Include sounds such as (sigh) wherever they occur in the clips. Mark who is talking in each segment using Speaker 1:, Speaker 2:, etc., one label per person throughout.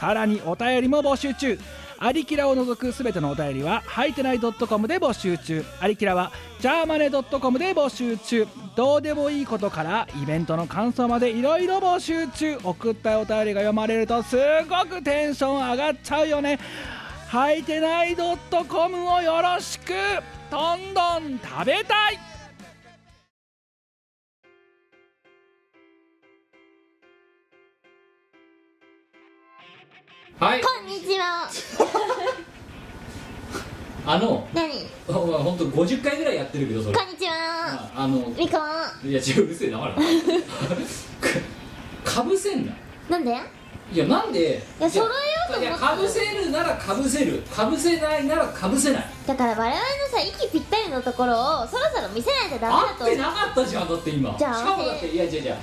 Speaker 1: さらにお便りも募集中アリキラを除くすべてのお便りは、はいてない .com で募集中。アリキラは、ジャーマネ .com で募集中。どうでもいいことから、イベントの感想までいろいろ募集中。送ったお便りが読まれると、すごくテンション上がっちゃうよね。はいてない .com をよろしくどんどん食べたい
Speaker 2: はい
Speaker 3: こんにちは
Speaker 2: あの
Speaker 3: 何
Speaker 2: 本当五50回ぐらいやってるけどそれ
Speaker 3: こんにちは
Speaker 2: ああの
Speaker 3: みこ
Speaker 2: い (laughs) や違ううるせえなほらかかぶせんな
Speaker 3: なんで
Speaker 2: いやなんで
Speaker 3: いや揃えようと思って
Speaker 2: いやかぶせるならかぶせるかぶせないならかぶせない
Speaker 3: だから我々のさ息ぴったりのところをそろそろ見せないとダメだ
Speaker 2: 合
Speaker 3: と
Speaker 2: っ
Speaker 3: 思
Speaker 2: て
Speaker 3: う
Speaker 2: なかったじゃんだって今
Speaker 3: じゃあ
Speaker 2: しかもだっていや違う違う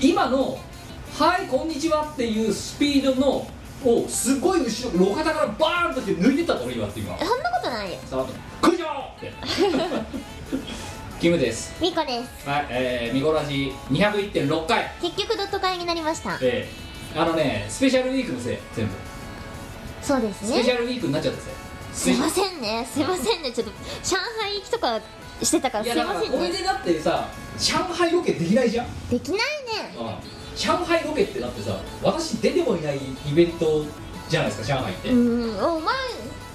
Speaker 2: 今の「はいこんにちは」っていうスピードのをすごい後ろ路肩からバーンとって抜いてったと俺今って今
Speaker 3: そんなことないよ (laughs)
Speaker 2: さああと「苦情!」ってキムです
Speaker 3: みこです
Speaker 2: はい、えー、見殺し201.6回、
Speaker 3: 結局ドット会になりました
Speaker 2: えー、あのね、スペシャルウィークのせい、全部、
Speaker 3: そうです
Speaker 2: スペシ
Speaker 3: ね
Speaker 2: ャルウィークになっちゃったせい、
Speaker 3: すいませんねすいませんねちょっと上海行きとかしてたから
Speaker 2: い
Speaker 3: すい
Speaker 2: や、だ
Speaker 3: ま
Speaker 2: から、
Speaker 3: せん
Speaker 2: これ
Speaker 3: ね
Speaker 2: でだってさ、上海ロケできないじゃん、
Speaker 3: できないね
Speaker 2: 上海ロケってだってさ、私、出てもいないイベントじゃないですか、上海って。
Speaker 3: うんお前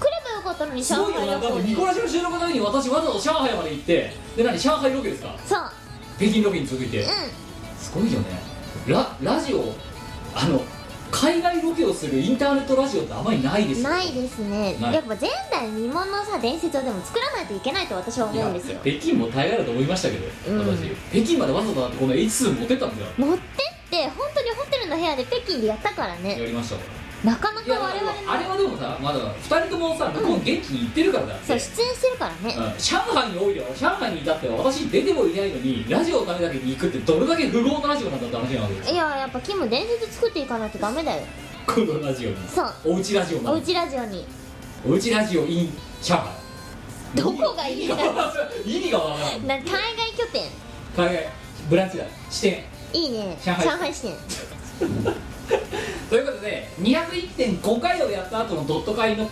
Speaker 3: 来ればよかったのに
Speaker 2: す
Speaker 3: 上
Speaker 2: ごいよ
Speaker 3: 海
Speaker 2: な、
Speaker 3: 旅
Speaker 2: だって、見
Speaker 3: 行
Speaker 2: 殺しの収録のために、私、わざわざ上海まで行って、で、何、上海ロケですか、
Speaker 3: そう
Speaker 2: 北京ロケに続いて、すごいよね、ララジオ、あの、海外ロケをするインターネットラジオってあまりないで
Speaker 3: う
Speaker 2: す
Speaker 3: ん
Speaker 2: よ
Speaker 3: ないですね
Speaker 2: ない
Speaker 3: やっぱ前代未聞のさ伝説をでも作らないといけないと私は思うんですよ
Speaker 2: 北京も大概だと思いましたけど、
Speaker 3: うん
Speaker 2: 私北京までわざわざだってこの H2 持ってったんだよ
Speaker 3: 持ってって本当にホテルの部屋で北京でやったから
Speaker 2: や
Speaker 3: ね
Speaker 2: りましたか
Speaker 3: なかな
Speaker 2: らい
Speaker 3: か
Speaker 2: や
Speaker 3: 我々の
Speaker 2: あれはでもさまだ2人ともさ向こう現地に行ってるからだって
Speaker 3: そう出演してるからね
Speaker 2: うん上海においては上海にいたって私出てもいないのにラジオのためだけに行くってどれだけ不合なラジオなんだって話なわけですよ
Speaker 3: いややっぱキム伝説作っていかないとダメだよ
Speaker 2: このラジオに
Speaker 3: そう
Speaker 2: おうちラジオな
Speaker 3: お
Speaker 2: の
Speaker 3: うちラジオに
Speaker 2: おうちラジオ in 上海
Speaker 3: どこがいいんだ
Speaker 2: 意味がわからん意味がわからん
Speaker 3: な海外拠点
Speaker 2: 海外ブランチだ支店
Speaker 3: いいね
Speaker 2: 上海
Speaker 3: 支店
Speaker 2: ということで201.5回をやった後のドット会の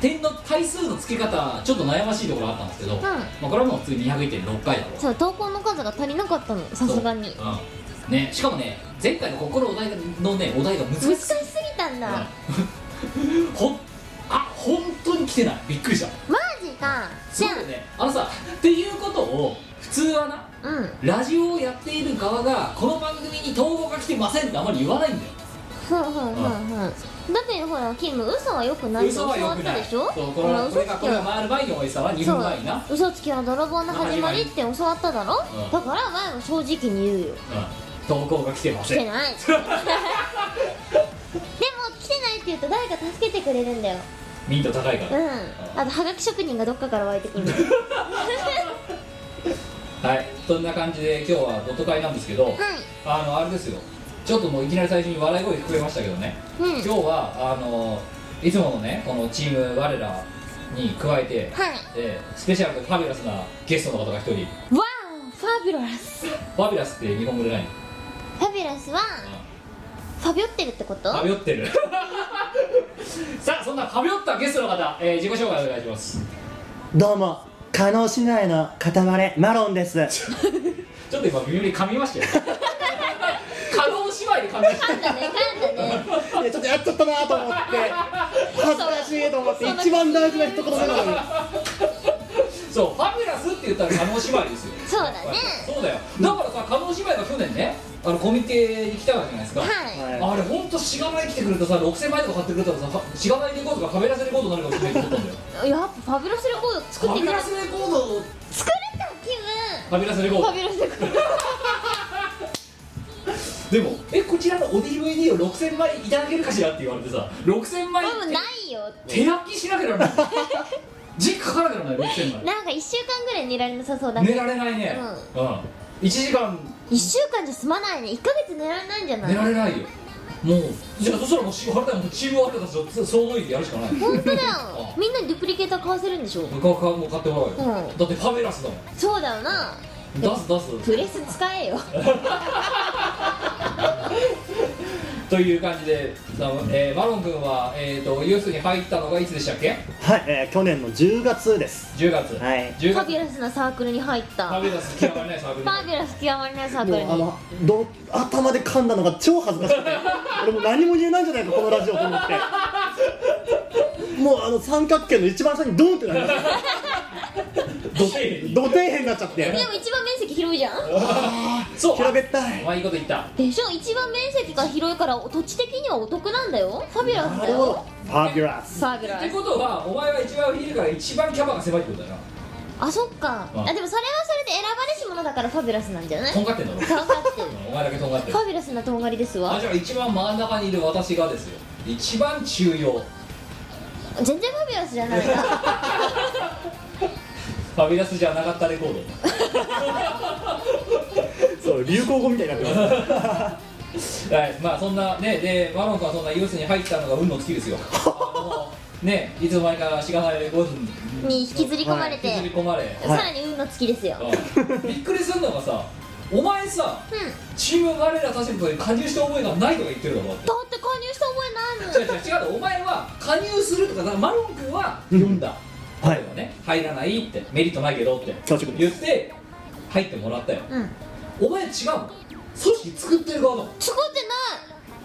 Speaker 2: 点の回数の付け方ちょっと悩ましいところあったんですけど、まあ、これはもう普通に201.6回だろう
Speaker 3: そう投稿の数が足りなかったのさすがに
Speaker 2: うんね、しかもね前回の心お題のねお題が難しい
Speaker 3: 難しすぎたんだ
Speaker 2: うん (laughs) ほんあ本当に来てないびっくりした
Speaker 3: マジかじ
Speaker 2: す
Speaker 3: ゃ
Speaker 2: ごいよねあのさっていうことを普通はな
Speaker 3: あうん
Speaker 2: ラジオをやっている側がこの番組に統合が来てませんってあまり言わないんだよ
Speaker 3: ふんふんふんふんだってほらキム嘘はよくないって
Speaker 2: 嘘
Speaker 3: 教
Speaker 2: はよ
Speaker 3: わっ
Speaker 2: くな
Speaker 3: た
Speaker 2: い
Speaker 3: でしょ
Speaker 2: そうこれは
Speaker 3: ほ
Speaker 2: こ
Speaker 3: ら
Speaker 2: れがこれが回る前においさは2分前にな
Speaker 3: そう嘘つきは泥棒の始まりって教わっただろ、
Speaker 2: うん
Speaker 3: だから前も正直に言うよ
Speaker 2: うん投稿が来てま
Speaker 3: 来
Speaker 2: せ
Speaker 3: て
Speaker 2: ん
Speaker 3: ない (laughs) でも来てないって言うと誰か助けてくれるんだよ
Speaker 2: (laughs) ミント高いか
Speaker 3: う
Speaker 2: ら、
Speaker 3: んあとはがき職人がどっかから湧いてくる
Speaker 2: はいそんな感じで今日はドット会なんですけど
Speaker 3: は
Speaker 2: あのあれですよちょっともういきなり最初に笑い声聞こえましたけどね
Speaker 3: いうん
Speaker 2: 今日はあのいつものねこのチーム我らに加えて、
Speaker 3: はい
Speaker 2: えースペシャルでファビュラスなゲストの方が一人
Speaker 3: わおファビュラス
Speaker 2: ファビュラスって日本語でない
Speaker 3: ファビュラスはファビョってるってこと
Speaker 2: かびょってる (laughs) さあそんなかびょったゲストの方、えー自己紹介お願いします
Speaker 4: どうも加納市内の片割れマロンです
Speaker 2: ちょっと今微妙に噛みました (laughs) よ可能姉妹で噛みました
Speaker 3: 噛んだね噛んだ
Speaker 2: (laughs)
Speaker 3: ね
Speaker 4: いやちょっとやっちゃったなと思って恥ずかしいと思って一番大事な一言目なのに
Speaker 2: そうファビュラスって言ったら加納姉妹ですよ
Speaker 3: そうだね
Speaker 2: そうだよだからさ加納姉妹が去年ねあのコミケに来たわけじゃないですか、
Speaker 3: はい
Speaker 4: は
Speaker 2: あれ本当しがない来てくれたさ6000枚とか買ってくれたらさはしがないレコードがファビュラスレコードになるかもしれないと思ったんだよ
Speaker 3: やっぱファビュラスレコード
Speaker 2: フ
Speaker 3: 作っ
Speaker 2: ァ
Speaker 3: てい
Speaker 2: ビュ
Speaker 3: かな
Speaker 2: ラ
Speaker 3: い
Speaker 2: スレコードを
Speaker 3: 作れたキム
Speaker 2: ファビュラスレコ
Speaker 3: ファ
Speaker 2: ー
Speaker 3: ビュラスレコード
Speaker 2: ドでもえこちらのお DVD CD を6000枚いただけるかしらって言われてさ6000枚
Speaker 3: 多分ないよって
Speaker 2: 手焼きしなきゃならない
Speaker 3: (laughs)
Speaker 2: 実家からならない6000枚
Speaker 3: なんか1週間ぐらい寝られなさそうだ
Speaker 2: 寝
Speaker 3: ね
Speaker 2: られないねうん、1時間
Speaker 3: 1週間じゃ済まないね1ヶ月寝られないんじゃな
Speaker 2: 寝
Speaker 3: い
Speaker 2: られないよもうじゃあそしたらもうしあれだよもうチームワークだぞ総動員でやるしかない
Speaker 3: 本当だよみんなにデュプリケーター買わせるんでしょ
Speaker 2: 僕はもう買ってもらうよ、
Speaker 3: うん
Speaker 2: だってファベラスだもん
Speaker 3: そうだよな
Speaker 2: 出す出す
Speaker 3: プレス使えよ
Speaker 2: という感じで、さえーマロン君は、えー、とユースに入ったのがいつでしたっけ
Speaker 4: はい、えー去年の10月です
Speaker 2: 10月、
Speaker 4: はい
Speaker 2: 10月
Speaker 3: ファビュラスなサークルに入った
Speaker 2: フ
Speaker 3: ファ
Speaker 2: ァビュラス極まりないサークル
Speaker 3: ビュラス極まりないサーク
Speaker 4: も
Speaker 3: ル
Speaker 4: うあ
Speaker 3: に
Speaker 4: のど頭で噛んだのが超恥ずかしくて俺もう何も言えないんじゃないかこのラジオと思ってもうあの三角形の一番下にドンってなりました
Speaker 2: どて
Speaker 4: 土底辺になっちゃって
Speaker 3: でも一番面積広いじゃん
Speaker 2: そう
Speaker 4: 平べった
Speaker 2: お
Speaker 4: い
Speaker 2: 前いいこと言った
Speaker 3: でしょ一番面積が広いから土地的にはお得なんだよファビュラス
Speaker 4: あ
Speaker 3: だ
Speaker 4: れを
Speaker 3: よ
Speaker 4: ファビュラス
Speaker 3: ファビュ
Speaker 2: っ
Speaker 3: ラ
Speaker 2: て
Speaker 3: ス
Speaker 2: ことはお前は一番いるから一番キャバが狭いってことだよな
Speaker 3: あそっか
Speaker 2: うん
Speaker 3: あでもそれはそれで選ばれし者だからファビュラスなんじゃない
Speaker 2: とんがってんだろ
Speaker 3: とんがってる
Speaker 2: お前だけとんがってる
Speaker 3: ファビュラスなとんがりです
Speaker 2: あ
Speaker 3: わ
Speaker 2: じゃあ一番真ん中にいる私がですよ一番中庸
Speaker 3: 全然ファビュラスじゃ
Speaker 2: (laughs)
Speaker 3: ないな
Speaker 2: ファビュラスじゃなかったレコード
Speaker 4: そう流行語みたいになってます
Speaker 2: はい、まあそんなねでマロン君はそんなユースに入ったのが運の尽きですよあのねいつの間にかしがないレコード
Speaker 3: に引きずり込まれて、
Speaker 2: 引きずり込まれ、
Speaker 3: さらに運の尽きですよ、
Speaker 2: うんびっくりするのがさお前さ
Speaker 3: うんだ
Speaker 2: チーム我らたちのことに加入した覚えがないとか言ってるだろだって
Speaker 3: って加入した覚えないもん
Speaker 2: 違う違う違うお前は加入するとかだからマロン君は読んだ、
Speaker 4: うん
Speaker 2: 例えばね入らないってメリットないけどって
Speaker 4: 教職で
Speaker 2: 言っ
Speaker 4: す
Speaker 2: て入ってもらったよ
Speaker 3: うん
Speaker 2: お前違うの組織作ってる側だも
Speaker 3: 作って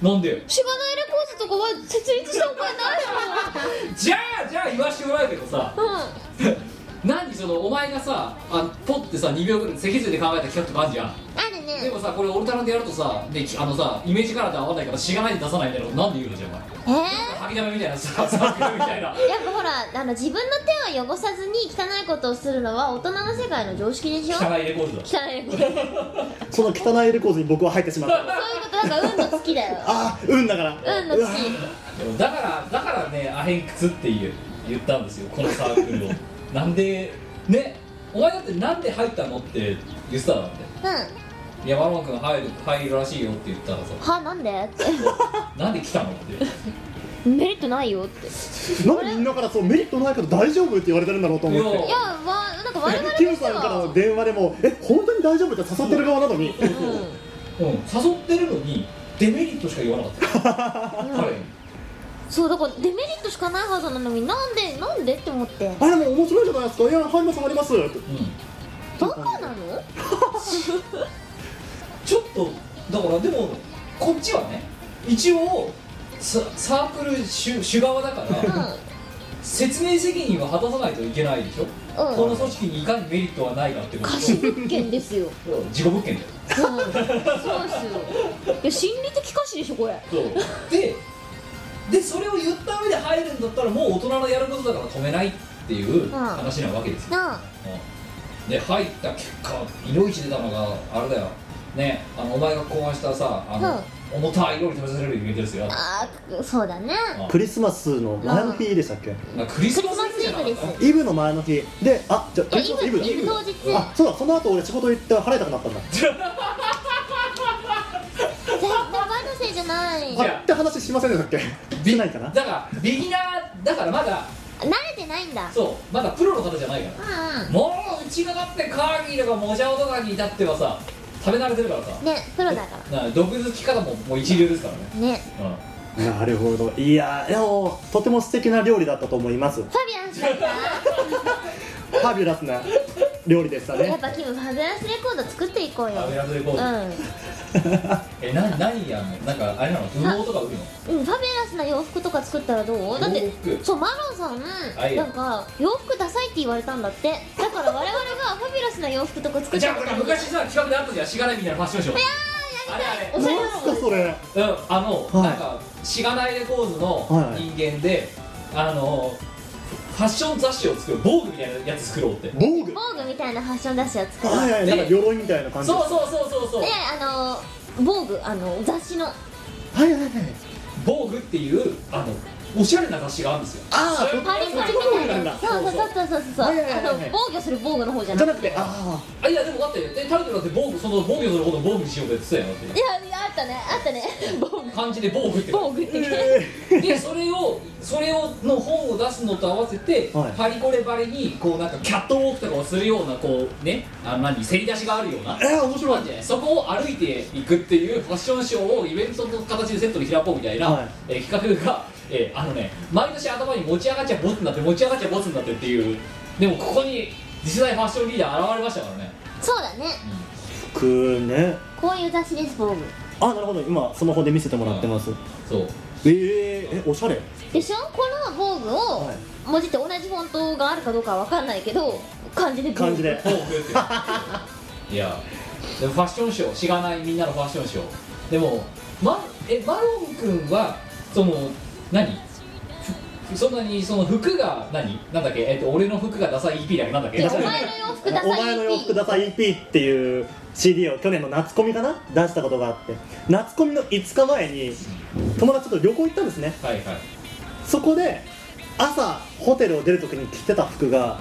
Speaker 3: ない
Speaker 2: んなんでよ
Speaker 3: しがないレコーズとかは設立した覚えない
Speaker 2: じゃあじゃあ言わしてもらうけどさ
Speaker 3: もんうん
Speaker 2: 何そのお前がさあポッてさ2秒ぐらい脊髄で考えた企画とかあるじゃん
Speaker 3: ある
Speaker 2: で
Speaker 3: ね
Speaker 2: もさこれオルタナでやるとさできあのさイメージカラーと合わないからしがないで出さないみたいなことなんで言うのじゃあお
Speaker 3: えー、
Speaker 2: 前吐き溜めみたいなさサークルみたいな
Speaker 3: やっぱほらあの自分の手を汚さずに汚いことをするのは大人の世界の常識でしょ
Speaker 2: 汚いレコードだ
Speaker 3: 汚いことそういうこ
Speaker 4: その汚いレコードに僕は入ってしまった
Speaker 3: とだから運の尽きだよ
Speaker 4: あー運だから
Speaker 3: 運の
Speaker 4: う
Speaker 3: 尽
Speaker 4: わ
Speaker 2: だからだからねアヘンクスって言う言ったんですよこのサークルを
Speaker 3: (laughs)
Speaker 2: なんでねお前だってなんで入ったのって言ってたなんて
Speaker 3: きうん
Speaker 2: 「いやマロン君入る入るらしいよ」って言ったらさ
Speaker 3: はなんでって
Speaker 2: 「なんで来たの?」って
Speaker 3: メリットないよってい
Speaker 4: なんでみんなからそうメリットないけど大丈夫って言われてるんだろうと思って
Speaker 2: い
Speaker 3: やわなんか我々と
Speaker 4: キム
Speaker 3: して
Speaker 4: さんから
Speaker 3: は
Speaker 4: の電話でもえ本当に大丈夫って誘ってる側なのに
Speaker 2: うん、誘ってるのにデメリットしか言わなかった
Speaker 3: (laughs) うん、
Speaker 2: 彼に
Speaker 3: そうだからデメリットしかないはずなのになんでなんでって思って
Speaker 4: あれも面白いじゃないですかいや入ります入りますって
Speaker 2: うん
Speaker 3: バカなの
Speaker 2: ちょっとだからでもこっちはね一応ササークル主主側だから説明責任は果たさないといけないでしょ、
Speaker 3: うん
Speaker 2: こ
Speaker 3: うん
Speaker 2: の組織にいかにメリットはないかってことと
Speaker 3: 貸し物件ですよ、
Speaker 2: うん事故物件だよ
Speaker 3: うん、そうですよいや心理的貸しでしょこれ
Speaker 2: そうででそれを言った上で入るんだったらもう大人のやることだから止めないっていう話なわけですよ、
Speaker 3: なあ
Speaker 2: うんで入った結果色一出たのがあれだよねあのお前が考案したさあの、重たい料理食べさせるイベントですよ
Speaker 3: あーそうだね
Speaker 2: あ
Speaker 4: クリスマスの前の日でしたっけ
Speaker 2: まあクリ
Speaker 3: ク
Speaker 2: ス
Speaker 3: リ
Speaker 2: マ
Speaker 3: ス
Speaker 2: ス
Speaker 3: マ
Speaker 2: イブ
Speaker 3: ス
Speaker 2: じ
Speaker 3: イ
Speaker 2: ゃな
Speaker 3: ブ
Speaker 2: か
Speaker 3: で
Speaker 2: った
Speaker 3: す
Speaker 4: イブの前の日であじゃあ
Speaker 3: い
Speaker 4: ク
Speaker 3: や
Speaker 4: リスマスイ
Speaker 3: イ
Speaker 4: ブ
Speaker 3: ブ
Speaker 4: だ
Speaker 3: イブ当日
Speaker 2: うん
Speaker 3: 絶
Speaker 4: あそうだその後俺仕事行って晴れたくなったんだ
Speaker 3: 対バカせいじゃない慣
Speaker 2: や
Speaker 4: あって話しませんでしたっけしないかな
Speaker 2: だからビギナーだからまだ
Speaker 3: れてないんだ
Speaker 2: そうまだプロの方じゃないか
Speaker 3: う
Speaker 2: ら
Speaker 3: ん
Speaker 2: もううちがだってカーギーとかモジャオとかに至ってはさ食べ慣れてるからさ
Speaker 3: うんねプロだか
Speaker 2: な毒好き方ももう一流ですからね
Speaker 3: らね
Speaker 2: うん
Speaker 4: なるほどいやでもとても素敵な料理だったと思いますフ
Speaker 3: ファビュラスだった
Speaker 4: ァビュラスな料理でした
Speaker 3: やっ
Speaker 4: ね
Speaker 3: ぱキムファビュラスレコード作っていこうよ
Speaker 2: 食べられてる
Speaker 3: う
Speaker 2: こ
Speaker 3: ん、う、
Speaker 2: うん
Speaker 3: フ
Speaker 2: えな何やんのなんかあれなの羽毛とか売るの
Speaker 3: ァビュラスな洋服とか作ったらどうだって
Speaker 2: 洋服
Speaker 3: そうマロンさ
Speaker 2: はい
Speaker 3: んなんか洋服ダサいって言われたんだってだから我々がファビュラスな洋服とか作っ
Speaker 2: じ
Speaker 3: て
Speaker 2: ゃあこれ昔さ企画であったじゃんしがないみたいなファッションショーあれあれ
Speaker 3: おしゃれな
Speaker 4: (laughs) なんすかそれ
Speaker 2: うんあの、
Speaker 4: はい
Speaker 2: なんかしがないレコーズの
Speaker 4: はい
Speaker 2: 人間で、あのファッション雑誌を作る防具みたいなやつ作ろうって
Speaker 4: 防具
Speaker 3: 防具みたいなファッション雑誌を作る
Speaker 4: はいはいなんか鎧みたいな感じ
Speaker 2: そうそうそうそうそう
Speaker 3: であの防具あの雑誌の
Speaker 4: はいはいはい
Speaker 2: 防具っていうあのおしゃれな雑誌があるんですよ
Speaker 4: ああ
Speaker 3: パリコレみ
Speaker 4: そう
Speaker 3: たい
Speaker 4: なん
Speaker 3: な
Speaker 4: だ
Speaker 3: そうそうそうそうそう
Speaker 4: はいはいはいはい
Speaker 3: あの防御する防御の方じゃ
Speaker 4: じ
Speaker 3: な
Speaker 4: ゃな
Speaker 3: く
Speaker 4: く
Speaker 3: てい
Speaker 4: てあ
Speaker 2: あいやでもだってえタイトルだって防具その防御することを防具にしようぜって言ってたよだっ
Speaker 3: やいやあったねあったね防
Speaker 2: て漢字で防具って
Speaker 3: 防具ってね
Speaker 2: でそれをそれをの本を出すのと合わせて、
Speaker 4: はい
Speaker 2: パリコレバレにこうなんかキャットウォークとかをするようなこうねあの何せり出しがあるような
Speaker 4: あえー面白い
Speaker 2: 感じでそこを歩いていくっていうファッションショーをイベントの形でセットに開こうみたいな、
Speaker 4: はい
Speaker 2: えー企画が、えーあのね毎年頭に持ち上がっちゃボツになって持ち上がっちゃボツになってっていうでもここに次世代ファッションリーダー現れましたからね
Speaker 3: そうだね
Speaker 4: 服ね
Speaker 3: こういう雑誌です防具
Speaker 4: あなるほど今スマホで見せてもらってます
Speaker 2: そう
Speaker 4: えー、えおしゃれ
Speaker 3: でしょこの防具を
Speaker 4: はい
Speaker 3: 文字って同じフォントがあるかどうかは分かんないけど漢字で防具
Speaker 4: 感じで
Speaker 2: フォークって (laughs) いやでもファッションショーしがないみんなのファッションショーでも、ま、えマロン君はその何ふそんなにその服が何なんだっけ、えっと、俺の服がダサい EP だっけなんだっけ
Speaker 3: でお前の洋服ださ
Speaker 4: お前の洋服ださ EP っていう CD を去年の夏コミかな出したことがあって夏コミの5日前に友達と旅行行ったんですね
Speaker 2: はいはい、
Speaker 4: そこで朝ホテルを出るときに着てた服が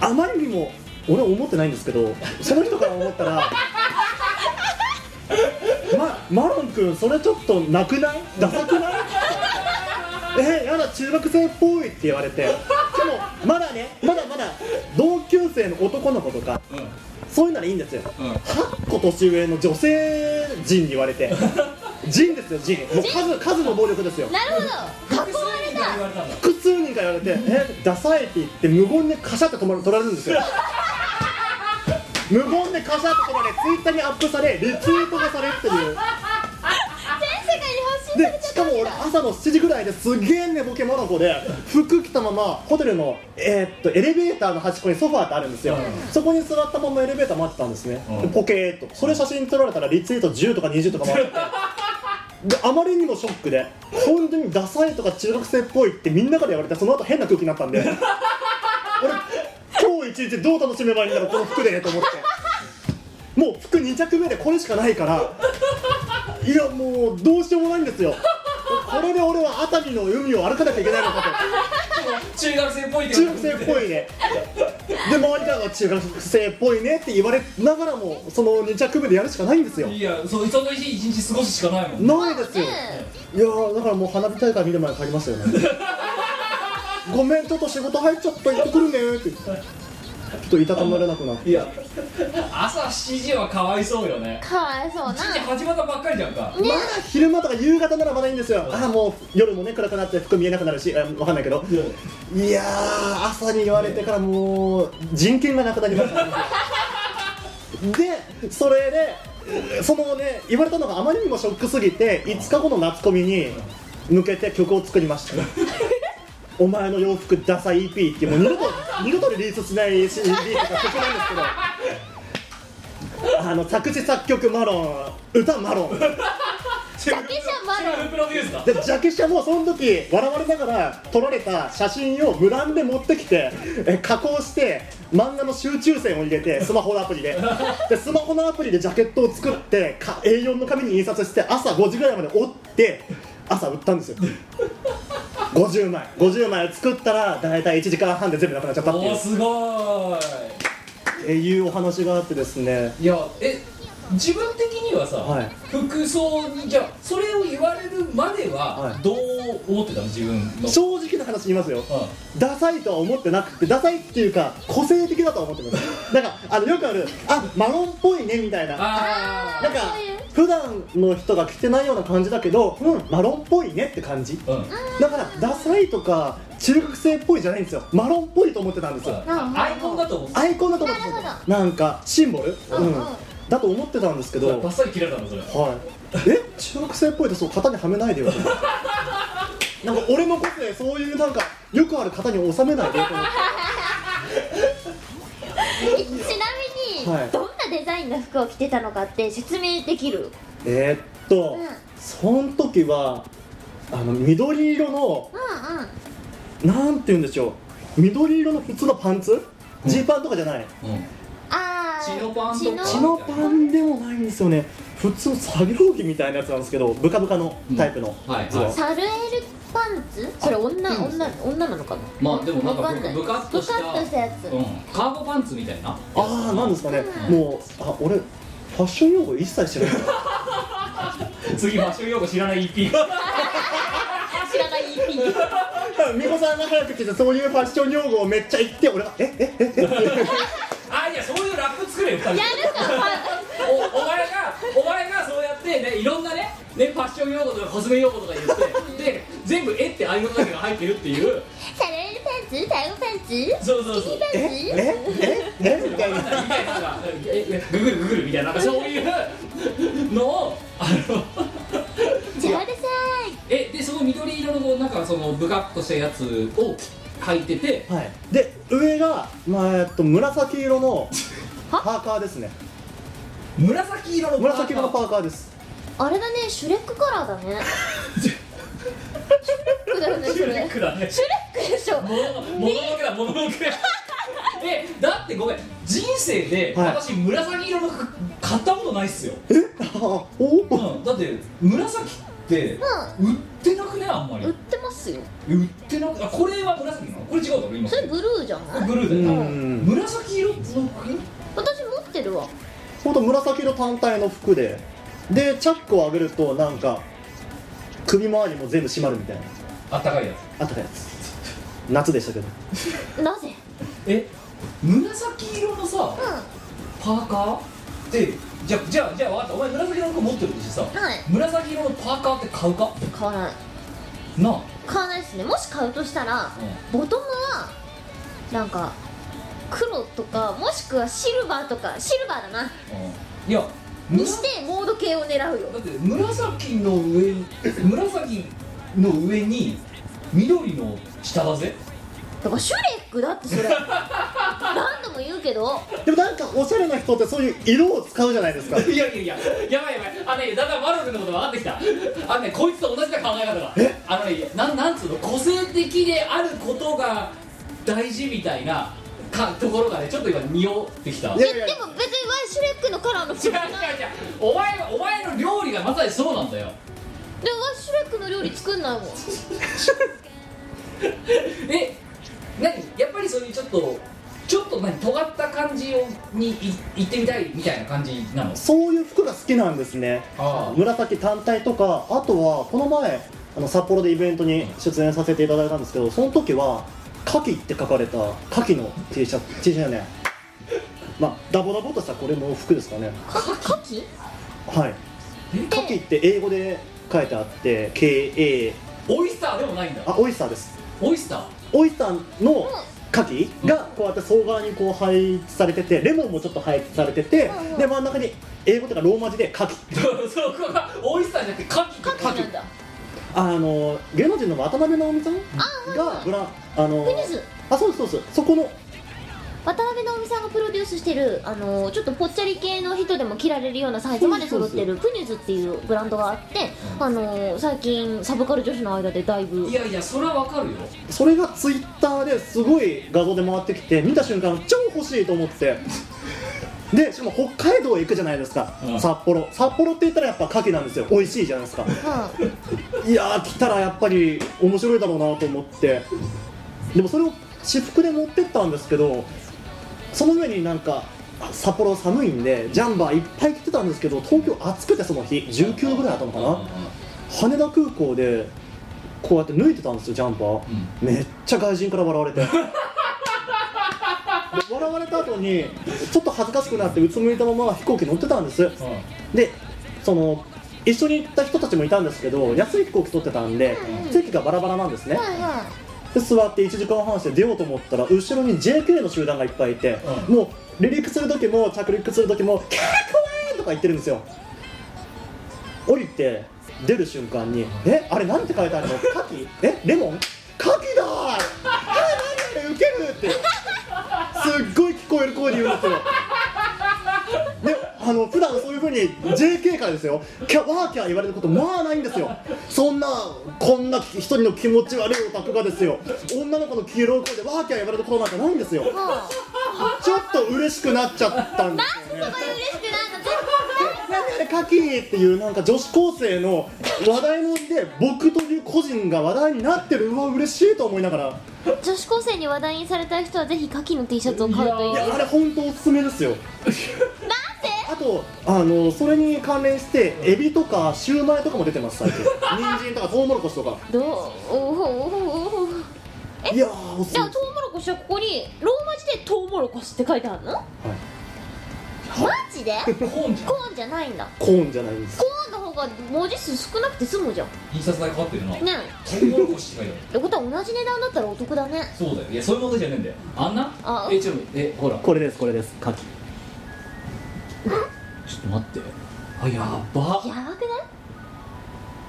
Speaker 4: あまりにも俺は思ってないんですけどその人から思っ
Speaker 2: (laughs)
Speaker 4: たら「ま、マロン君それちょっとなくないダサ
Speaker 2: (laughs)
Speaker 4: くない?」えやだ中学生っぽい」って言われてでもまだねまだまだ同級生の男の子とか
Speaker 2: うん
Speaker 4: そういうならいいんですよ
Speaker 2: うん
Speaker 4: 8個年上の女性人に言わ
Speaker 2: (laughs)
Speaker 4: れて人ですよ人もう数数の暴力ですよ
Speaker 3: なるほど囲われた
Speaker 2: 言われたんだ
Speaker 4: 複数人から言われて「えダサい」って言って無言でカシャって止まる取られるんですよ無言でカシャって止まれツイッターにアップされリツイートがされるっていう
Speaker 3: 全世界に発信されち
Speaker 4: で
Speaker 3: ゃ
Speaker 4: し
Speaker 3: った
Speaker 4: か
Speaker 3: わ
Speaker 4: も
Speaker 3: け
Speaker 4: 俺
Speaker 3: だ
Speaker 4: 朝の7時ぐらいですげえ寝ぼけモノコで服着たままホテルの、えーっとエレベーターの端っこにソファーってあるんですよ、
Speaker 2: うん
Speaker 4: そこに座ったままエレベーター待ってたんですね、
Speaker 2: うん
Speaker 4: でポケーっとそれ写真撮られたらリツイート10とか20とか
Speaker 2: (laughs)
Speaker 4: 回ってであまりにもショックで本当にダサいとか中学生っぽいってみんなから言われてその後変な空気になった
Speaker 2: (laughs)
Speaker 4: んで俺今日一日どう楽しめばいいんだろうこの服でと思ってもう服2着目でこれしかないからいやもうどうしようもないんですよ (laughs) これで俺は熱海の海を歩かなきゃいけないのか
Speaker 2: 中学生っぽい (laughs)
Speaker 4: と中学生っぽいねで周りからが中学生っぽいねって言われながらもその2着目でやるしかないんですよ
Speaker 2: いやそうその日一日過ごすしかないもん
Speaker 4: ないですよ
Speaker 3: ね
Speaker 4: いやーだからもう花火大会見る前に帰りましたよねごめんちょっと仕事入っちゃった行ってくるねーってちょっといたたまれなくなって
Speaker 2: いや朝7時はかわいそうよね
Speaker 3: かわい
Speaker 4: (laughs)
Speaker 3: そうな
Speaker 2: 7時始まったばっかりじゃんか
Speaker 4: まあ昼間とか夕方ならまだいいんですよああもう夜もね暗くなって服見えなくなるしあわかんないけどいやー朝に言われてからもう人権がなくなりましたねでそれでそのね言われたのがあまりにもショックすぎて5日後の夏コミに向けて曲を作りましたお前の洋服ダサい EP っていうもう二度と二度とリリースしない CD とか曲なんですけどあの作詞作曲マロン歌マロン
Speaker 2: セル
Speaker 3: だけじゃまだ
Speaker 2: フプロデュースだ
Speaker 4: でジャケシャもその時笑われながら撮られた写真を無断で持ってきてえ加工して漫画の集中線を入れてスマホのアプリででスマホのアプリでジャケットを作ってか A4 の紙に印刷して朝5時ぐらいまで折って朝売ったんですよ50枚50枚作ったら大体1時間半で全部なくなっちゃったってい
Speaker 2: お
Speaker 4: う
Speaker 2: おすごー
Speaker 4: えいうお話があってですね
Speaker 2: いいやえ自分的にはさ、
Speaker 4: はい
Speaker 2: 服装にじゃあそれを言われるまでは
Speaker 4: はい
Speaker 2: どう思ってたの自分の
Speaker 4: 正直な話言いますよ
Speaker 2: うん
Speaker 4: ダサいとは思ってなくてダサいっていうか個性的だとは思ってますだからあのよくあるあマロンっぽいねみたいななんか
Speaker 2: あ
Speaker 3: ー
Speaker 4: 普段の人が着てないような感じだけど、うん、マロンっぽいねって感じ
Speaker 2: あうん
Speaker 4: だからダサいとか中学生っぽいじゃないんですよマロンっぽいと思ってたんですよ
Speaker 2: あアイコンだと思ってた
Speaker 4: アイコンだと思ってたんですよ
Speaker 3: なるほ
Speaker 4: なんかシンボル、
Speaker 3: うんうん
Speaker 4: だと思ってたんですけど
Speaker 2: バッサリ切られたのそれ
Speaker 4: はい、え中学生っぽいとそう型にはめないで
Speaker 3: (laughs)
Speaker 4: よと思ってなんか俺の個性そういうなんかよくある型に収めないでよと思っ
Speaker 3: えちなみに、
Speaker 4: はい
Speaker 3: どんなデザインの服を着てたのかって説明できる
Speaker 4: てえーっと、
Speaker 3: うん
Speaker 4: その時はあの緑色の
Speaker 3: うんうん
Speaker 4: なんて言うんでしょう緑色の普通のパンツジー、パンとかじゃない
Speaker 2: うん
Speaker 3: あー
Speaker 2: チノパン
Speaker 3: チ
Speaker 2: と
Speaker 3: ノ
Speaker 2: か
Speaker 4: チノパンでもないんですよね普通の作業着みたいなやつなんですけどブカブカのタイプの
Speaker 2: うんはい
Speaker 4: ズボン、
Speaker 2: はい
Speaker 3: サルエルパンツそれ女女女なのかな
Speaker 2: まあでもな
Speaker 3: わ
Speaker 2: んか
Speaker 3: かんない
Speaker 2: ブカッと
Speaker 3: ブ
Speaker 2: した
Speaker 3: カッとしたやつ
Speaker 2: うんカーゴパンツみたいな
Speaker 4: ああなんですかねもうあ俺ファッション用語一切知らない
Speaker 2: 次マッシュ用語知らない EP
Speaker 3: 知らない意味に
Speaker 4: 美穂さんが早く来てそういうファッション用語をめっちゃ言って俺が「えええ
Speaker 2: あいやそういうラップ作れよ2人
Speaker 3: やるか
Speaker 2: おお前がお前がそうやってねいろんなねねファッション用語とかコスメ用語とか言ってで全部「え」ってああいうのだけが入ってるっていう
Speaker 3: サルエルパンツタイゴパンツ
Speaker 2: そうそうそう
Speaker 3: キキパンツ
Speaker 4: ええええみたいな
Speaker 2: みたいなのがええググるググるみたいななんかそういうのをあの
Speaker 3: ちょうださい
Speaker 2: えでその緑色のこうなんかそのブカッとしたやつを履いてて
Speaker 4: はいで上が、まあ、えっと紫色のパ
Speaker 3: は
Speaker 4: ーカーですね
Speaker 2: 紫色のパーカー
Speaker 4: 紫色のパーカーです
Speaker 3: あれだねシュレックカラーだねシュレックだよねそ
Speaker 2: シュ
Speaker 3: れ
Speaker 2: レックだね
Speaker 3: シュレックでしょ
Speaker 2: モノノクだモノノクだえだってごめん人生で
Speaker 4: はい
Speaker 2: 私紫色の服買ったことないっすよ、
Speaker 4: あ (laughs) おお
Speaker 2: うん、だって紫って売ってなくねあんまり
Speaker 3: 売ってますよ
Speaker 2: 売ってなくあこれは紫なのこれ違うだろ今
Speaker 3: それブルーじゃない
Speaker 2: ブルーだよな
Speaker 4: うん
Speaker 2: 紫色の服
Speaker 3: 私持ってるわ
Speaker 4: ほんと紫色単体の服ででチャックを上げるとなんか首周りも全部締まるみたいな
Speaker 2: あったかいやつ
Speaker 4: あったかいやつ夏でしたけど
Speaker 3: なぜ
Speaker 2: え紫色のさ
Speaker 3: う
Speaker 2: パーカーってじゃじゃあじゃあ分かったお前紫色の服持ってるとしてさ、
Speaker 3: んはい
Speaker 2: 紫色のパーカーって買うか
Speaker 3: 買わない
Speaker 2: なあ
Speaker 3: 買わないですねもし買うとしたら、ボトムはなんか黒とかもしくはシルバーとかシルバーだな
Speaker 2: うんいや
Speaker 3: にしてモード系を狙うよ
Speaker 2: だって紫の上に紫の上に緑の下だぜ
Speaker 3: だからシュレックだって
Speaker 4: (laughs)
Speaker 3: それ何度も言うけど
Speaker 4: でもなんかおしゃれな人ってそういう色を使うじゃないです
Speaker 2: (laughs)
Speaker 4: か
Speaker 2: いやいやいややばいやばいあのねだんだんマロ君のこと分かってきたあのねこいつと同じな考え方があのねなんなんつうの個性的であることが大事みたいなかところがねちょっと今匂ってきた
Speaker 4: い
Speaker 2: 違う違う違う
Speaker 4: やいやい
Speaker 3: で
Speaker 4: や
Speaker 3: も別にワイシュレックのカラーの服ない
Speaker 2: お前はお前の料理がまさにそうなんだよ
Speaker 3: でもワイシュレックの料理作んないもん
Speaker 2: え何やっぱりそういうちょっとちょっと何尖った感じをにい行ってみたいみたいな感じなの
Speaker 4: そういう服が好きなんですね
Speaker 2: あ
Speaker 4: 紫単体とかあとはこの前あの札幌でイベントに出演させていただいたんですけどその時は「牡蠣」って書かれた牡蠣の T シャツ T シャツねまあダボダボとしたこれも服ですかね
Speaker 3: カキ
Speaker 4: はい
Speaker 2: え
Speaker 4: 牡蠣って英語で書いてあって KA
Speaker 2: オイスターでもないんだ
Speaker 4: あオイスターです
Speaker 2: オイスター (laughs)
Speaker 4: オイスターの牡蠣がこうやって総側にこう配置されててレモンもちょっと配置されてて
Speaker 3: うんうん
Speaker 4: で真ん中に英語とかローマ字で牡蠣
Speaker 2: そこがオイスターじゃなくてカキ
Speaker 3: カキなんだ
Speaker 4: あの芸能人の渡辺直美さんがブラあの
Speaker 3: フェニス
Speaker 4: あそうですそうですそこの
Speaker 3: 渡辺直美さんがプロデュースしてるあのちょっとぽっちゃり系の人でも着られるようなサイズまで揃ってるプニュズっていうブランドがあって、あの最近サブカル女子の間でだいぶ
Speaker 2: いやいやそれはわかるよ
Speaker 4: それがツイッターですごい画像で回ってきて見た瞬間超欲しいと思ってでしかも北海道へ行くじゃないですか、
Speaker 2: うん
Speaker 4: 札幌札幌って言ったらやっぱ牡蠣なんですよ美味しいじゃないですか
Speaker 3: うん
Speaker 4: いやー来たらやっぱり面白いだろうなと思ってでもそれを私服で持ってったんですけどその上になんかあ札幌寒いんでジャンバーいっぱい着てたんですけど東京暑くてその日19度ぐらいあったのかな、羽田空港でこうやって抜いてたんですよジャンパー、めっちゃ外人から笑われてで笑われた後にちょっと恥ずかしくなってうつむいたまま飛行機乗ってたんです
Speaker 2: うんうん
Speaker 4: でその一緒に行った人たちもいたんですけど安い飛行機取ってたんで席がバラバラなんですね
Speaker 3: はいはい
Speaker 4: で座って1時間半して出ようと思ったら後ろに JK の集団がいっぱいいて、
Speaker 2: う
Speaker 4: もう離陸する時も着陸する時も「キャー怖い!」とか言ってるんですよ降りて出る瞬間に「えあれなんて書いてあるのカキえレモンカキだー!」え「何あれウケる!」ってすっごい聞こえる声で言うんですよであの普段そういうふうに JK からですよキャワーキャー言われることまあないんですよそんなこんな一人の気持ち悪いオタクがですよ女の子の黄色い声でワーキャー言われることなんかないんですよ
Speaker 3: は
Speaker 4: ちょっと嬉しくなっちゃったんですよね
Speaker 3: これ嬉しくなった
Speaker 4: なんでカキっていうなんか女子高生の話題ので僕という個人が話題になってるうわ嬉しいと思いながら
Speaker 3: 女子高生に話題にされたい人はぜひカキの T シャツを買うとい
Speaker 4: いうやあれ本当おすすめですよあとあのそれに関連してエビとかシューマイとかも出てます最近人参とかトウモロコシとか
Speaker 3: どうおほおほおほ
Speaker 4: いやーお
Speaker 3: じ
Speaker 4: すす
Speaker 3: ゃ
Speaker 4: め
Speaker 3: あトウモロコシはここにローマ字でトウモロコシって書いてあるのマジで
Speaker 2: コーンじゃん
Speaker 3: コーンじゃないんだ
Speaker 4: コーンじゃないんです
Speaker 3: コーンの方が文字数少なくて済むじゃん
Speaker 2: 印刷代かかってるな
Speaker 3: ね
Speaker 2: トウモロコシって書いてある
Speaker 3: えってことは同じ値段だったらお得だね
Speaker 2: そうだよいやそういう問題じゃねえんだよあんな
Speaker 3: あ
Speaker 2: えちょっと待ってえほらちょ
Speaker 4: これですこれですカキ
Speaker 2: っと待ってあやっば
Speaker 3: やばくない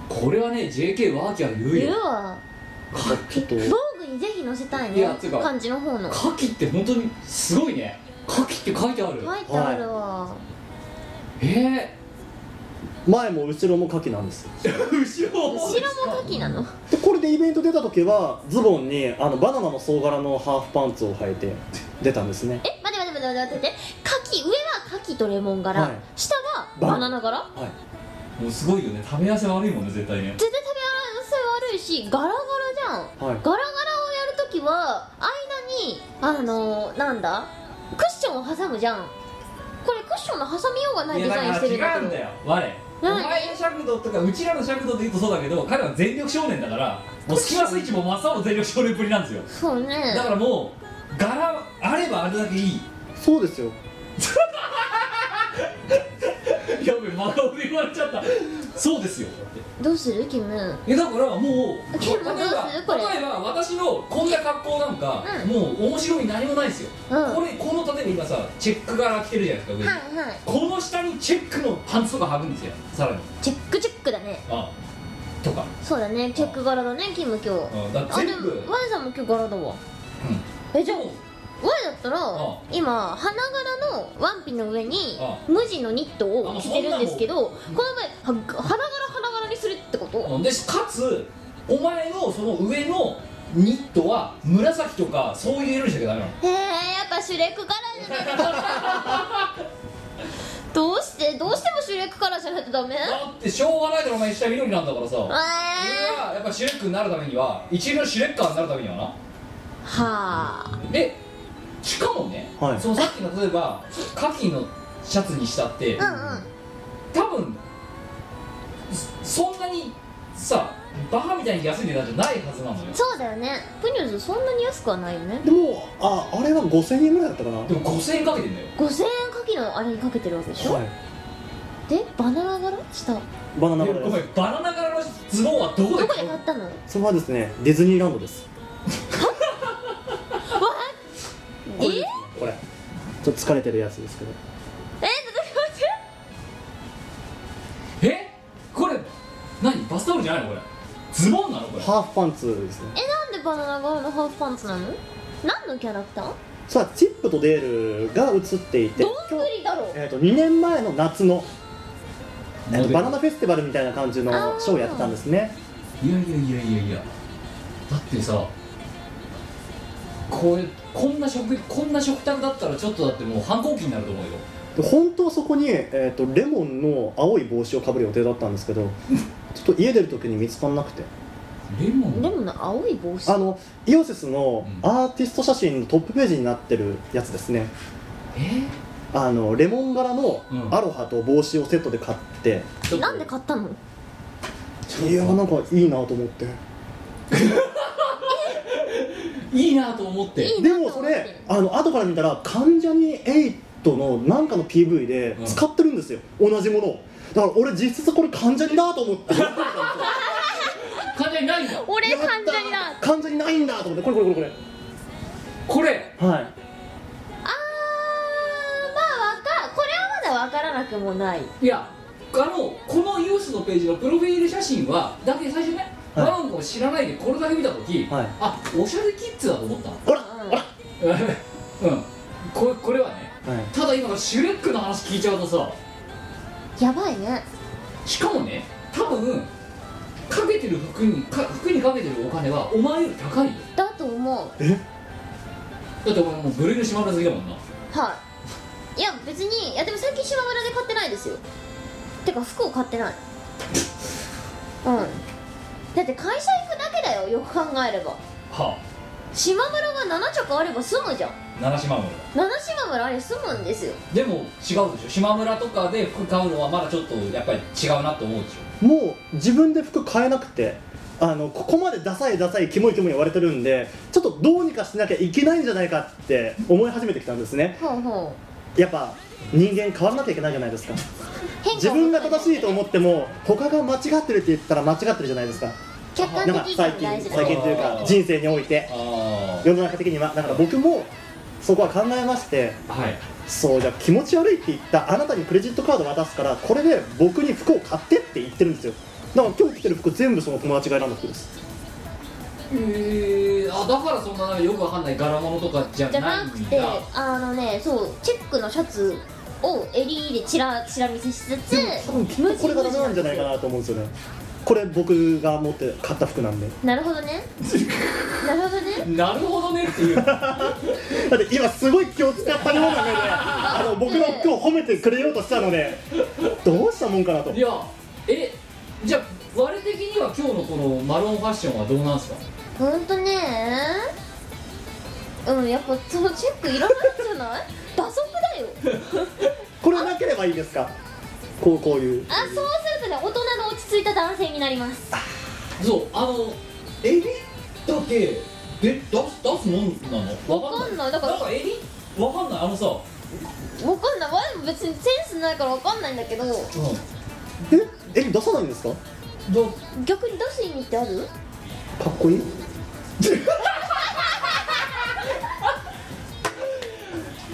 Speaker 2: これはね JK ワーキャー言う
Speaker 3: 言
Speaker 2: よ
Speaker 3: うわ
Speaker 4: ちょっと
Speaker 3: 防具にぜひ載せたい
Speaker 2: い
Speaker 3: ね
Speaker 2: やてか
Speaker 3: 漢字の方の
Speaker 2: カキって本当にすごいねカキって書いてある
Speaker 3: 書いてあるわ
Speaker 2: え
Speaker 4: 前も後ろもカキなんですよ
Speaker 2: ー、後ろ
Speaker 3: 後ろもカキなの
Speaker 4: でこれでイベント出た時はズボンにあのバナナの総柄のハーフパンツを履いて出たんですね
Speaker 3: え待って待って待って待って待ってカキ上はカキとレモン柄、
Speaker 4: はい
Speaker 3: 下は
Speaker 4: バ
Speaker 3: バナナ柄
Speaker 4: はい
Speaker 2: もうすごいよね食べ合わせ悪いもんね絶対ね
Speaker 3: 絶対食べ合わせ悪いしガラガラじゃん、
Speaker 4: はい
Speaker 3: ガラガラをやるときは間にあのー、なんだクッションを挟むじゃんこれクッションの挟みようがない
Speaker 2: い
Speaker 3: デ
Speaker 2: や
Speaker 3: ザインしてる
Speaker 2: だから違うんだよ我お
Speaker 3: 何
Speaker 2: 前の尺度とかうちらの尺度で言うとそうだけど彼らは全力少年だからもうスキマスイッチも真っ青の全力少年ぶりなんですよ
Speaker 3: そうね
Speaker 2: だからもう柄あればあれだけいい
Speaker 4: そうですよ
Speaker 2: やべ真顔で言われちゃったそうですよ
Speaker 3: どうするキム
Speaker 2: えだから
Speaker 3: でも
Speaker 2: もう
Speaker 3: どうするこれ
Speaker 2: 例えば私のこんな格好なんか、
Speaker 3: うん
Speaker 2: もう面白み何もないですよ、
Speaker 3: うん
Speaker 2: これこの例えば今さチェック柄着てるじゃないですか上に、
Speaker 3: はいはい
Speaker 2: この下にチェックのパンツとか履くんですよさらに
Speaker 3: チェックチェックだね
Speaker 2: あとか,、
Speaker 3: そうだねチェック柄だねキム今日
Speaker 2: うん、だから
Speaker 3: あで
Speaker 2: 全部
Speaker 3: もワイさんも今日柄だわえじゃあ
Speaker 2: もう
Speaker 3: ワイだったら
Speaker 2: あ
Speaker 3: 今花柄のワンピの上に
Speaker 2: あ
Speaker 3: 無地のニットを着てるんですけどこの場合は花柄花柄にするってこと
Speaker 2: うんでかつお前のその上のニットは紫とかそういう色にしなきゃダメなの
Speaker 3: へえやっぱシュレックカラーじゃない
Speaker 2: (laughs)
Speaker 3: とどうしてどうしてもシュレックカラーじゃないとダメえ
Speaker 2: だってしょうがないだろお前下緑なんだからさ俺
Speaker 3: ー
Speaker 2: はやっぱシュレックになるためには一流のシュレッカーになるためにはな
Speaker 3: はあ
Speaker 2: でしかもね、
Speaker 4: はい
Speaker 2: そのさっきの例えばカキのシャツにしたって、
Speaker 3: うんうん
Speaker 2: 多分そそんなにさバカみたいに安い値段じゃないはずなのよ
Speaker 3: そうだよねプニューズそんなに安くはないよね
Speaker 4: でもああれは5000円ぐらいだったかな
Speaker 2: でも5000円かけてんだよ
Speaker 3: 5000円かきのあれにかけてるわけでしょ、
Speaker 4: はい
Speaker 3: でバナナ柄したど
Speaker 4: バナナ
Speaker 2: いや
Speaker 4: バナ
Speaker 2: ご
Speaker 4: ナ
Speaker 2: めんバナナ柄のズボンはどこで
Speaker 3: こ
Speaker 2: 買
Speaker 3: で
Speaker 2: う
Speaker 3: 買ったの
Speaker 4: それはですねディズニーランドです
Speaker 3: ええ
Speaker 4: これちょっと疲れてるやつですけど
Speaker 3: えちょっと待って
Speaker 2: えこれ何バスタオルじゃないのこれズボンなのこれ
Speaker 4: ハーフパンツですね
Speaker 3: えなんでバナナ柄のハーフパンツなの何のキャラクター
Speaker 4: さあチップとデールが映っていて
Speaker 3: どんぐりだろ
Speaker 4: えー、と2年前の夏の、えーと
Speaker 2: モデル
Speaker 4: バナナフェスティバルみたいな感じの
Speaker 3: あー
Speaker 4: ショーをやってたんですね
Speaker 2: いやいやいやいやいやだってさこれこんな食こんな食卓だったらちょっとだってもう反抗期になると思うよ
Speaker 4: で本当はそこに、えー、とレモンの青い帽子をかぶる予定だったんです
Speaker 2: (laughs)
Speaker 4: けどちょっと家出る時に見つからなくて
Speaker 2: レモン
Speaker 3: でもな青い帽子
Speaker 4: あのイオシスの
Speaker 2: うん
Speaker 4: アーティスト写真のトップページになってるやつですね
Speaker 2: え
Speaker 4: あのレモン柄の
Speaker 2: うん
Speaker 4: アロハと帽子をセットで買って、
Speaker 3: なんで買ったの
Speaker 4: いやなんかいいなと思って
Speaker 2: いいなと思って
Speaker 3: いい
Speaker 4: で
Speaker 3: なと思
Speaker 4: も
Speaker 3: って
Speaker 4: それあの後から見たら関ジャニ∞のなんかの PV で
Speaker 2: うん
Speaker 4: 使ってるんですよ、同じものをだから俺実質これ関ジャニだと思って
Speaker 2: 関係ないんだ
Speaker 3: 俺
Speaker 4: やったー
Speaker 3: 関ジャニだ
Speaker 4: 関ジャニないんだと思ってこれこれこれこ
Speaker 2: これ
Speaker 4: れはい
Speaker 3: あーまあわかこれはまだわからなくもない
Speaker 2: いやあのこのイオシスのページのプロフィール写真はだって最初ね
Speaker 4: はい
Speaker 2: マロン君を知らないでこれだけ見た時、
Speaker 4: はい
Speaker 2: あおしゃれキッズだと思ったの (laughs)
Speaker 4: ほら
Speaker 3: うん
Speaker 4: ほら
Speaker 2: うんこれこれはね
Speaker 4: はい
Speaker 2: ただ今のシュレックの話聞いちゃうとさ
Speaker 3: やばいね
Speaker 2: しかもね多分かけてる服にか服にかけてるお金はお前より高いよ
Speaker 3: だと思う
Speaker 4: え
Speaker 2: だって俺もうブルーの島村好きだもんな
Speaker 3: はいいや別にいやでも最近島村で買ってないですよてか服を買 (laughs) ってないうんだって会社行くだけだよよく考えれば
Speaker 2: は
Speaker 3: 島村が7着あれば済むじゃん
Speaker 2: あ七島村
Speaker 3: 7島村あれ済むんですよ
Speaker 2: でも違うでしょ島村とかで服買うのはまだちょっとやっぱり違うなって思うでし
Speaker 4: もう自分で服買えなくてあのここまでダサいダサいキモいキモい言われてるんでちょっとどうにかしなきゃいけないんじゃないかって思い始めてきたんですね
Speaker 3: ほうほ
Speaker 4: やっぱ人間変わらなきゃいけないじゃないですか
Speaker 3: う変化を
Speaker 4: 自分が正しいと思っても他が間違ってるって言ったら間違ってるじゃないですか
Speaker 3: 客観
Speaker 4: な
Speaker 3: 的
Speaker 4: んか
Speaker 3: 意
Speaker 4: 最
Speaker 3: 見
Speaker 4: 近
Speaker 3: 大事だ
Speaker 4: 最近というか人生において
Speaker 2: ょあ
Speaker 4: 世の中的にはだから僕もそこは考えまして
Speaker 2: あはい
Speaker 4: そうじゃあ気持ち悪いって言ったあなたにクレジットカード渡すからこれで僕に服を買ってって言ってるんですよだから今日着てる服全部その友達が選んだ服です
Speaker 2: ええあだからそんなよくわかんない柄物とかじゃ
Speaker 3: じゃ
Speaker 2: な
Speaker 3: な
Speaker 2: いんだ
Speaker 3: くてあのねそうチェックのシャツを襟でチラチラ見せしつつ
Speaker 4: 多分きっとこれがダメなんじゃないかなと思うんですよねこれ僕が持って買った服なんで
Speaker 3: なるほど
Speaker 4: (laughs)
Speaker 3: ねなるほどね
Speaker 2: なるほどねっていう
Speaker 3: (laughs)
Speaker 4: だって今すごい気を使ったような目であの僕の服を褒めてくれようとしたのでどうしたもんかなと
Speaker 2: いやえじゃあ我的には今日のこのマロンファッションはどうなんすか
Speaker 3: ほんとねうんやっぱそのチェックいらないんじゃない (laughs) 打足だよ
Speaker 4: これなければいいですかこうこういう
Speaker 3: あそうするとね大人の落ち着いた男性になります
Speaker 2: そうあの襟だけで出す出すもんなのわかんな
Speaker 3: わかんな
Speaker 2: い
Speaker 3: いだから
Speaker 2: なんか襟わかんないあのさ、
Speaker 3: わかんないわでも別にセンスないからわかんないんだけど
Speaker 2: う
Speaker 4: ええ出さないんですか
Speaker 2: ん、ど
Speaker 3: 逆に出す意味ってある
Speaker 4: かっこいい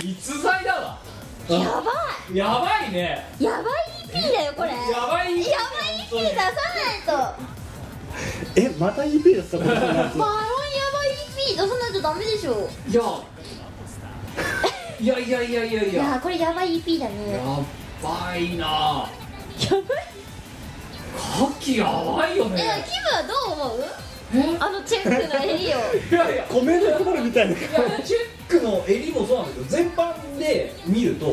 Speaker 2: 逸材だわ
Speaker 3: やば
Speaker 2: やばいね
Speaker 3: いやばい EP だよこれや
Speaker 2: やばい
Speaker 3: ばい EP 出さないと
Speaker 4: えまた EP ですかこれ
Speaker 3: マロンやばい EP 出さないとダメでしょ
Speaker 2: いやいやいやいやいやい
Speaker 3: いや
Speaker 2: や
Speaker 3: ーこれやばい EP だ
Speaker 2: や
Speaker 3: ね
Speaker 2: ばいなカキやばいよ
Speaker 3: えキ
Speaker 2: ね
Speaker 3: ムはどう思う
Speaker 2: え
Speaker 3: あのチェックの襟を
Speaker 2: いやいや
Speaker 4: 米の困るみたいない
Speaker 2: やチェックの襟もそうなんだけど全般で見ると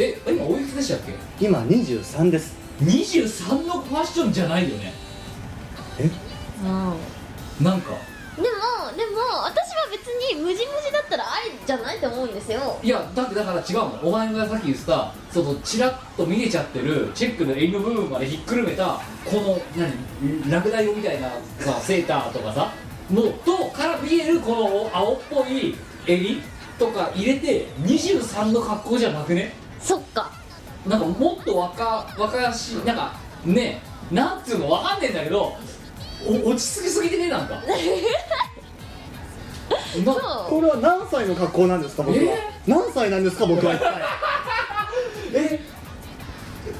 Speaker 2: え今おいくつでしたっけ
Speaker 4: 今23です
Speaker 2: 23のファッションじゃないよね
Speaker 3: うん
Speaker 2: なんか
Speaker 3: でもでも私は別にムジムジだったら愛じゃないと思うんですよ
Speaker 2: いやだってだから違うもんお前がさっき言ってたそのチラッと見れちゃってるチェックの襟の部分までひっくるめたこの何ラクダ用みたいなさ (laughs) セーターとかさのとから見えるこの青っぽい襟とか入れて23の格好じゃなくね
Speaker 3: そっ (laughs) か
Speaker 2: なんかもっと若若しいなんかねなんつうのわかんねえんだけどお落ち着きすぎてねなんかな
Speaker 3: そ
Speaker 4: これは何歳の格好なんですか僕は、
Speaker 2: え
Speaker 4: 何歳なんですか僕は一体
Speaker 2: え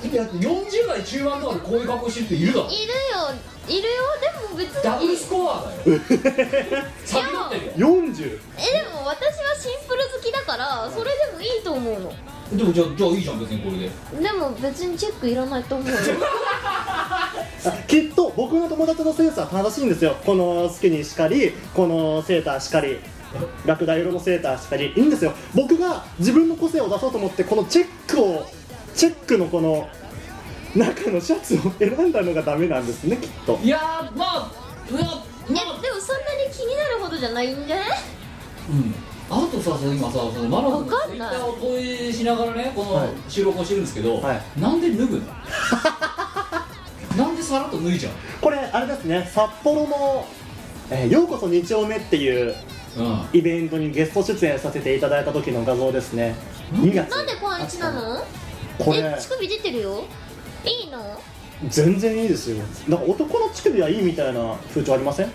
Speaker 2: いや40代中盤とかでこういう格好してる人いるだろ
Speaker 3: ういるよいるよでも別
Speaker 2: ダブル
Speaker 3: に
Speaker 2: スコアだよ先取ってるよ
Speaker 4: 40
Speaker 3: えでも私はシンプル好きだからそれでもいいと思うの
Speaker 2: でもじゃあじゃあいいじゃん別にこれで
Speaker 3: でも別にチェックいら (laughs) ないと思うよ
Speaker 4: きっと僕の友達のセンスは正しいんですよこのスキニーしかりこのセーターしかりラクダ色のセーターしかりいいんですよ僕が自分の個性を出そうと思ってこのチェックをチェックのこの中のシャツを選んだのがダメなんですねきっと
Speaker 2: いやーまあうわ
Speaker 3: ねでもそんなに気になるほどじゃないんじゃない
Speaker 2: うんあとさその今さそのマロン
Speaker 3: わ
Speaker 2: の
Speaker 3: か
Speaker 2: ツイ
Speaker 3: ん
Speaker 2: ッ
Speaker 3: ない
Speaker 2: ターを投影しながらねこ
Speaker 4: はい
Speaker 2: の収録をしてるんですけど、
Speaker 4: は
Speaker 2: なんで脱ぐのなんでさらっと脱いじゃ
Speaker 4: これあれですね札幌の、えーようこそ2丁目」っていう
Speaker 2: うの
Speaker 4: イベントにゲスト出演させていただいた時の画像ですね2月
Speaker 3: なんでパンイチなの
Speaker 4: これ
Speaker 3: え乳首出てるよいいの
Speaker 4: 全然いいですよなんか男の乳首はいいみたいな風潮ありません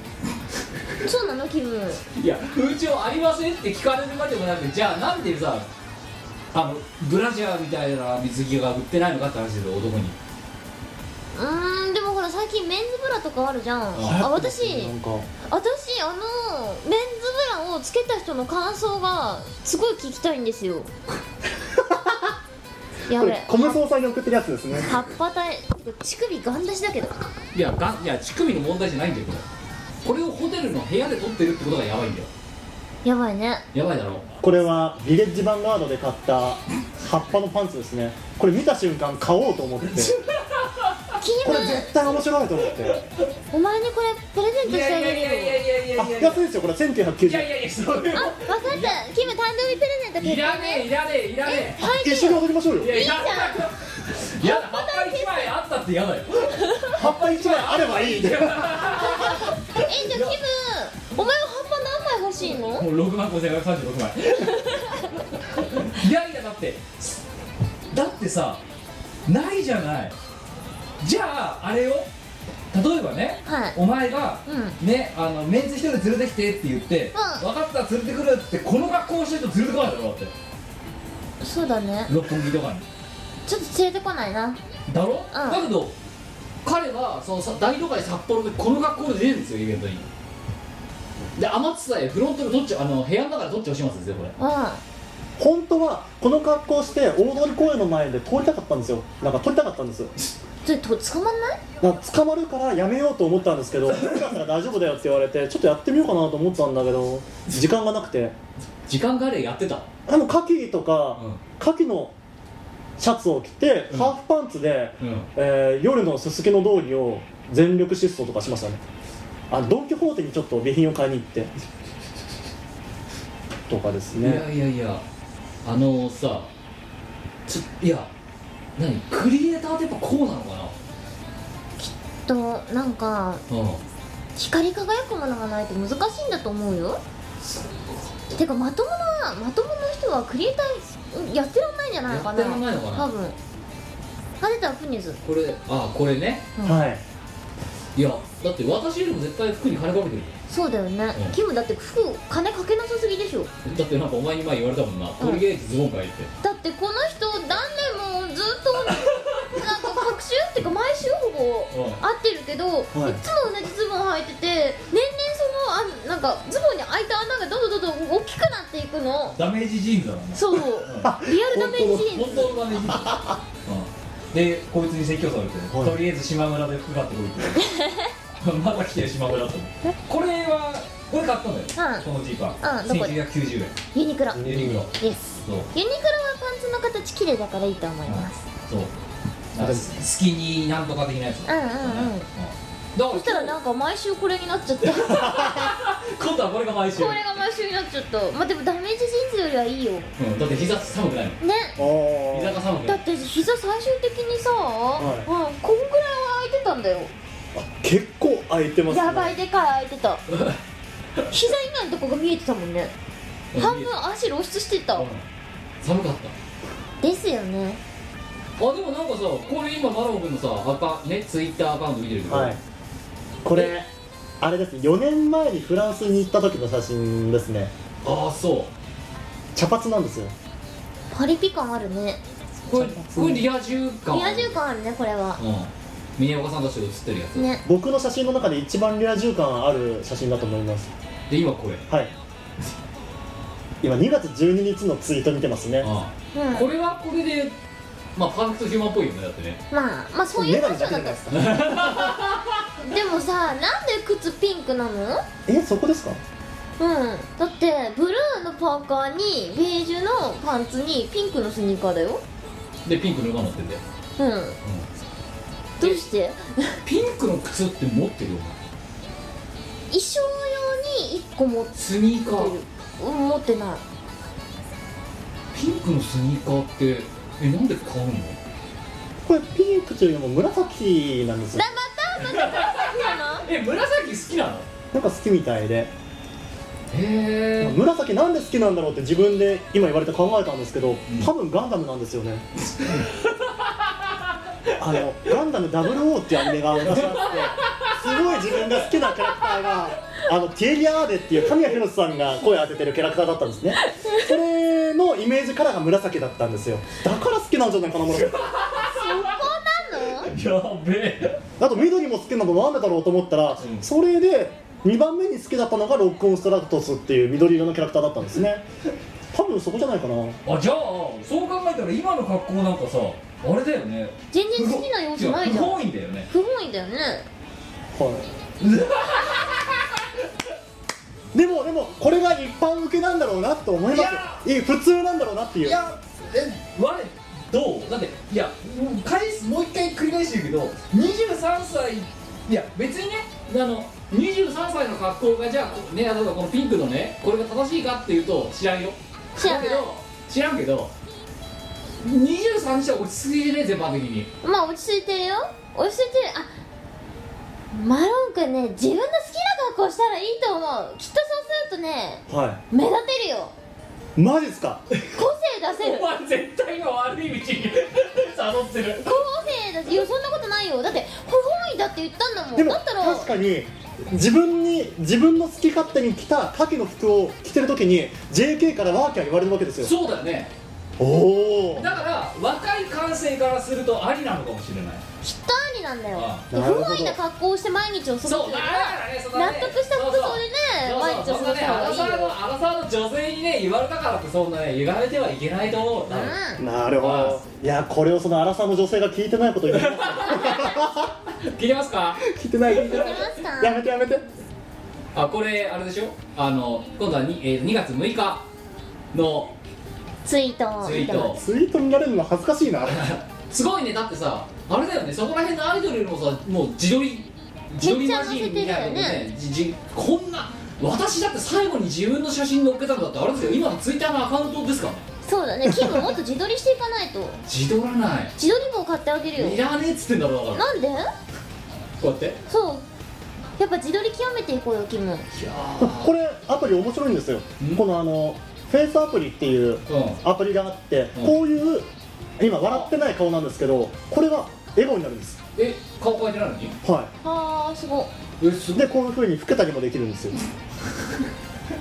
Speaker 3: そうなのキム
Speaker 2: うんいや風潮ありませんって聞かれるまでもなくじゃあなんでさあのブラジャーみたいな水着が売ってないのかって話で男に
Speaker 3: うーんでもほら最近メンズブラとかあるじゃん
Speaker 2: あ
Speaker 3: あ私
Speaker 4: なんか
Speaker 3: 私あのメンズブラをつけた人の感想がすごい聞きたいんです
Speaker 2: (laughs)
Speaker 3: よや
Speaker 4: こ
Speaker 3: べ
Speaker 4: れ米総裁に送ってるやつですね
Speaker 3: 葉っぱたい乳首ガン出しだけど
Speaker 2: いやがいや乳首の問題じゃないんだよこれこれをホテルの部屋で撮ってるってことがやばいんだよ
Speaker 3: やばいね
Speaker 2: やばいだろ
Speaker 4: これはヴィレッジヴァンガードで買った葉っぱのパンツですねこれ見た瞬間買おうと思って
Speaker 3: キ
Speaker 4: こ
Speaker 3: ー
Speaker 4: れ
Speaker 3: マン
Speaker 4: 絶対面白いと思って
Speaker 3: お前にこれプレゼントしてあげるよ
Speaker 2: い
Speaker 4: あ
Speaker 2: やいやいやいやいやいやいやいやいやいやいやいやいやいやい
Speaker 4: 安いですよこれ1990円
Speaker 2: やいやそういう
Speaker 3: あわかったキム誕生日プレゼント
Speaker 2: い
Speaker 3: 結
Speaker 2: ら
Speaker 3: 婚
Speaker 2: ねえ
Speaker 3: ね
Speaker 2: いらねえいらね
Speaker 3: えはい
Speaker 4: 一緒に踊りましょう
Speaker 2: え
Speaker 4: よ
Speaker 2: いやいや
Speaker 3: いいじ
Speaker 2: いやだ葉っぱ一枚あったって嫌だよ
Speaker 4: 葉っぱ1枚あればいいで
Speaker 3: えじゃあキムお前は葉っぱ何枚欲しいの
Speaker 2: もう6万5536枚いやいやだってだってさないじゃないじゃああれよ例えばね、
Speaker 3: はい
Speaker 2: お前が、
Speaker 3: う
Speaker 2: ねあのメンズ一人連れてきてって言って、
Speaker 3: う
Speaker 2: 分かった連れてくるってこの格好をしてると連れてこないだろだって
Speaker 3: そうだね
Speaker 2: 六本木とかに
Speaker 3: ちょっと連れてこないな
Speaker 2: だろ、
Speaker 3: うん
Speaker 2: だけど彼はそのさ大都会札幌でこの格好で出るんですよイベントにで余ってさえフロントのどっちあの部屋の中でどっち押しますですよこれ
Speaker 3: う
Speaker 4: 本当はこの格好して大通公園の前で通りたかったんですよなんか撮りたかったんです
Speaker 3: んちょっと捕まんない
Speaker 4: なんか捕まるからやめようと思ったんですけど僕らから大丈夫だよって言われてちょっとやってみようかなと思ったんだけど時間がなくて
Speaker 2: 時間ガレーやってた
Speaker 4: あのカキとか
Speaker 2: うん
Speaker 4: カキのシャツを着て
Speaker 2: うん
Speaker 4: ハーフパンツで、
Speaker 2: うん
Speaker 4: えー夜のすすきの通りを全力疾走とかしましたねあドン・キホーテにちょっと備品を買いに行ってとかです
Speaker 2: い
Speaker 4: ね
Speaker 2: やいやいやあのさちょいや何クリエイターってやっぱこうなのか
Speaker 3: となんか
Speaker 2: なうん
Speaker 3: 光り輝くものがないと難しいんだと思うよてかまともなまともな人はクリエイターやってらんないんじゃないのかな
Speaker 2: やってらんないのかな
Speaker 3: 多分あ出たフニューズ
Speaker 2: これあこれね
Speaker 4: はい
Speaker 2: いやだって私よりも絶対服に金かけてる
Speaker 3: そうだよね、
Speaker 2: うん
Speaker 3: キムだって服金かけなさすぎでしょ
Speaker 2: だってなんかお前に前言われたもんなとりあえずズボン買えって
Speaker 3: だってこの人何年もずっとなんか隔週っていうか毎週ほぼ
Speaker 2: うん
Speaker 3: 会ってるけど、
Speaker 4: はい
Speaker 3: い、つも同じズボン履いてて年々そのあなんかズボンに開いた穴がどんどんどんどん大きくなっていくの
Speaker 2: ダメージジーンズだもんな
Speaker 3: そうリアルダメージジーンズ
Speaker 2: 本当のダメージジーンズうんでこいつに説教されて
Speaker 4: はい
Speaker 2: とりあえず島村で服買ってこいって (laughs) まだ来てる島村と思ってこれはこれ買ったんだよ
Speaker 3: うん
Speaker 2: このジーパン
Speaker 3: うんどこで
Speaker 2: 1990
Speaker 3: ユニクロ
Speaker 2: 円ユニクロ
Speaker 3: です
Speaker 2: そう
Speaker 3: ユニクロはパンツの形綺麗だからいいと思います
Speaker 2: そうなんかスキニーなんとか的なやつ
Speaker 3: うんうんうん
Speaker 2: ど
Speaker 3: そうしたらなんか毎週これになっちゃったこ
Speaker 2: 今度はこれが毎週、
Speaker 3: れが毎週になっちゃったまあでもダメージジーンズよりはいいよね
Speaker 2: うん、だって膝寒くないの
Speaker 4: あ
Speaker 2: 膝
Speaker 4: ー
Speaker 2: が寒く
Speaker 3: だ
Speaker 2: な
Speaker 3: って
Speaker 2: い
Speaker 3: 膝最終的にさ、
Speaker 4: はい
Speaker 3: うんこんぐらいは空いてたんだよ
Speaker 4: 結構空いてますね
Speaker 3: やばいでかい空いてた膝以外のとこが見えてたもんね
Speaker 2: うん
Speaker 3: 半分足露出してた
Speaker 2: うん寒かった
Speaker 3: ですよね
Speaker 2: あでもなんかさこれ今マロン君のさアカねツイッターアカウント見てるけど、
Speaker 4: はい、これあれです4年前にフランスに行った時の写真ですね
Speaker 2: ああそ
Speaker 4: 茶髪なんですよ
Speaker 3: パリピ感あるね
Speaker 2: うこれこれリア充感
Speaker 3: リア充感あるねこれは
Speaker 2: うん峰岡さんたちが写ってるやつ、
Speaker 3: ね
Speaker 4: 僕の写真の中で一番リア充感ある写真だと思います
Speaker 2: で今これ
Speaker 4: はい今2月12日のツイート見てますね
Speaker 2: あ
Speaker 3: うん
Speaker 2: これはこれでまあパーフェクトヒューマンっぽいよねだってね
Speaker 3: まあまあそういう箇所だったっすでもさなんで靴ピンクなのうん
Speaker 4: えそこですか
Speaker 3: だってブルーのパーカーにベージュのパンツにピンクのスニーカーだよ
Speaker 2: でピンクの馬乗ってんだよ、
Speaker 3: うん
Speaker 2: う
Speaker 3: どうして
Speaker 2: ん、ピンクの靴って持ってるよお前
Speaker 3: 衣装用に1個持って
Speaker 2: スニーカー
Speaker 3: るうん持ってない
Speaker 2: ピンクのスニーカーってえなんで買うの
Speaker 4: これピンクというよりも紫なんですよ
Speaker 3: な
Speaker 2: え紫好きなの
Speaker 4: なんか好きみたいで
Speaker 2: へえ
Speaker 4: 紫なんで好きなんだろうって自分で今言われて考えたんですけど
Speaker 2: ん
Speaker 4: 多分ガンダムなんですよねあのガンダム00っていうアニメが昔あってすごい自分が好きなキャラクターがあのティエリア・アーデっていう神谷博さんが声当ててるキャラクターだったんですねそれのイメージカラーが紫だったんですよだから好きなんじゃないかなもの
Speaker 3: の
Speaker 2: やべえ
Speaker 4: あと緑も好きなのなんでだろうと思ったら、
Speaker 2: うん
Speaker 4: それで2番目に好きだったのがロックオンストラクトスっていう緑色のキャラクターだったんですね多分そこじゃないかな
Speaker 2: あじゃあそう考えたら今の格好なんかさあれだよね
Speaker 3: 全然好きな要素ないじゃ
Speaker 2: 不
Speaker 3: ん
Speaker 2: 本意だよね
Speaker 3: 不本意だよね
Speaker 4: はいでもでもこれが一般受けなんだろうなと思
Speaker 2: い
Speaker 4: いま
Speaker 2: や
Speaker 4: すいい普通なんだろうなっていう
Speaker 2: いやえ我どうだっていや返すもう一回繰り返してるけど23歳いや別にねあの23歳の格好がじゃあこね例えばこのピンクのねこれが正しいかっていうと知らんよ
Speaker 3: 知ら
Speaker 2: だ
Speaker 3: ない
Speaker 2: けど知らんけど23にしては落ち着きじゃね全般的に
Speaker 3: まあ落ち着いてるよ落ち着いてるあマロン君ね自分の好きな格好したらいいと思うきっとそうするとね
Speaker 4: は
Speaker 3: 目立てるよ
Speaker 4: いマジっすか
Speaker 3: 個性出せる
Speaker 2: お前絶対今悪い道に (laughs) 辿ってる
Speaker 3: 個性出せいやそんなことないよだって本意だって言ったんだもん
Speaker 4: でも
Speaker 3: だったら
Speaker 4: 確かに自分に自分の好き勝手に着た牡蠣の服を着てる時に JK からワーキャー言われるわけですよ
Speaker 2: そうだよね
Speaker 4: おお
Speaker 2: だから若い感性からするとありなのかもしれない
Speaker 3: きっとありなんだよ
Speaker 2: あ
Speaker 4: あなるほど
Speaker 3: 不本意な格好をして毎日を過ごすよ
Speaker 2: そう
Speaker 3: り
Speaker 2: だ
Speaker 3: は
Speaker 2: からねその
Speaker 3: 納
Speaker 2: ね
Speaker 3: 得した服装でね
Speaker 2: そう
Speaker 3: 毎
Speaker 2: そう
Speaker 3: 日を
Speaker 2: そん
Speaker 3: 過ご
Speaker 2: な
Speaker 3: し
Speaker 2: ね
Speaker 3: た
Speaker 2: アラ
Speaker 3: 方がいい
Speaker 2: サー
Speaker 3: よ
Speaker 2: のアラサーの女性にね言われたからってそんなね歪めてはいけないと思う、
Speaker 4: なるほどいやこれをその荒さの女性が聞いてないことに
Speaker 2: 聞いてますか
Speaker 4: 聞いてない聞いてな
Speaker 3: うん
Speaker 4: い
Speaker 3: いき (laughs) ます
Speaker 4: や
Speaker 3: か
Speaker 4: めてやめて
Speaker 2: あこれあれでしょあの今度はに、えー、2月6日の
Speaker 3: ツイートを
Speaker 2: ツイ
Speaker 3: 見
Speaker 2: ー
Speaker 3: てま
Speaker 2: ト
Speaker 3: す
Speaker 4: ツイート見られるの恥ずかしいな
Speaker 2: (laughs) すごいねだってさあれだよねそこら辺のアイドルよりもさもう自撮り自撮りマシーンみたいなの
Speaker 3: めっちゃ載せてるよ
Speaker 2: ねじじこんな私だって最後に自分の写真載っけたのだってあれですよ今のツイッターのアカウントですからね
Speaker 3: そうだねキムもっと自撮りしていかないと
Speaker 2: 自撮らない
Speaker 3: 自撮り棒買ってあげるよ
Speaker 2: いらねえっつってんだろだから
Speaker 3: なんで
Speaker 2: こうやって
Speaker 3: そうやっぱ自撮り極めていこうよキム
Speaker 2: いや
Speaker 4: これアプリ面白いんですよ
Speaker 2: ん
Speaker 4: このあのフェイスアプリっていう
Speaker 2: ーうん
Speaker 4: アプリがあって
Speaker 2: うん
Speaker 4: こういう今笑ってない顔なんですけどこれがエゴになるんです
Speaker 2: え顔変えてないのに
Speaker 4: は
Speaker 3: あーすごい
Speaker 2: えす
Speaker 4: いでこういうふうに老けたりもできるん (laughs) ですよ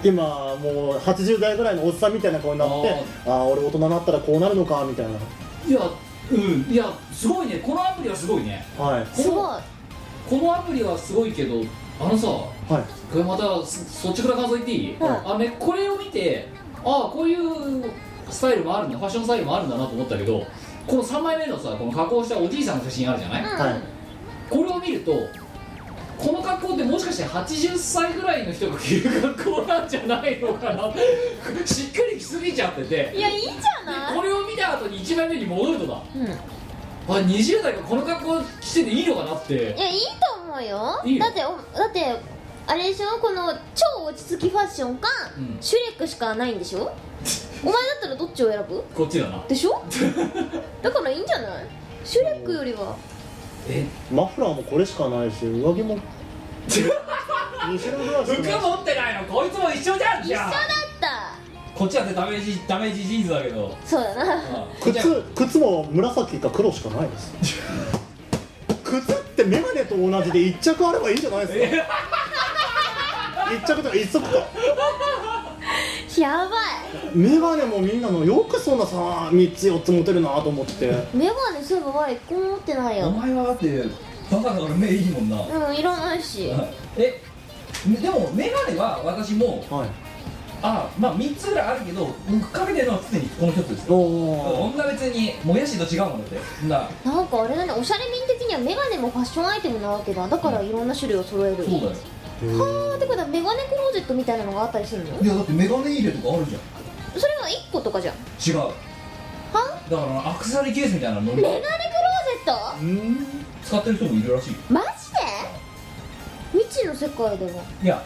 Speaker 4: 今もう80代ぐらいのおっさんみたいな顔になってああー俺大人になったらこうなるのかみたいない
Speaker 2: やうんいやすごいねこのアプリはすごいね
Speaker 4: はい
Speaker 2: こ
Speaker 3: すごい
Speaker 2: のこのアプリはすごいけどあのさこ
Speaker 4: はい
Speaker 2: れまたそそっちから数えていい、
Speaker 3: うん
Speaker 2: あのねこれを見てああこういうスタイルもあるんだファッションスタイルもあるんだなと思ったけどこの3枚目のさこの加工したおじいさんの写真あるじゃない、
Speaker 3: うん、
Speaker 4: はい
Speaker 2: これを見るとこの格好ってもしかして80歳ぐらいの人が着る格好なんじゃないのかな (laughs) しっかり着すぎちゃってて
Speaker 3: いやいいんじゃない
Speaker 2: これを見た後に1枚目に戻るとだ
Speaker 3: うん
Speaker 2: あ20代がこの格好してていいのかなって
Speaker 3: いやいいと思うよ
Speaker 2: いいよ
Speaker 3: だっておだってあれでしょこの超落ち着きファッションか、
Speaker 2: うん
Speaker 3: シュレックしかないんでし (laughs) ょお前だったらどっちを選ぶ
Speaker 2: こっちだな
Speaker 3: でしょだからいいんじゃないシュレックよりは
Speaker 2: え
Speaker 4: マフラーもこれしかないし上着も2種類ぐらいし
Speaker 2: 服
Speaker 4: かない
Speaker 2: 持ってないのこいつも一緒じゃん
Speaker 3: 一
Speaker 2: じ
Speaker 3: 緒だ
Speaker 2: ゃ
Speaker 3: っ
Speaker 2: ん
Speaker 3: た
Speaker 2: こっちだってダメージダメージジーンズだけど、
Speaker 3: そうだな
Speaker 2: こっちは
Speaker 4: 靴靴も紫か黒しかないです靴ってメガネと同じで一着あればいいんじゃないですか一着とか一足とか
Speaker 3: やば
Speaker 4: メガネもみんなのよくそんなさ3つ4つ持てるなと思って
Speaker 3: いメガネそういえば我一個も持ってない
Speaker 2: お
Speaker 3: よ
Speaker 2: 前はだってバカだから目いいもんな
Speaker 3: うんいらないし
Speaker 2: えでもメガネは私も
Speaker 4: はい
Speaker 2: あまあ3つぐらいあるけどかけてるのは常にこの1つですよ
Speaker 4: おー
Speaker 2: 女別にもやしと違うもんだってそんな
Speaker 3: なんかあれだねおしゃれ民的にはメガネもファッションアイテムなわけだだからいろんな種類を揃える
Speaker 2: そうだよ
Speaker 3: はあってことはメガネクローゼットみたいなのがあったりするの
Speaker 2: いやだってメガネ入れとかあるじ
Speaker 3: それは1個とかじゃん
Speaker 2: ゃん違う
Speaker 3: は
Speaker 2: だからアクセサリーケースみたいなの
Speaker 3: メガネクローゼッ
Speaker 4: うーん
Speaker 2: 使ってる人もいるらしいよ
Speaker 3: トマジで未知の世界ではい
Speaker 2: や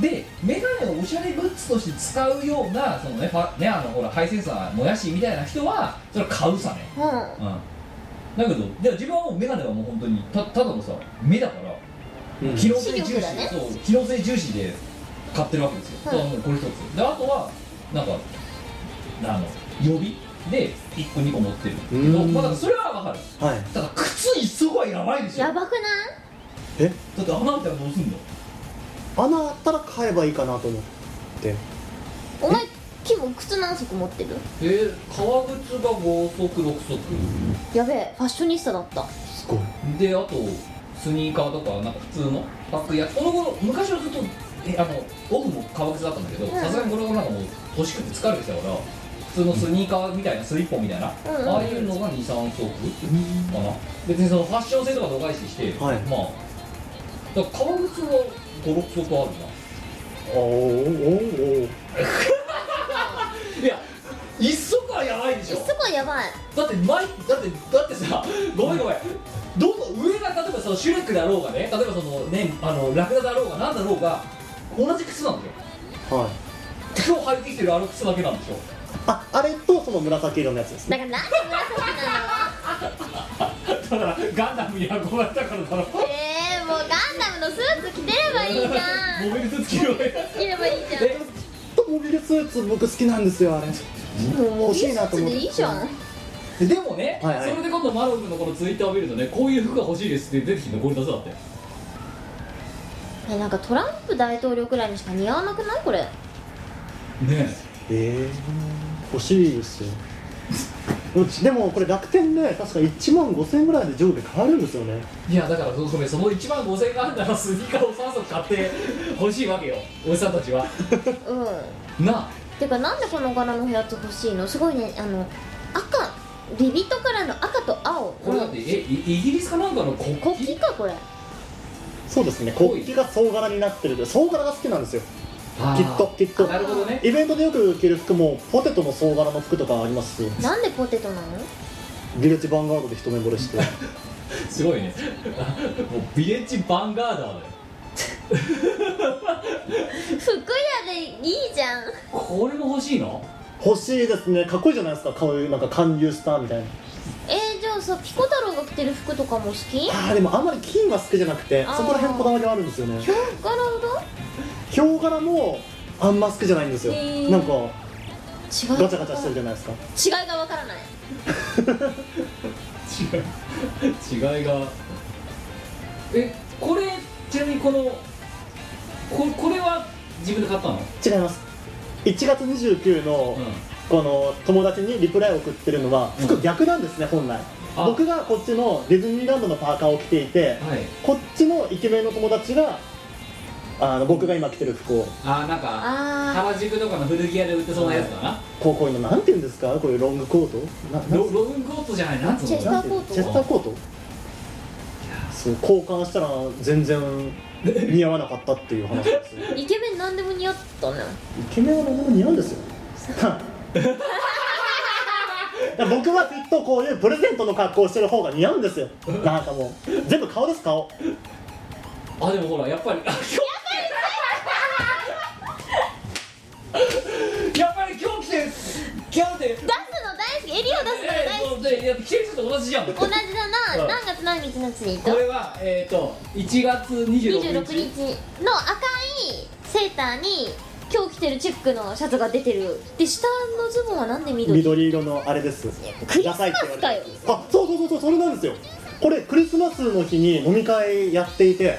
Speaker 2: でメガネをおしゃれグッズとして使うようなそのねファねあのほらハイセンサーもやしみたいな人はそれは買うさね
Speaker 3: う
Speaker 2: うんだけどでも自分はもうメガネはもう本当にたただのさ目だから
Speaker 4: うん
Speaker 2: 機能性重
Speaker 3: 視
Speaker 2: 視、
Speaker 3: 力だね
Speaker 2: そう機能性重視で買ってるわけですよ、
Speaker 3: はい
Speaker 2: だからもうこれ一つであとはなんかあの予備で1個2個持ってるけ
Speaker 4: うー
Speaker 2: ど
Speaker 4: ん
Speaker 2: まあだからそれは分かる
Speaker 4: はい
Speaker 2: ただ靴一足はやばいで
Speaker 3: ん
Speaker 2: し
Speaker 3: や
Speaker 2: ょだ
Speaker 3: ばくない
Speaker 2: って穴開いたらどうすんの
Speaker 4: 穴あったら買えばいいかなと思って
Speaker 3: お前キム靴何足持ってる
Speaker 2: え革靴が5足6足
Speaker 3: やべえファッショニスタだった
Speaker 4: すごい
Speaker 2: であとスニーカーとかなんか普通のパックやこの頃昔はずっとえあのオフも革靴だったんだけど
Speaker 3: ん
Speaker 2: さすがにこの頃なんかもう欲しくて疲れてきたから普通のスニーカーみたいなスリッポンみたいな、
Speaker 3: うんうん
Speaker 2: ああいうのが23足かな別にそのファッション性とか度外視して、
Speaker 4: はい
Speaker 2: まあだから革靴は56足あるな
Speaker 4: おーおーおー
Speaker 2: いや一足はやばいでし
Speaker 3: す
Speaker 2: ょ
Speaker 3: ごいやばい
Speaker 2: だって前だってだってさごめんごめんどうぞ上が例えばそのシュレックだろうがね例えばそのねあのラクダだろうがなんだろうが同じ靴なんだよ
Speaker 4: はい
Speaker 2: 今日履いてきてるあの靴だけなんでしょ
Speaker 4: ああれとその紫色のやつですね
Speaker 3: だからなんで紫な
Speaker 2: だからガンダムに憧れたからだろ
Speaker 3: のえー、もうガンダムのスーツ着てればいいじゃん
Speaker 2: モビルスーツ着るわよ
Speaker 3: 着ればいいじゃ
Speaker 2: え
Speaker 4: ちょっとモビルスーツ僕好きなんですよあれ
Speaker 3: んもう
Speaker 4: 欲しいなと思って
Speaker 3: でいいじゃん
Speaker 2: ででもね、
Speaker 4: はいはい
Speaker 2: それで今度マロン君のこのツイッターを見るとねこういう服が欲しいですって出てきて残り出せだって
Speaker 3: えなんかトランプ大統領くらいにしか似合わなくないこれ
Speaker 2: ね
Speaker 4: ええ欲しいですようちでもこれ楽天で確か1万5000円ぐらいで上下買えるんですよね
Speaker 2: いやだからそのごめんその1万5000円があるならスニーカーを3足買って欲しいわけよおじさんたちは
Speaker 3: うん
Speaker 2: なあ
Speaker 3: てかなんでこの柄のやつ欲しいのすごいねあの赤リビットカラーの赤と青
Speaker 2: これだってえイイギリスかなんかの国
Speaker 3: 国
Speaker 2: 旗
Speaker 3: 旗かこれ
Speaker 4: そうですね国旗が総柄になってるんで総柄が好きなんですよ
Speaker 2: あー
Speaker 4: きっときっと
Speaker 2: なるほどね
Speaker 4: イベントでよく着る服もポテトの総柄の服とかありますし
Speaker 3: なんでポテトなの
Speaker 4: ビレッジヴァンガードで一目惚れして
Speaker 2: (laughs) すごいね (laughs) もうビレッジヴァンガーダーだよ
Speaker 3: (laughs) 服屋でいいじゃん
Speaker 2: これも欲しいの
Speaker 4: 欲しいですねかっこいいじゃないですかこういうなんか韓流スターみたいな
Speaker 3: えー、じゃあさピコ太郎が着てる服とかも好き
Speaker 4: あーでもあんまり金が好きじゃなくて
Speaker 3: あー
Speaker 4: そこら辺こだわりはあるんですよね
Speaker 3: ヒョウ柄だ
Speaker 4: ヒョウ柄もあんま好きじゃないんですよ
Speaker 3: へー
Speaker 4: なんか
Speaker 3: 違う
Speaker 4: ガチャガチャしてるじゃないですか
Speaker 3: 違いがわからない
Speaker 2: 違い違いがえこれちなみにこのここれは自分で買ったの
Speaker 4: 違います1月29のこの友達にリプライを送ってるのは
Speaker 2: う
Speaker 4: 服
Speaker 2: ん
Speaker 4: 逆なんですね本来
Speaker 2: あ
Speaker 4: 僕がこっちのディズニーランドのパーカーを着ていて
Speaker 2: はい
Speaker 4: こっちのイケメンの友達があの僕が今着てる服を
Speaker 2: あーなんか
Speaker 3: あ
Speaker 2: 原宿とかの古着屋で売ってそうなやつだな
Speaker 4: こうこういうのなんて言うんですかこういうロングコートなな
Speaker 2: ロロングコートじゃないなんつう
Speaker 3: チェ
Speaker 2: の
Speaker 3: スター
Speaker 4: なんて言う
Speaker 3: コート
Speaker 4: チェスターコートそう交換したら全然似合わなかったっていう話ですよ
Speaker 3: ーイケメン何でも似合ったね
Speaker 4: イケメンは何でも似合うんですよ (laughs) 僕はきっとこういうプレゼントの格好をしてる方が似合うんですよなんかもう全部顔です顔
Speaker 2: あでもほらやっぱり (laughs) やっぱり今日来て今日来て
Speaker 3: 出すの大好き襟を出すの
Speaker 2: え
Speaker 3: 大好
Speaker 2: ーもうでいや着てる人と同じじゃん
Speaker 3: き同じだ
Speaker 2: うん
Speaker 3: な何月何日のツイー
Speaker 2: こ
Speaker 3: ト
Speaker 2: れはえっ、ー、と1月
Speaker 3: 26
Speaker 2: 26日
Speaker 3: 日の赤いセーターに今日着てるチェックのシャツが出てるで下のズボンはなんで緑
Speaker 4: 緑色のあれです
Speaker 3: クリスマス
Speaker 4: ダサ
Speaker 3: か
Speaker 4: いっ
Speaker 3: よ
Speaker 4: て言われてあそうそうそうそうそれなんですよこれクリスマスの日に飲み会やっていて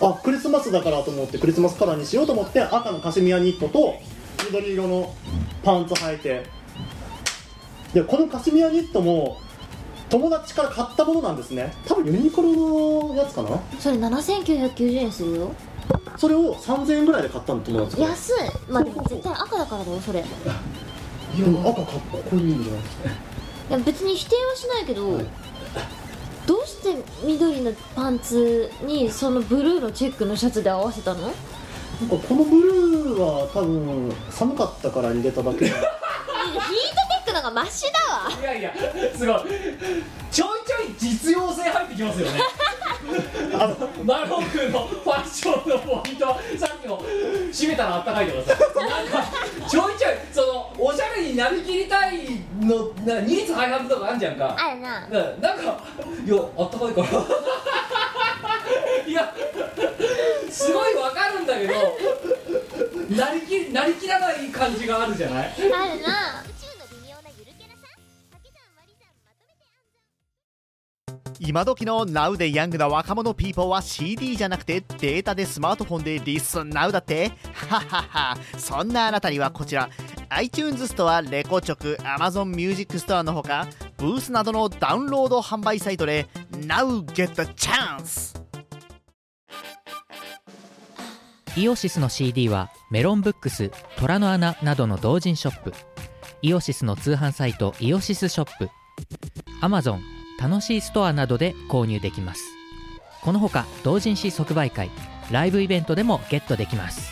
Speaker 4: あクリスマスだからと思ってクリスマスカラーにしようと思って赤のカシミヤニットと緑色のパンツ履いてでこのカシミヤニットも友達から買ったものなんですね多分ユニクロのやつかな
Speaker 3: それ7990円するよ
Speaker 4: それを3000円ぐらいで買ったの友達から
Speaker 3: 安いまあでも絶対赤だからだよそれい
Speaker 4: いや赤かっこいいんじゃないですか
Speaker 3: や別に否定はしないけど、どうして緑のパンツにそのブルーのチェックのシャツで合わせたの
Speaker 4: なんかこのブルーは多分寒かったから入れただけ
Speaker 3: ヒートテックのがマシだわ
Speaker 2: いやいやすごいちょいちょい実用性入ってきますよね
Speaker 4: あの
Speaker 2: マロン君のファッションのポイントさっきの締めたらあったかいとかさなんかちょいちょいそのおしゃれになりきりたいのなニーズハイハンとかあんじゃんか
Speaker 3: あれな
Speaker 2: ななんかいやあったかいから (laughs) いやすごいわかるんだけどなりきなりきらない感じがあるじゃない
Speaker 3: あれ
Speaker 5: 宇宙の微
Speaker 3: な
Speaker 5: 妙なゆるキャラさん掛け算割り算まとめて
Speaker 6: 今時の Now でヤングな若者ピーポーは CD じゃなくてデータでスマートフォンでリスン Now だってはははそんなあなたにはこちら iTunes ストア、レコチョク、Amazon Music ストアのほかブースなどのダウンロード販売サイトで Now get the chance!
Speaker 7: イオシスの CD はメロンブックス、虎の穴などの同人ショップイオシスの通販サイトイオシスショップ Amazon 楽しいストアなどで購入できますこのほか同人誌即売会ライブイベントでもゲットできます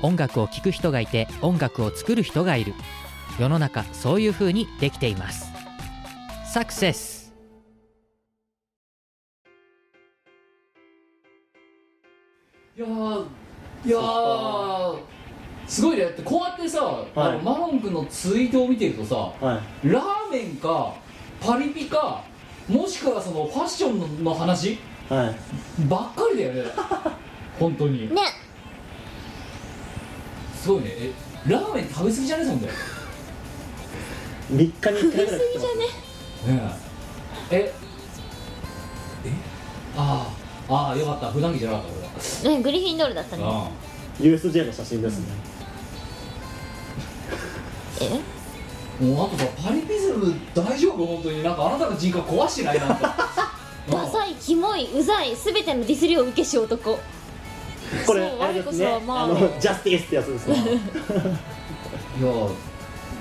Speaker 7: 音楽を聴く人がいて音楽を作る人がいる世の中そういう風にできていますサクセス
Speaker 2: いやーいやーすごいねだってこうやってさ、あのマロン君のツイートを見てるとさ
Speaker 4: はい
Speaker 2: ラーメンかパリピかもしくはそのファッションの話
Speaker 4: はい
Speaker 2: ばっかりだよね本当に
Speaker 5: ね
Speaker 2: すごいねえラーメン食べ過ぎじゃねえそんだよ、
Speaker 4: 3日に1回ぐらい食ってます
Speaker 2: ねえええあーあーよかった普段着じゃなかった俺は
Speaker 3: ねグリフィンドールだったね
Speaker 2: あ
Speaker 4: USJ の写真ですね、
Speaker 3: え
Speaker 2: あもうあとさパリピズム大丈夫本当になんかあなたの人格壊してない (laughs) なんか
Speaker 3: ダサいキモいうざいすべてのディスりを受けし男
Speaker 4: これ
Speaker 3: そう
Speaker 4: あれですね
Speaker 3: 我こそはまあ
Speaker 4: あのジャスティスってやつですね
Speaker 2: いやー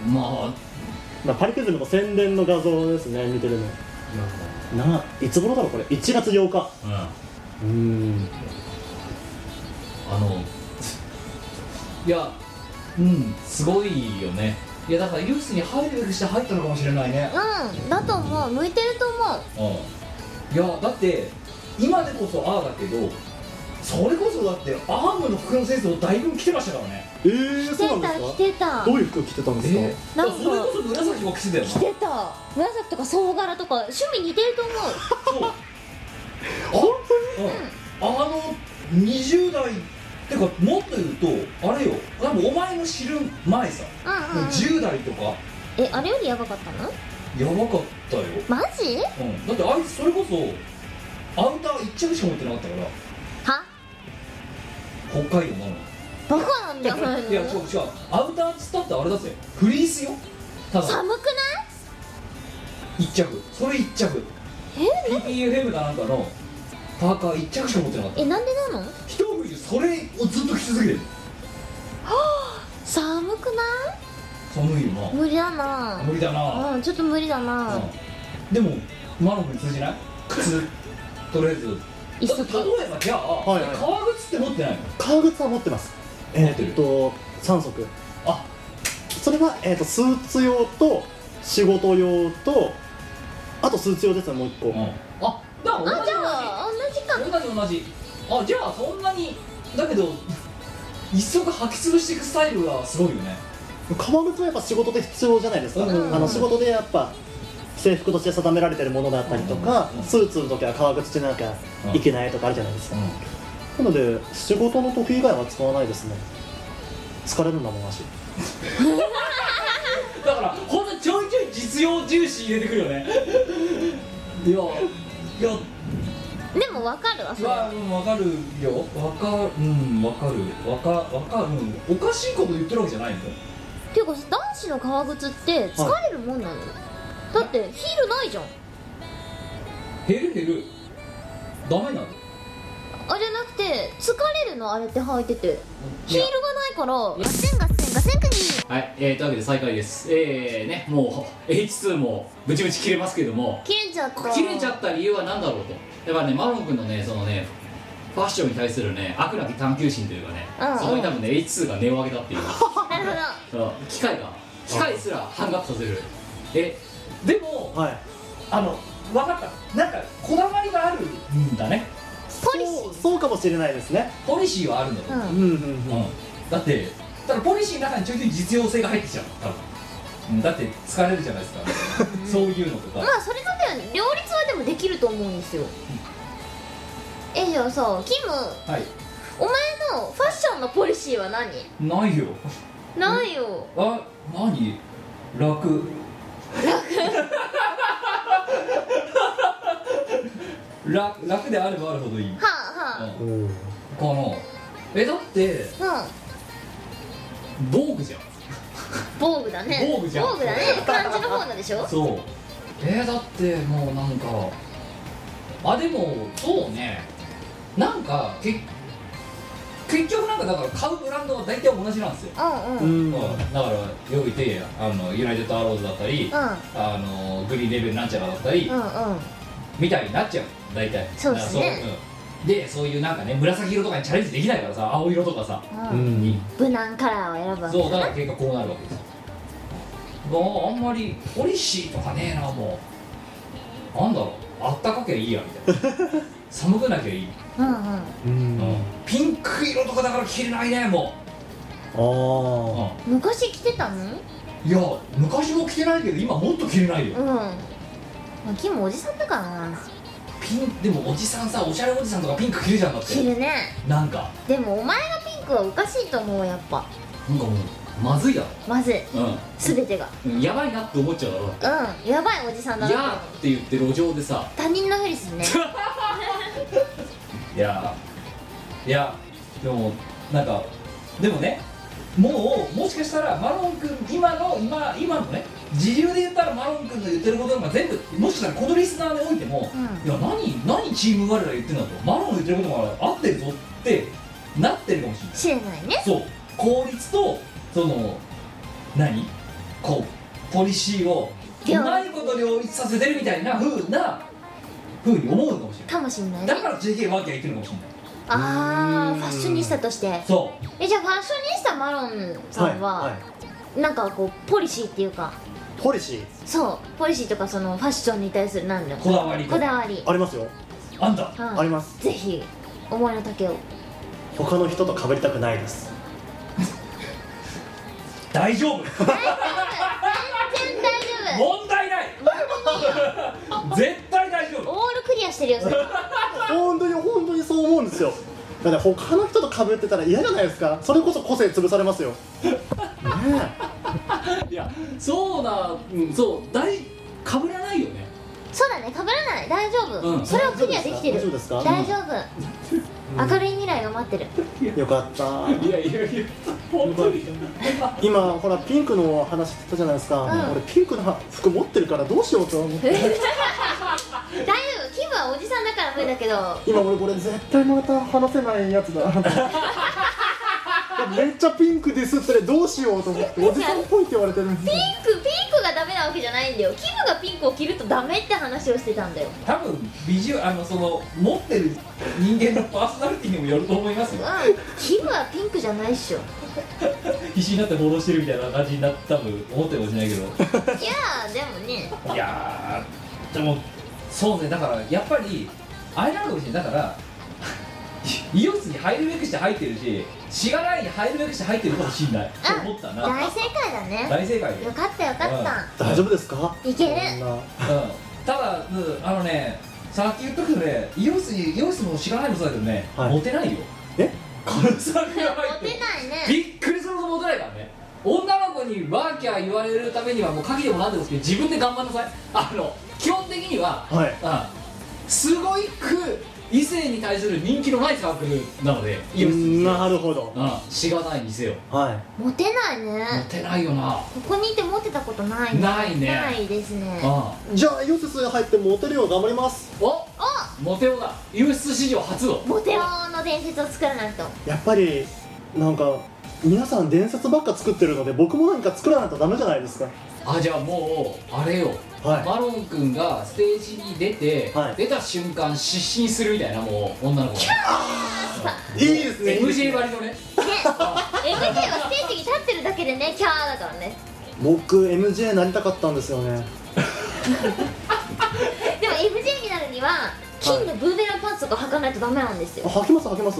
Speaker 2: まあ
Speaker 4: まあパリピズムの宣伝の画像ですね見てる
Speaker 2: いや
Speaker 4: のないつ頃だろうこれ1月8日
Speaker 2: うんあ
Speaker 4: うーん
Speaker 2: のいやうんすごいよねいやだからユースに入るべくして入ったのかもしれないね
Speaker 3: うんだと思う向いてると思う
Speaker 2: うんいやだって今でこそああだけどそれこそだってアームの服のセンスもだいぶ着てましたからね
Speaker 4: え
Speaker 3: 着
Speaker 4: ー、そうなん
Speaker 3: てた
Speaker 4: ですか
Speaker 3: 着てた
Speaker 4: どういう服着てたんですか、
Speaker 2: え
Speaker 3: な
Speaker 2: なんん
Speaker 3: か
Speaker 2: かそれこそ紫も着てたよな
Speaker 3: 着てた紫とか総柄とか趣味似てると思う
Speaker 2: そう本当に、あの20代てかもっと言うとあれよ多分お前の知る前さ、
Speaker 3: うんうん、うん、
Speaker 2: 10代とか
Speaker 3: えあれよりやばかったの
Speaker 2: やばかったよ、
Speaker 3: マジ
Speaker 2: うん、だってあいつそれこそアウター1着しか持ってなかったから
Speaker 3: は
Speaker 2: 北海道なのに
Speaker 3: バカなんじゃないの
Speaker 2: いや違う違うアウターっつったってあれだぜフリースよただ
Speaker 3: 寒くない
Speaker 2: 1着それ1着
Speaker 3: え
Speaker 2: PPFM かなんかのパーカー1着しか持ってなかった
Speaker 3: えなんでなの
Speaker 2: 一冬それをずっと着続けてる
Speaker 3: 寒くない
Speaker 2: 寒いよな
Speaker 3: 無理だな
Speaker 2: 無理だな、
Speaker 3: うんちょっと無理だな
Speaker 2: うんでもマロンに通じない (laughs) 靴とりあえず
Speaker 3: 一
Speaker 2: だ
Speaker 3: 足
Speaker 2: って例えばじゃあ、
Speaker 4: いはい
Speaker 2: 革靴って持ってないの
Speaker 4: 革靴は持ってます
Speaker 2: 持ってる
Speaker 4: えーっと3足
Speaker 2: あ
Speaker 4: それは、えーっとスーツ用と仕事用とあとスーツ用ですねもう1個、
Speaker 2: うんあだから同
Speaker 3: あ
Speaker 2: じ
Speaker 3: じゃあ同じか
Speaker 2: 同じ同じあじゃあそんなにだけど一足履き潰していくスタイルがすごいよね
Speaker 4: 革靴はやっぱ仕事で必要じゃないですか、
Speaker 2: うん
Speaker 4: あの仕事でやっぱ制服として定められてるものだったりとか、
Speaker 2: うん
Speaker 4: スーツの時は革靴じゃなきゃいけないとかあるじゃないですか、なので仕事の時以外は使わないですね疲れるんだもん足
Speaker 2: だからほんとちょいちょい実用重視入れてくるよねいやいや
Speaker 3: でもわかるわそれ
Speaker 2: まあ、うん、わかるよわかうんわかるわかわかる、うん、おかしいこと言ってるわけじゃないんだよ
Speaker 3: ていうか男子の革靴って疲れるもんなの、だってヒールないじゃん
Speaker 2: 減る減るダメなの
Speaker 3: あじゃなくて疲れるのあれって履いててヒールがないから
Speaker 2: い
Speaker 5: ガセンガセンガセンクニー
Speaker 2: はい、えー、というわけで再開ですえー、ねもう H2 もブチブチ切れますけれども
Speaker 3: 切れちゃった
Speaker 2: 切れちゃった理由は何だろうとやっぱねマロン君のねそのねファッションに対するね悪なき探求心というかね、
Speaker 3: うん
Speaker 2: そこに多分ね H2 が値を上げたっていう
Speaker 3: なるほど
Speaker 2: うん機械が機械すらハングアップさせるえでも
Speaker 4: はい
Speaker 2: あの分かったなんかこだわりがあるんだね
Speaker 3: ポリシ
Speaker 4: そうそうかもしれないですね
Speaker 2: ポリシーはあるんだろう、
Speaker 4: う
Speaker 3: ー
Speaker 4: んうんうん
Speaker 2: うんだってだからポリシーの中にちょいちょい実用性が入ってきちゃう多分、うん、だって疲れるじゃないですか
Speaker 4: (laughs)
Speaker 2: そういうのとか
Speaker 3: まあそれだけは両立はでもできると思うんですよえじゃあさキム
Speaker 2: はい
Speaker 3: お前のファッションのポリシーは何
Speaker 2: ないよ
Speaker 3: ないよ
Speaker 2: あ何楽楽楽であればあるほどいい、うん、
Speaker 3: はあは
Speaker 4: うん
Speaker 2: このえだって
Speaker 3: あうん
Speaker 2: 防具じゃん
Speaker 3: 防具だね
Speaker 2: 防具じゃん
Speaker 3: だね漢字の方なんでしょ
Speaker 2: (laughs) そうえー、だってもうなんかあでもそうねなんかけ結局なんかだから買うブランドは大体同じなんですよ、
Speaker 3: うんう
Speaker 4: う
Speaker 3: うん
Speaker 4: んん
Speaker 2: だからよく言ってあのユナイテッドアローズだったり、あのグリーンレベルなんちゃらだったり、
Speaker 3: うんうん
Speaker 2: みたいになっちゃう大体
Speaker 3: そうっすね
Speaker 2: だからでそういうなんかね紫色とかにチャレンジできないからさ青色とかさ
Speaker 3: ああ
Speaker 2: に
Speaker 3: 無難カラーを選ぶわけ
Speaker 2: そうだから結果こうなるわけですよもうあんまりポリシーとかねえなもうなんだろうあったかきゃいいやみたい (laughs) な寒くなきゃいい、
Speaker 3: うんうん
Speaker 2: うんピンク色とかだから着れないねもう、
Speaker 4: あ
Speaker 3: 昔着てたのうん
Speaker 2: いや昔も着てないけど今もっと着れないよ
Speaker 3: キムおじさんだからな
Speaker 2: ピンでもおじさんさおしゃれおじさんとかピンク着るじゃんだっ
Speaker 3: 着
Speaker 2: て
Speaker 3: るね
Speaker 2: なんか
Speaker 3: でもお前がピンクはおかしいと思うやっぱ
Speaker 2: なんかもうまずいだ
Speaker 3: まずい
Speaker 2: ろ
Speaker 3: 全てが
Speaker 2: うんやばいなって思っちゃうだろ
Speaker 3: うんやばいおじさんだ
Speaker 2: いや
Speaker 3: な
Speaker 2: ーって言って路上でさ
Speaker 3: 他人のふりするね
Speaker 2: いやーいやでもなんかでもねもうもしかしたらマロン君今の今今のね自由で言ったらマロン君の言ってることなんか全部もしかしたらこのリスナーにおいても、
Speaker 3: う
Speaker 2: いや何何チーム我ら言ってんだとマロンの言ってることが合ってるぞってなってるかもしれない
Speaker 3: 知れないね
Speaker 2: そう効率とその何こうポリシーをう
Speaker 3: 両立
Speaker 2: まいこと両立させてるみたいなふうなふうに思うのかもしれない
Speaker 3: かもしんないね
Speaker 2: だから JK ワーキャー言ってるのかもしれない
Speaker 3: ああファッショニスタとして
Speaker 2: そ
Speaker 3: えじゃあファッショニスタマロン
Speaker 4: あは
Speaker 3: さ
Speaker 4: い
Speaker 3: んは、
Speaker 4: は
Speaker 3: なんかこうポリシーっていうか
Speaker 4: いポリシー
Speaker 3: そうポリシーとかそのファッションに対するなんだ
Speaker 2: う
Speaker 3: ろ
Speaker 2: こだわり
Speaker 3: うこだわり、
Speaker 4: ありますよ
Speaker 2: あんた
Speaker 3: うん
Speaker 4: あります
Speaker 3: ぜひ思いの丈を
Speaker 4: 他の人と被りたくないです
Speaker 2: 大丈
Speaker 3: (laughs) 全然大
Speaker 2: 夫
Speaker 3: 丈夫
Speaker 2: 問
Speaker 3: (laughs)
Speaker 2: 題ない絶対大丈夫
Speaker 3: オールクリアしてるよそれ
Speaker 4: 本当に本当にそう思うんですよだって他の人と被ってたら嫌じゃないですかそれこそ個性潰されますよね
Speaker 2: いやそうだ、うん、そう大かぶらないよね
Speaker 3: そうだね被らない大丈夫、
Speaker 2: うん
Speaker 3: それをクリアできてる
Speaker 4: 大丈夫ですか
Speaker 3: 大丈夫明るい未来が待ってる
Speaker 4: えよかった
Speaker 2: いやいやいや本当に
Speaker 4: 今ほらピンクの話してたじゃないですか、
Speaker 3: うん
Speaker 4: 俺ピンクの服持ってるからどうしようと思って
Speaker 3: 大丈夫キムはおじさんだから無理だけど
Speaker 4: 今俺これ絶対また話せないやつ
Speaker 3: (laughs)
Speaker 4: だめっちゃピンクですってどうしようと思っておじさんっぽいって言われてるんで
Speaker 3: ピンクピンクがダメなわけじゃないんだよキムがピンクを着るとダメって話をしてたんだよ
Speaker 2: 多分ビジュあのその持ってる人間のパーソナリティにもよると思います
Speaker 3: うん
Speaker 2: よ
Speaker 3: (laughs) キムはピンクじゃないっしょ
Speaker 2: 必死になってフォローしてるみたいな感じになって多分思ってるかもしれないけど
Speaker 3: いやーでもね
Speaker 2: いやーでもそうねだからやっぱりあれなのかもしれないだから (laughs) イオシスに入るべくして入ってるししがないに入るべくして入ってるかもしれない
Speaker 3: あ
Speaker 2: と思ったな
Speaker 3: 大正解だね
Speaker 2: 大正解で
Speaker 3: よかったよかっ
Speaker 4: 大丈夫ですか
Speaker 3: たいける
Speaker 4: そんな
Speaker 2: うんただ、うんあのねさっき言ったけどねイオシスにイオシスも知らないもそうだけどね、
Speaker 4: はい
Speaker 2: モテないよ
Speaker 4: え
Speaker 2: このサークル入っ
Speaker 3: モ
Speaker 2: て
Speaker 3: テないね
Speaker 2: びっくりするほどモテないからね女の子にワーキャー言われるためにはもう鍵でもなんでもですけど自分で頑張んなさいあの基本的には、
Speaker 4: はい
Speaker 2: うん、すごいく異性に対する人気のないサークルなのでイオシスにせよ
Speaker 4: なるほど
Speaker 2: うんしがないにせよ
Speaker 4: は
Speaker 3: モテない
Speaker 2: モ
Speaker 3: ね
Speaker 2: テないよな
Speaker 3: ここにいてモテたことないね
Speaker 2: ないね
Speaker 3: ないですね
Speaker 2: うん
Speaker 4: いじゃあイオシス入ってモテるよう頑張ります
Speaker 2: おモテ男だイオシス史上初の
Speaker 3: モテ男の伝説を作らないと
Speaker 4: やっぱりなんか皆さん伝説ばっか作ってるので僕もなんか作らないとダメじゃないですか
Speaker 2: あじゃあもうあれよ
Speaker 4: は
Speaker 2: マロン君がステージに出て、
Speaker 4: はい
Speaker 2: 出た瞬間失神するみたいなもう女の子
Speaker 4: いいいですねいいです
Speaker 2: MJ
Speaker 4: ね
Speaker 2: 割りのね
Speaker 3: ね MJ はステージに立ってるだけでねキャーだからね
Speaker 4: 僕 MJ なりたかったんですよね
Speaker 3: でも MJ になるには金のブーメランパンツとか履かないとダメなんです
Speaker 4: あ
Speaker 3: よ、
Speaker 4: 履きます履きます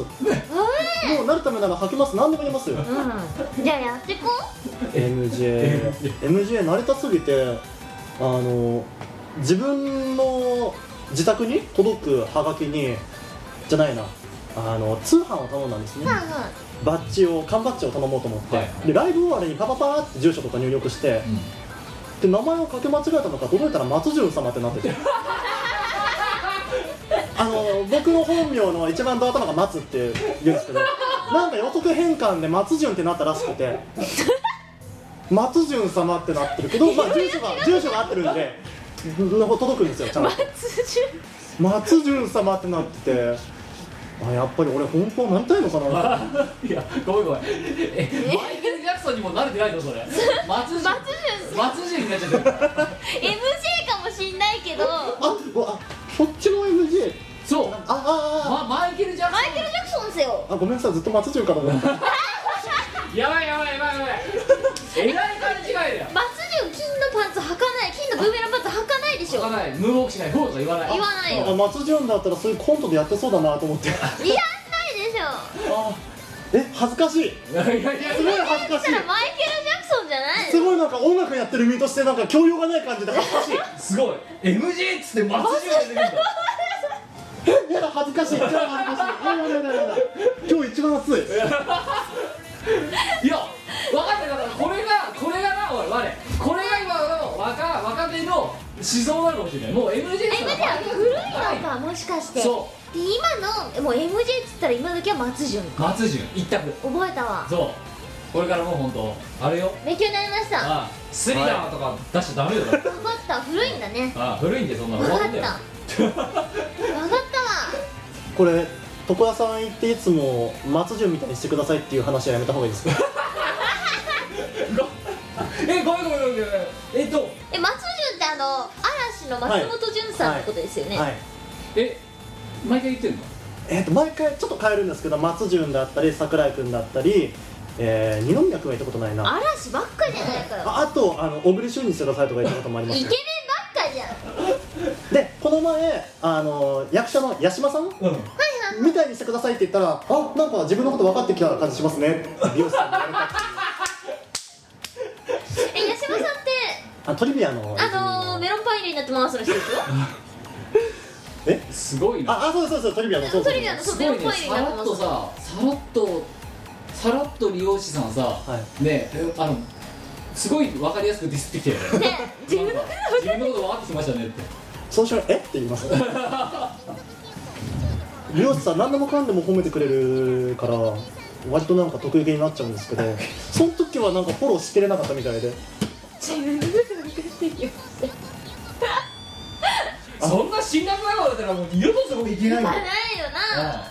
Speaker 4: もうなるためなら履きます何でも言えますよ
Speaker 3: うんじゃあやってこ
Speaker 4: (laughs) MJ MJ 慣れたすぎてあの自分の自宅に届くハガキにじゃないなあの通販を頼んだんです
Speaker 3: (laughs)
Speaker 4: ね
Speaker 3: うう
Speaker 4: バッジを缶バッジを頼もうと思って、
Speaker 2: はいはい
Speaker 4: でライブ終わりにパパパーって住所とか入力して、で名前をかけ間違えたのか届いたら松潤様って
Speaker 2: (laughs)
Speaker 4: なっててあの僕の本名の一番ド頭が松って言うんですけどなんか予測変換で松潤ってなったらしく
Speaker 2: (laughs)
Speaker 4: て松潤様ってなってるけど、まあ、住所が住所が合ってるんでなんか届くんですよ
Speaker 2: (laughs)
Speaker 4: ちゃんと松潤様ってなっててあやっぱり俺本当なりたいのかな
Speaker 2: (laughs) うんいやごめんごめんえマイケル・ジャクソンにも慣れてないのそれ (laughs) 松潤松潤になっちゃってる
Speaker 3: MJ かもしんないけど
Speaker 4: あ、うわあ、こっちも MJ。
Speaker 2: そう
Speaker 4: あ、あ、あ、
Speaker 2: ま、マイイケル・ジャクソン
Speaker 3: マイケル・ジャクソンですよ
Speaker 4: あごめんなさいずっと松潤かと思った
Speaker 2: やばいやばいやばいやばいえらい勘違いだよ
Speaker 3: 松潤金のパンツ履かない金のブーメランパンツ履かないでし
Speaker 2: 書
Speaker 3: ょ
Speaker 2: かないムーンウォークしないフォーとか言わない
Speaker 3: 言わないよ
Speaker 4: あ松潤だったらそういうコントでやってそうだなと思って
Speaker 3: いやんないでしょ
Speaker 4: え恥ずかしい
Speaker 2: いやいや
Speaker 4: すごい
Speaker 3: そ
Speaker 4: 恥ずか
Speaker 3: した
Speaker 4: しい
Speaker 3: らマイケル・ジャクソンじゃない
Speaker 4: す
Speaker 3: の
Speaker 4: ごいなんか音楽やってる身としてなんか教養がない感じで恥ずかしい
Speaker 2: すごい MG っつって松潤出てくるんだ
Speaker 4: やだ恥ずかしい超恥ずかしいやだやだやだ今日一番暑い
Speaker 2: いや分かってだからこれがこれがなおい我これが今の若若手の思想なのかもしれないもう MG
Speaker 3: え待ってあの古いのかもしかして
Speaker 2: そ
Speaker 3: で今のもう MJ っつったら今時は松潤
Speaker 2: う松潤一択
Speaker 3: 覚えたわ
Speaker 2: そうこれからもう本当あれよ
Speaker 3: 勉強になりました
Speaker 2: ああスリラーとか出しちゃダメ (laughs) よだって
Speaker 3: 分かった古いんだね
Speaker 2: ああ古いんでそんなの
Speaker 3: 分かった
Speaker 2: んだ
Speaker 3: 分
Speaker 2: よ
Speaker 3: かったわ
Speaker 4: これ床屋さん行っていつも松潤みたいにしてくださいっていう話はやめた方がいいです
Speaker 2: えごめんごめんごめんごめんえっと
Speaker 3: え松潤ってあの嵐の松本潤さんのことですよね、
Speaker 4: はい
Speaker 2: え毎回言ってんの
Speaker 4: えっと毎回ちょっと変えるんですけど松潤だったり桜井君だったり、えー、二宮君は行ったことないなあ
Speaker 3: 嵐ばっかじゃないから
Speaker 4: あとあの小栗旬にしてくださいとか言ったこともありま
Speaker 3: イケメ
Speaker 4: す
Speaker 3: ンば
Speaker 4: ね
Speaker 3: っかじゃん
Speaker 4: でこの前あの役者の八嶋さん
Speaker 2: うん
Speaker 4: みたいにしてくださいって言ったらあなんか自分のこと分かってきた感じしますねって美容師さんに言われた
Speaker 3: え八嶋さんって
Speaker 4: あトリビアの
Speaker 3: あのー、メロンパインになって回すの人ですよ
Speaker 2: すごいな
Speaker 4: ああそうそうそうトリビアのそうそ
Speaker 3: ト
Speaker 4: う
Speaker 3: リビアのそう
Speaker 2: す
Speaker 3: メ
Speaker 2: ご
Speaker 3: ロ
Speaker 2: い
Speaker 3: ン
Speaker 2: ね
Speaker 3: パインに
Speaker 2: さ
Speaker 3: なっ
Speaker 2: ら
Speaker 3: て
Speaker 2: っ
Speaker 3: 回
Speaker 2: と
Speaker 3: すの
Speaker 2: ささらっとさらっと利用師さんさ、
Speaker 4: は
Speaker 2: ねえあのすごい分かりやすくディスってきてるよね
Speaker 3: ね自分のこと
Speaker 2: 自分のこと分かってきましたねって
Speaker 4: そうしたらえって言います美容師さん何でもかんでも褒めてくれるから割となんか得意げになっちゃうんですけどその時はなんかフォローしきれなかったみたいで
Speaker 3: 自分のこと分かってきよ
Speaker 2: そんな辛辣なことだったらもう二度とそこ行けない
Speaker 3: ない
Speaker 2: よ
Speaker 3: よな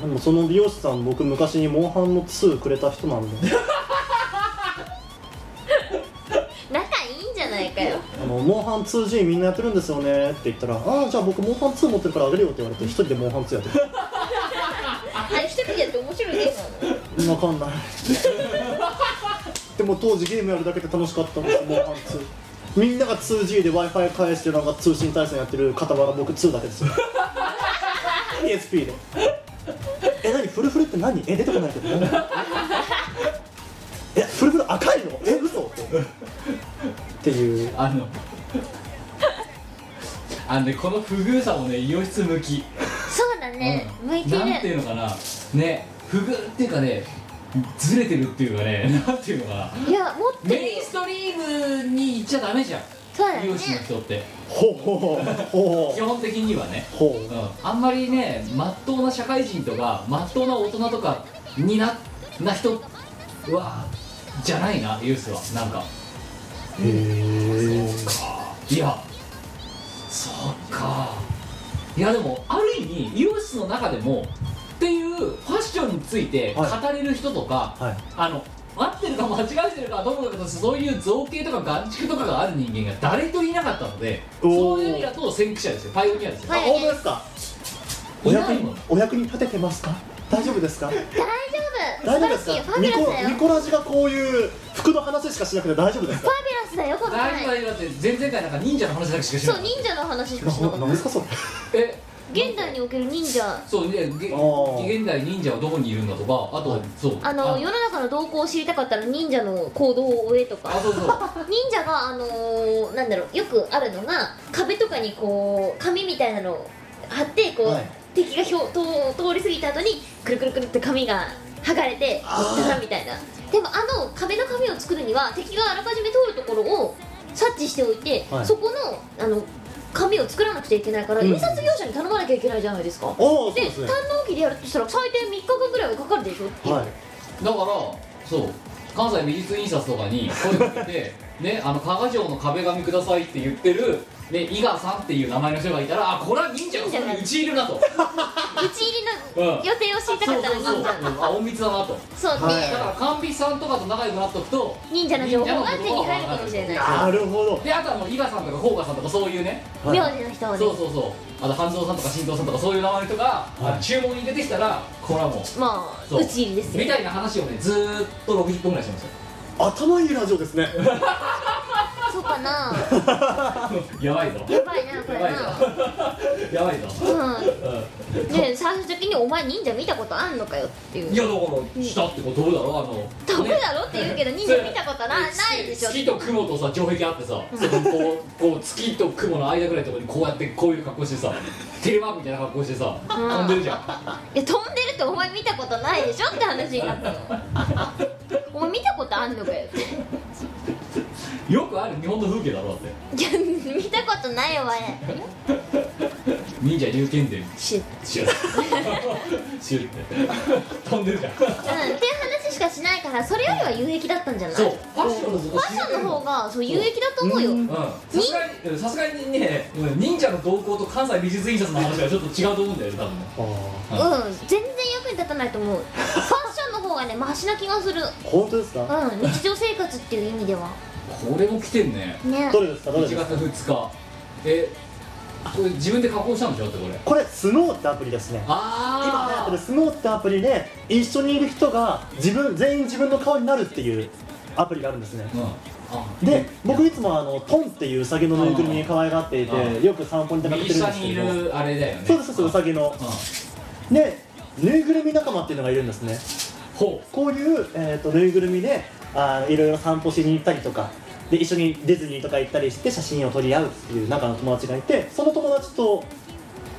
Speaker 4: でもその美容師さん僕昔にモンハンの2くれた人なんで
Speaker 3: 仲いいんじゃないかよ
Speaker 4: あのモンハン 2G みんなやってるんですよねって言ったらああじゃあ僕モンハン2持ってるからあげるよって言われて一人でモンハン2やってる
Speaker 3: あれ一人でやって面白いゲームなの
Speaker 4: 分かんないでも当時ゲームやるだけで楽しかったんですモンハン2みんなが 2G で w i f i 返してなんか通信対戦やってる傍ら僕2だけですよ PSP でえ何フルフルって何え出てこないけど何えフルフル赤いのえ嘘ってっていう
Speaker 2: あのあのねこの不遇さもね良質向き
Speaker 3: そうだね、
Speaker 2: うん
Speaker 3: 向いて
Speaker 2: なんてい
Speaker 3: る
Speaker 2: うのかなね不遇っていうかねずれてるっていうかねなんていうのかない
Speaker 3: や持ってる
Speaker 2: メイ
Speaker 3: よ
Speaker 2: ンストリームに行っちゃダメじゃん
Speaker 3: そうだね
Speaker 2: 美容師の人って
Speaker 4: ほうほうほ
Speaker 2: 基本的にはね
Speaker 4: うほう
Speaker 2: うんあんまりねまっとうな社会人とかまっとうな大人とかになな人はじゃないなユースはなんか
Speaker 4: へえ
Speaker 2: いやそっかいやでもある意味ユースの中でもっていうファッションについて語れる人とか、
Speaker 4: はい
Speaker 2: あの合ってるか間違えてるかはともかくとしてそういう造形とか眼蓄とかがある人間が誰といなかったので
Speaker 4: おー
Speaker 2: そういう意味だと先駆者ですよパイオニアですよ
Speaker 3: は
Speaker 4: あ
Speaker 3: い
Speaker 4: 本当ですかお
Speaker 2: い
Speaker 4: 役
Speaker 2: ない
Speaker 4: に
Speaker 2: もん
Speaker 4: お役に立ててますか大丈夫ですか
Speaker 3: 大
Speaker 4: 大
Speaker 3: 丈夫素晴ら
Speaker 4: 丈夫です
Speaker 3: しいよフ
Speaker 4: か
Speaker 3: ァビ
Speaker 4: ミ
Speaker 3: ュラス
Speaker 4: コ
Speaker 3: だよ
Speaker 4: ミコラジがこういう服の話しかしなくて大丈夫ですか
Speaker 3: ファビュラスだよこの
Speaker 2: 大丈夫
Speaker 3: 前
Speaker 2: 大丈夫だって前々回なんか忍者の話だけしかしな
Speaker 3: そ
Speaker 2: いう
Speaker 3: 忍者の話しかしなかった
Speaker 4: 何ですかそれ
Speaker 2: え
Speaker 3: 現代における忍者
Speaker 2: そうでげ
Speaker 4: あー
Speaker 2: 現代忍者はどこにいるんだとかあと、
Speaker 4: はい
Speaker 2: そう
Speaker 3: あの世の中の動向を知りたかったら忍者の行動を追えと
Speaker 2: あ
Speaker 3: か
Speaker 2: そうそう
Speaker 3: 忍者があのー、なんだろうよくあるのが壁とかにこう紙みたいなのを貼ってこう、
Speaker 4: はい
Speaker 3: 敵がひょ通通り過ぎた後にくるくるくるって紙が剥がれてダダみたいなでもあの壁の紙を作るには敵があらかじめ通るところを察知しておいて、
Speaker 4: はい
Speaker 3: そこのあの紙を作らなくちゃいけないから、
Speaker 4: ん
Speaker 3: 印刷業者に頼まなきゃいけないじゃないですか
Speaker 4: おおそう
Speaker 3: で
Speaker 4: です
Speaker 3: 堪
Speaker 4: ね
Speaker 3: 能期でやるとしたら最低3日間ぐらいはかかるでしょっていう、
Speaker 4: はい
Speaker 3: (laughs)
Speaker 2: だからそう関西美術印刷とかに声かけてねあの加賀城の壁紙くださいって言ってるね伊賀さんっていう名前の人がいたらあこれは忍者
Speaker 3: 忍者だ
Speaker 2: うちいるなと
Speaker 3: 打ち入り
Speaker 2: う
Speaker 3: の
Speaker 2: ん
Speaker 3: 予定を知りた
Speaker 2: そ
Speaker 3: か
Speaker 2: う
Speaker 3: ったら
Speaker 2: そ
Speaker 3: 忍
Speaker 2: うそう
Speaker 3: 者
Speaker 2: うんあ隠密だなと
Speaker 3: そう
Speaker 4: は
Speaker 3: で
Speaker 4: い
Speaker 2: だから寛筆さんとかと仲良くなっとくと
Speaker 3: 忍者の情報が手に入るかもしれない
Speaker 4: なるほど
Speaker 2: であとはもう伊賀さんとか甲賀さんとかそういうね
Speaker 4: はい
Speaker 3: 名字の人をね
Speaker 2: そうそうそうあと半蔵さんとか新藤さんとかそういう名前の人が、あ注文に出てきたらこれはもう
Speaker 3: まあ
Speaker 2: そう
Speaker 3: 打ち入りです
Speaker 2: み
Speaker 3: よ
Speaker 2: たいな話をねずーっと60分ぐらいしてまし
Speaker 4: 頭いいラジオですね
Speaker 3: そうかな
Speaker 2: た (laughs) やばいぞ
Speaker 3: (laughs) やばいなこれ
Speaker 2: やばいぞ
Speaker 3: な
Speaker 2: (laughs) やばいぞ、
Speaker 3: う
Speaker 2: うん
Speaker 3: んで最終的に「お前忍者見たことあんのかよ」っていう
Speaker 2: いやだからしたってことどうだろうあの
Speaker 3: ダメ
Speaker 2: ね
Speaker 3: だろって言うけど忍者見たことなないでしょ
Speaker 2: 月と雲とさ城壁あってさそのこうこう月と雲の間ぐらいのところにこうやってこういう格好してさテレワークみたいな格好してさ飛んでるじゃん
Speaker 3: いや飛んでるってお前見たことないでしょって話にな (laughs) ったのお前見たことあんのかよって
Speaker 2: よくある日本の風景だろだっ
Speaker 3: い
Speaker 2: て
Speaker 3: や見たことないよお前
Speaker 2: 忍者龍剣伝
Speaker 3: シュッ
Speaker 2: シュッシュッて飛んでるじゃん
Speaker 3: うんっていう話しかしないからそれよりは有益だったんじゃない
Speaker 2: そう
Speaker 3: フ
Speaker 2: ファッションのこと
Speaker 3: ァッションの方がそう有益だと思うよ
Speaker 2: うんさすがにさすがにね忍者の動向と関西美術印刷の話はちょっと違うと思うんだよね多分ね
Speaker 4: あ
Speaker 3: うん全然役に立たないと思うファッションの方がねマシな気がする
Speaker 4: ー本当ですか
Speaker 3: うん日常生活っていう意味では
Speaker 2: これも来てんね
Speaker 3: ね
Speaker 4: どれですかど
Speaker 2: 1
Speaker 4: れですか
Speaker 2: 月2日えこれ自分で加工したんでしょだってこれ
Speaker 4: これスノーってアプリですね今流行
Speaker 2: あ
Speaker 4: ってるスノーってアプリで一緒にいる人が自分全員自分の顔になるっていうアプリがあるんですね
Speaker 2: うんあ
Speaker 4: で僕いつもあのトンっていうウサギのぬいぐるみに可愛がってい
Speaker 2: うん
Speaker 4: てよく散歩に出かけて
Speaker 2: 右
Speaker 4: るん
Speaker 2: 下
Speaker 4: です
Speaker 2: にい
Speaker 4: けど
Speaker 2: るあれだよね
Speaker 4: そうですそうですウサギの
Speaker 2: うん
Speaker 4: でぬいぐるみ仲間っていうのがいるんですね
Speaker 2: ほ
Speaker 4: こういう、えー、とぬいぐるみであーいろいろ散歩しに行ったりとかで一緒にディズニーとか行ったりして写真を撮り合うっていう仲の友達がいてその友達と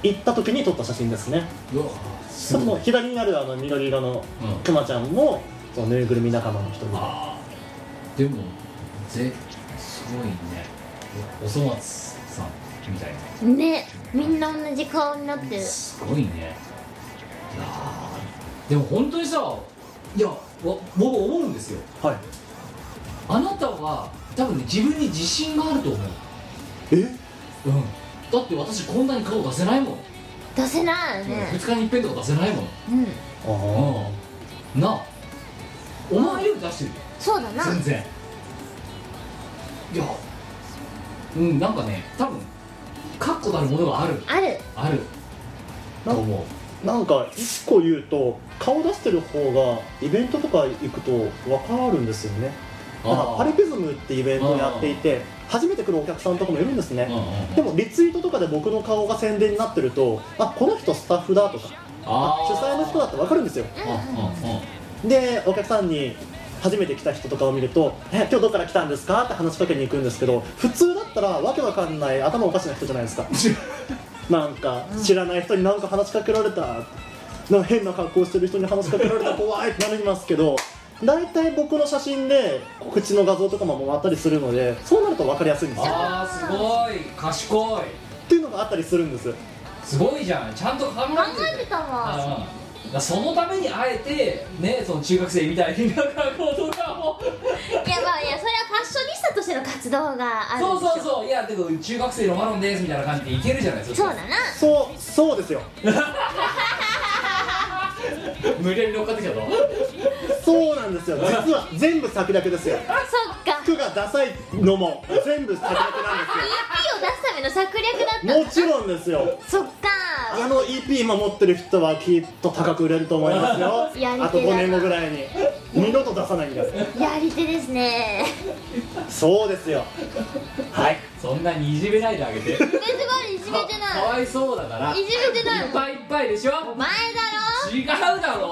Speaker 4: 行った時に撮った写真ですね
Speaker 2: ううわす
Speaker 4: そ
Speaker 2: ご
Speaker 4: の
Speaker 2: い
Speaker 4: 左にあるあの緑色の
Speaker 2: うん
Speaker 4: クマちゃんもそのぬいぐるみ仲間の一人で
Speaker 2: あーでもぜすごいねおそ松さんみたいな
Speaker 3: ねみんな同じ顔になってる
Speaker 2: すごいねいやーでも本当にさいやわ僕思うんですよ
Speaker 4: はい
Speaker 2: あなたは多分ね自分に自信があると思う
Speaker 4: え
Speaker 2: うんだって私こんなに顔出せないもん、
Speaker 3: 出せないよ
Speaker 2: 二
Speaker 3: ね
Speaker 2: 2日に一遍とか出せないもん
Speaker 3: うん
Speaker 4: あ
Speaker 2: うんなあお前より出してるよ
Speaker 3: そうだな
Speaker 2: 全然いやうんなんかね多分確固たるものがある
Speaker 3: ある
Speaker 2: あると思
Speaker 4: あなんか一個言うと顔出してる方がイベントとか行くと分かるんですよね
Speaker 2: う
Speaker 4: なんかパレ
Speaker 2: れ
Speaker 4: ピズムってイベントをやっていて初めて来るお客さんとかもいるんですねでもリツイートとかで僕の顔が宣伝になってるとあこの人スタッフだとかあ主催の人だって分かるんですよ
Speaker 3: うん
Speaker 2: うんうんうん
Speaker 4: でお客さんに初めて来た人とかを見ると「え今日どこから来たんですか?」って話しかけに行くんですけど普通だったらわけわかんない頭おかしな人じゃないですかなんか知らない人になんか話しかけられたなんか変な格好してる人に話しかけられた怖いってなりますけど大体僕の写真で口の画像とかももらったりするのでそうなると分かりやすいんですよ
Speaker 2: あーすごい賢い
Speaker 4: っていうのがあったりするんです
Speaker 2: すごいじゃんちゃんと考
Speaker 3: 考
Speaker 2: え
Speaker 3: え
Speaker 2: て
Speaker 3: てたわ
Speaker 2: あーそのためにあえてねその中学生みたいな格好とか
Speaker 3: いや
Speaker 2: も
Speaker 3: まあいやそれはファッショニスタとしての活動があるんで
Speaker 2: そう
Speaker 3: しょ
Speaker 2: そうそういやでも中学生のマロンですみたいな感じでいけるじゃないです
Speaker 3: そう
Speaker 2: か
Speaker 3: だな
Speaker 4: そうそうですよ
Speaker 2: 無理やり乗っかってきたぞ
Speaker 4: そうなんですよ実は全部先だけですよ
Speaker 3: そっか
Speaker 4: 服がダサいのも全
Speaker 3: EP を出
Speaker 4: 部先だけなんですよ
Speaker 3: すための策略だった
Speaker 4: もちろんですよ
Speaker 3: そっか
Speaker 4: あの EP 今持ってる人はきっと高く売れると思いますよ
Speaker 3: やり手だな
Speaker 4: あと5年後ぐらいに二度と出さないんです
Speaker 3: やり手です
Speaker 2: (laughs)
Speaker 3: ね
Speaker 4: そうですよはい
Speaker 2: そんなにいじめないであげて
Speaker 3: 別にいじめて
Speaker 2: か
Speaker 3: な
Speaker 2: わいそうだから
Speaker 3: いいじめてない
Speaker 2: っぱいいっぱいでしょ
Speaker 3: お前だろ
Speaker 2: 違うだろ
Speaker 3: お前がいじめ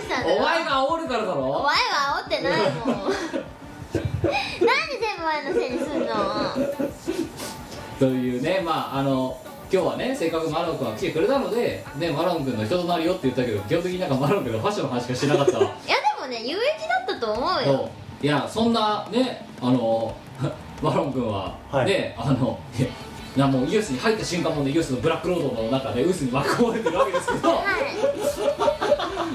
Speaker 3: 出したんだろ
Speaker 2: お前が煽るからだ
Speaker 3: お前
Speaker 2: ろ
Speaker 3: は煽ってないもんなんで全部お前のせいにすんの
Speaker 2: というねまああの今日はねせっかくマロン君が来てくれたので、ね、マロン君の人となりよって言ったけど基本的になんかマロン君のファッションの話しかしてなかった
Speaker 3: い
Speaker 2: わ
Speaker 3: やでもね有益だったと思うよ
Speaker 2: そういやそんなねあの (laughs) マロン君は、
Speaker 4: はい
Speaker 2: ねあのなもうイオスに入った瞬間もねイオスのブラックロードの中でウスに巻き込まれてるわけですけど
Speaker 3: はい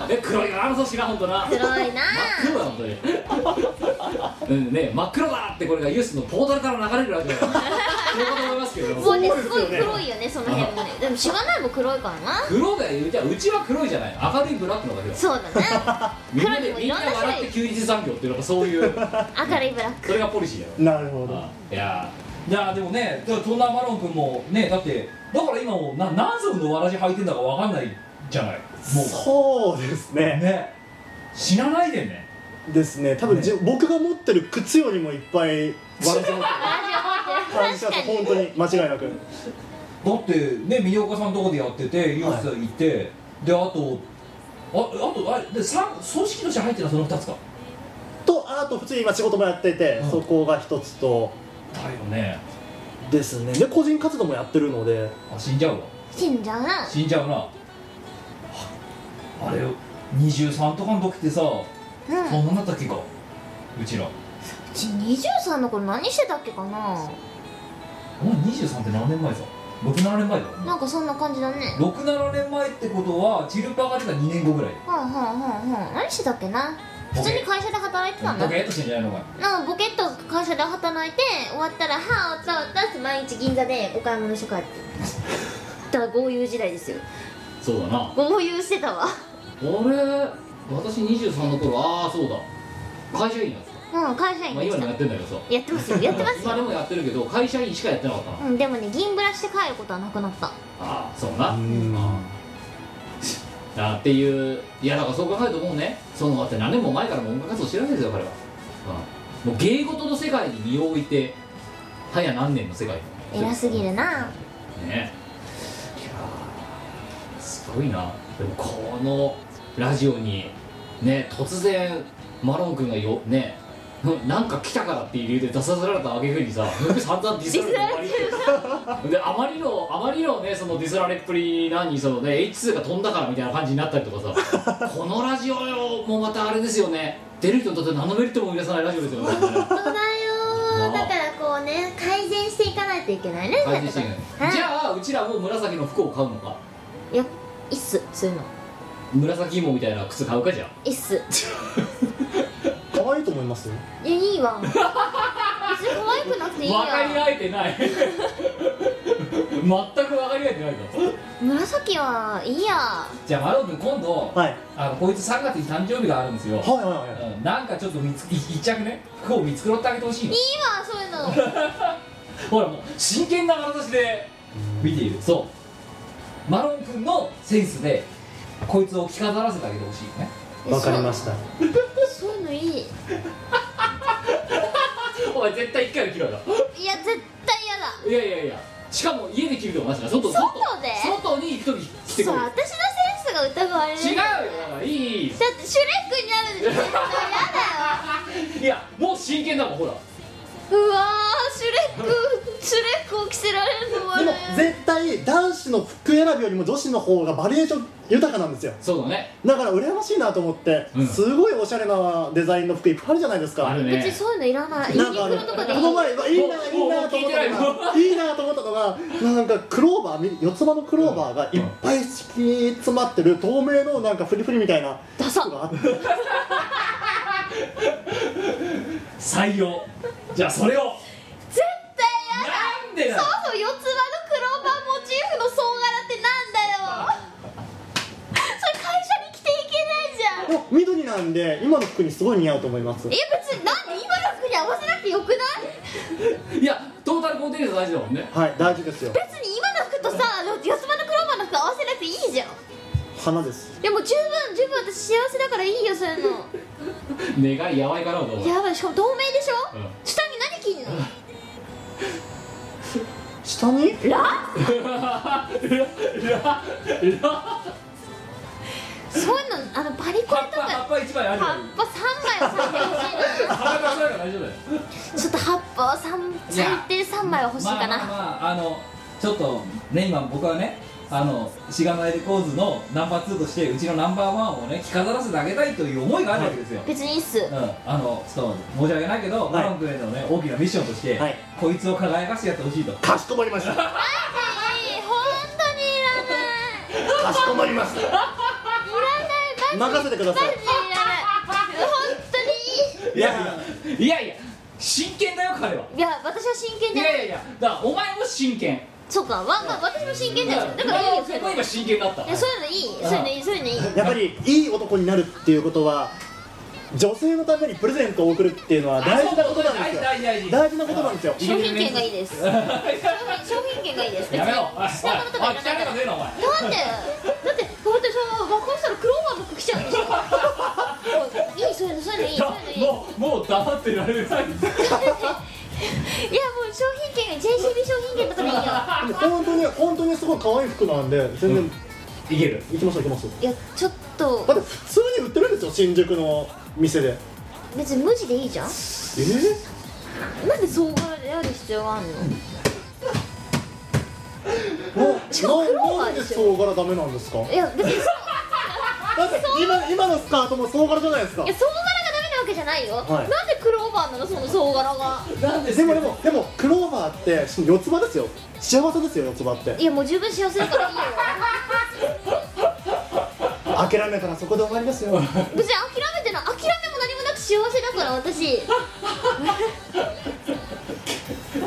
Speaker 2: え黒いなあの組織な本当な
Speaker 3: 黒いな
Speaker 2: 真っ黒だ本当に (laughs) うんね、真っ黒だってこれがユースのポータルから流れるわけだから黒かと思いますけど
Speaker 3: もうね
Speaker 4: そうですす
Speaker 3: ご
Speaker 4: よね
Speaker 3: い黒いよねその辺もねでもしがないも黒いからな
Speaker 2: 黒だよじゃあうちは黒いじゃない明るいブラックのだけだ
Speaker 3: そうだね
Speaker 2: みんな
Speaker 3: 黒に
Speaker 2: で
Speaker 3: も
Speaker 2: み
Speaker 3: い
Speaker 2: んな
Speaker 3: ろんな種類
Speaker 2: 笑って休日残業っていうのがそういう
Speaker 3: 明るいブラッ
Speaker 2: そ
Speaker 3: ク
Speaker 2: れがポリシーだよ
Speaker 4: なるほど
Speaker 2: あいやーいやーでもねでもそんなマロン君もねだってだから今もうな何足のわらじ履いてんだかわかんないじゃないもう
Speaker 4: そうですね
Speaker 2: ね死なないでね
Speaker 4: ですね多分じ、僕が持ってる靴よりもいっぱい悪そう
Speaker 3: ラジオ持っ
Speaker 4: 感じ
Speaker 3: てる確
Speaker 4: たと
Speaker 3: かに
Speaker 4: 本当に間違いなく
Speaker 2: だってね峰岡さんのとこでやっててユースいて、であとああとあれでさ組織として入ってるのはその2つか
Speaker 4: とあと普通に今仕事もやってて、
Speaker 2: うん
Speaker 4: そこが一つと
Speaker 2: だよね
Speaker 4: ですねで個人活動もやってるので
Speaker 2: あ死んじゃうわ
Speaker 3: 死んじゃうな
Speaker 2: 死んじゃうなああれよ23とかの時ってさ
Speaker 3: うん
Speaker 2: こんなんだったっけかうちら
Speaker 3: うち23の頃何してたっけかな
Speaker 2: お前23って何年前さ67年前だろ
Speaker 3: なんかそんな感じだね
Speaker 2: 67年前ってことはチルパが出た2年後ぐらい
Speaker 3: はんはんはんはん何してたっけな普通に会社で働いてたんだ
Speaker 2: ボケっとしてんじゃないのお前
Speaker 3: なんかボケっと会社で働いて終わったら「はあおったおった」って毎日銀座でお買い物して帰ってだから豪遊時代ですよ
Speaker 2: そうだな
Speaker 3: 豪遊してたわ
Speaker 2: 俺私23の頃ああそうだ会社員やって
Speaker 3: うん会社
Speaker 2: た、
Speaker 3: 員
Speaker 2: まあ、
Speaker 3: で
Speaker 2: 今
Speaker 3: した
Speaker 2: でもやってんだけどさ
Speaker 3: やってますよやってます
Speaker 2: (laughs) 今で
Speaker 3: よ
Speaker 2: もやってるけど会社員しかやってなかった
Speaker 3: う
Speaker 2: な
Speaker 3: んでもね銀ブラして帰ることはなくなった
Speaker 2: ああそうな
Speaker 4: うん
Speaker 2: あっていういやだからそう考えるともうねそのだって何年も前からもう音楽活動してるわけですよ彼は、うん、もう芸事の世界に身を置いてはや何年の世界
Speaker 3: 偉すぎるな
Speaker 2: ねいやーすごいなでもこのラジオにね突然マロン君がよねふなんか来たからっていう理由で出させられたあげふにさ (laughs) 散々ディスられて終わりであまりのあまりのねそのディスられっぷりなにそのね H2 が飛んだからみたいな感じになったりとかさこのラジオよもうまたあれですよね出る人にとって何のメリットも生み出さないラジオですよね
Speaker 3: そうだよ
Speaker 2: ー
Speaker 3: だからこうね改善していかないといけないね
Speaker 2: 感じしてる
Speaker 3: はい
Speaker 2: じゃあうちらも紫の服を買うのか
Speaker 3: いやいいっすそういうの
Speaker 2: 紫芋みたいな靴買うかじゃん
Speaker 3: いいっす
Speaker 4: 可愛いと思いますよ
Speaker 3: いやいいわ別に可愛くなくていい
Speaker 2: 分かり
Speaker 3: や
Speaker 2: 合えてない全く分かり合えてないと
Speaker 3: 紫はいいや
Speaker 2: じゃあマロン君今度、
Speaker 4: はい
Speaker 2: あのこいつ3月に誕生日があるんですよ、
Speaker 4: はいはいはい
Speaker 2: うんなんかちょっと見つい一着ね服を見繕ってあげてほしいの
Speaker 3: いいわそういうの
Speaker 2: ほらもう真剣な眼差しで見ているそうマロン君のセンスでこいつを着飾らせてあげてほしいよね
Speaker 4: わかりました
Speaker 3: そういうのいい
Speaker 2: お前絶対1回は着ろよ
Speaker 3: いや絶対嫌だ
Speaker 2: いやいやいやしかも家で着るでもなしな外
Speaker 3: 外で
Speaker 2: 外に行く時着て
Speaker 3: そ
Speaker 2: こ
Speaker 3: う
Speaker 2: い
Speaker 3: 私のセンスが疑われる
Speaker 2: 違うよ
Speaker 3: だ
Speaker 2: お前いいいい
Speaker 3: ってシュレックになるんで絶対嫌だ
Speaker 2: いやもう真剣だもんほら
Speaker 3: ようわーシュレックシュレックを着せられるのは
Speaker 4: でも
Speaker 3: ね
Speaker 4: 絶対男子の服選びよりも女子の方がバリエーション豊かなんですよ
Speaker 2: そうだね
Speaker 4: だから羨ましいなと思って、
Speaker 2: うん
Speaker 4: すごいおしゃれなデザインの服いっぱいあるじゃないですか
Speaker 2: ある
Speaker 3: 別に
Speaker 2: ね
Speaker 3: そういうのいらないユ
Speaker 4: な
Speaker 3: ニク
Speaker 4: んかあ
Speaker 3: ロとかでい
Speaker 4: の
Speaker 3: い
Speaker 4: この前いいないいなと思ったのがいいなと思ったのがなんかクローバー四つ葉のクローバーがいっぱい敷き詰まってる透明のなんかフリフリみたいな
Speaker 3: ダサ
Speaker 4: 服があって
Speaker 2: 採用じゃあそれを
Speaker 3: 絶対嫌だ
Speaker 2: なんでだ
Speaker 3: そもそも四つ葉のクローバーモチーフの総柄ってなんだよ (laughs) それ会社に着ていけないじゃん
Speaker 4: でも緑なんで今の服にすごい似合うと思います
Speaker 3: え別になんで今の服に合わせなくてよくない
Speaker 2: いやトータルコンテンツ大事だもんね
Speaker 4: はい大事ですよ
Speaker 3: 別に今の服とさ四つ葉のクローバーの服合わせなくていいじゃん
Speaker 4: 花です
Speaker 3: でも十分十分私幸せだからいいよそういうの
Speaker 2: 願いやばいからもと思う
Speaker 3: やばいしかも透明でしょ、
Speaker 2: うん
Speaker 3: 下に何着んの
Speaker 4: 下に
Speaker 3: そういうのあのバリコ
Speaker 2: 葉
Speaker 3: レ
Speaker 2: っ
Speaker 3: と
Speaker 2: ぱ葉
Speaker 3: か
Speaker 2: っぱ一枚あるよ
Speaker 3: 葉っぱ3枚は咲いてほしいな
Speaker 2: 葉っぱそれから大丈夫だよ
Speaker 3: ちょっと葉っぱは三最低3枚は欲しいかな、
Speaker 2: まあまあ、まあ、あのちょっとね今僕はねあのしがないレコーズのナンバー2としてうちのナンバーワンをね着飾らせてあげたいという思いがあるわけですよ、
Speaker 3: 別にいいっす
Speaker 2: うん、あのちょっと申し訳ないけど、マロン君へのね大きなミッションとして、
Speaker 4: はい
Speaker 2: こいつを輝かせてやってほしいと
Speaker 4: かしこまりました
Speaker 3: えー、本当にいらない
Speaker 4: かしこまりました
Speaker 3: いらないマジ
Speaker 4: 任せてください
Speaker 3: マジいらない本当にいい
Speaker 2: いやいやいやいや真剣だよ彼はい
Speaker 3: や私は真剣
Speaker 2: い
Speaker 3: じゃ
Speaker 2: や
Speaker 3: ない
Speaker 2: いやいやだからお前も真剣
Speaker 3: そうかわ、まあ、私も真剣だよだからいいよそ
Speaker 2: 今
Speaker 3: れい
Speaker 2: 今真剣だった
Speaker 3: やそういうのいいそういうのいいそういうのいい
Speaker 4: やっぱりいい男になるっていうことは女性のためにプレゼントを贈るっていうのは大事なことなんですよ
Speaker 2: 大事大事
Speaker 4: 大事なことなんですよ
Speaker 3: 商品券がいいです商品商品券がいいです
Speaker 2: やめろおいおいおい
Speaker 3: 下物とかいらない
Speaker 2: 汚いこと言うなお前
Speaker 3: だってだってだってさ爆破したらクローバーの服着ちゃうんでしょもういいそういうのそういうのいいそういうのいいいやも
Speaker 2: もうもう黙ってられない
Speaker 3: う商品券が JCB 商品券とかでいいよ
Speaker 4: でも本当に本当にすごい可愛い服なんで全然
Speaker 2: いける
Speaker 4: 行きましょう行きましょう
Speaker 3: いやちょっと
Speaker 4: だって普通に売ってるんですよ新宿の店で
Speaker 3: 別に無地でいいじゃん
Speaker 4: ええ
Speaker 3: なんで総柄でやる必要があるの
Speaker 4: も
Speaker 3: しかも
Speaker 4: う
Speaker 3: 黒
Speaker 4: な
Speaker 3: は
Speaker 4: なんで
Speaker 3: ですよ
Speaker 4: 総柄ダメなんですか
Speaker 3: いや別に (laughs) そう
Speaker 4: だって今今のスカートも総柄じゃないですか
Speaker 3: いや総柄がダメなわけじゃないよ、
Speaker 4: はい
Speaker 3: なんでクローバーなのその総柄が
Speaker 2: なんで
Speaker 4: でもでもでもクローバーって四つ葉ですよ幸せですよ四つ葉って
Speaker 3: いやもう十分幸せだからいいよ
Speaker 4: 諦めたらそこで終わりです
Speaker 2: (laughs)
Speaker 4: よ
Speaker 3: 別に諦めてない諦めも何もなく幸せだから (laughs) 私
Speaker 2: (laughs)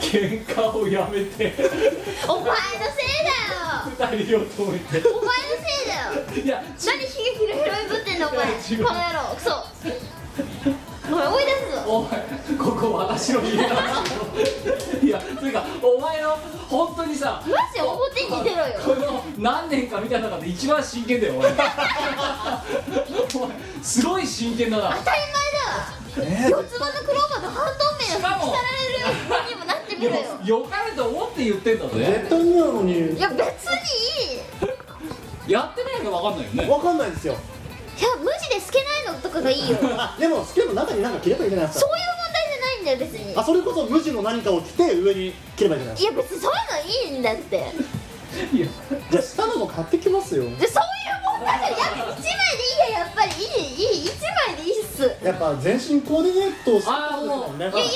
Speaker 2: 喧嘩をやめて
Speaker 3: お前のせいだよ
Speaker 2: 二人を止めて
Speaker 3: お前のせいだよ
Speaker 2: いや
Speaker 3: 何悲劇のヒロインぶってんだお前こ
Speaker 2: 違う
Speaker 3: の野郎クソお前追い出すぞ
Speaker 2: お前ここ私の家なんですよいやというかお前の本当にさ
Speaker 3: マジで表に出ろよ
Speaker 2: この何年か見た中で一番真剣だよお前お前すごい真剣だな
Speaker 3: 当たり前だわ四つ葉のクローバーの半透明が引き去られるようにもなってみろよ
Speaker 2: よかれと思って言ってんだぜ
Speaker 4: 絶対似合うのに
Speaker 3: いや別にいい
Speaker 2: やってないのか分かんないよね
Speaker 4: わかんないですよ
Speaker 3: いや無地で透けないのとかがいいよそういう問
Speaker 4: でもスケの中に何か着ればいいじゃないですか
Speaker 3: 題じゃないんだよ別に
Speaker 4: あそれこそ無地の何かを着て上に着ればいいじゃない
Speaker 3: いや別にそういうのいいんだってで
Speaker 2: いや
Speaker 4: ですかじゃあ下のも買ってきますよ
Speaker 3: そういう問題じゃいや一枚でいいややっぱりいいいい一枚でいいっすいやい
Speaker 4: やっぱ全身コーディネートをして
Speaker 2: あーもう
Speaker 4: ね
Speaker 3: らないいらない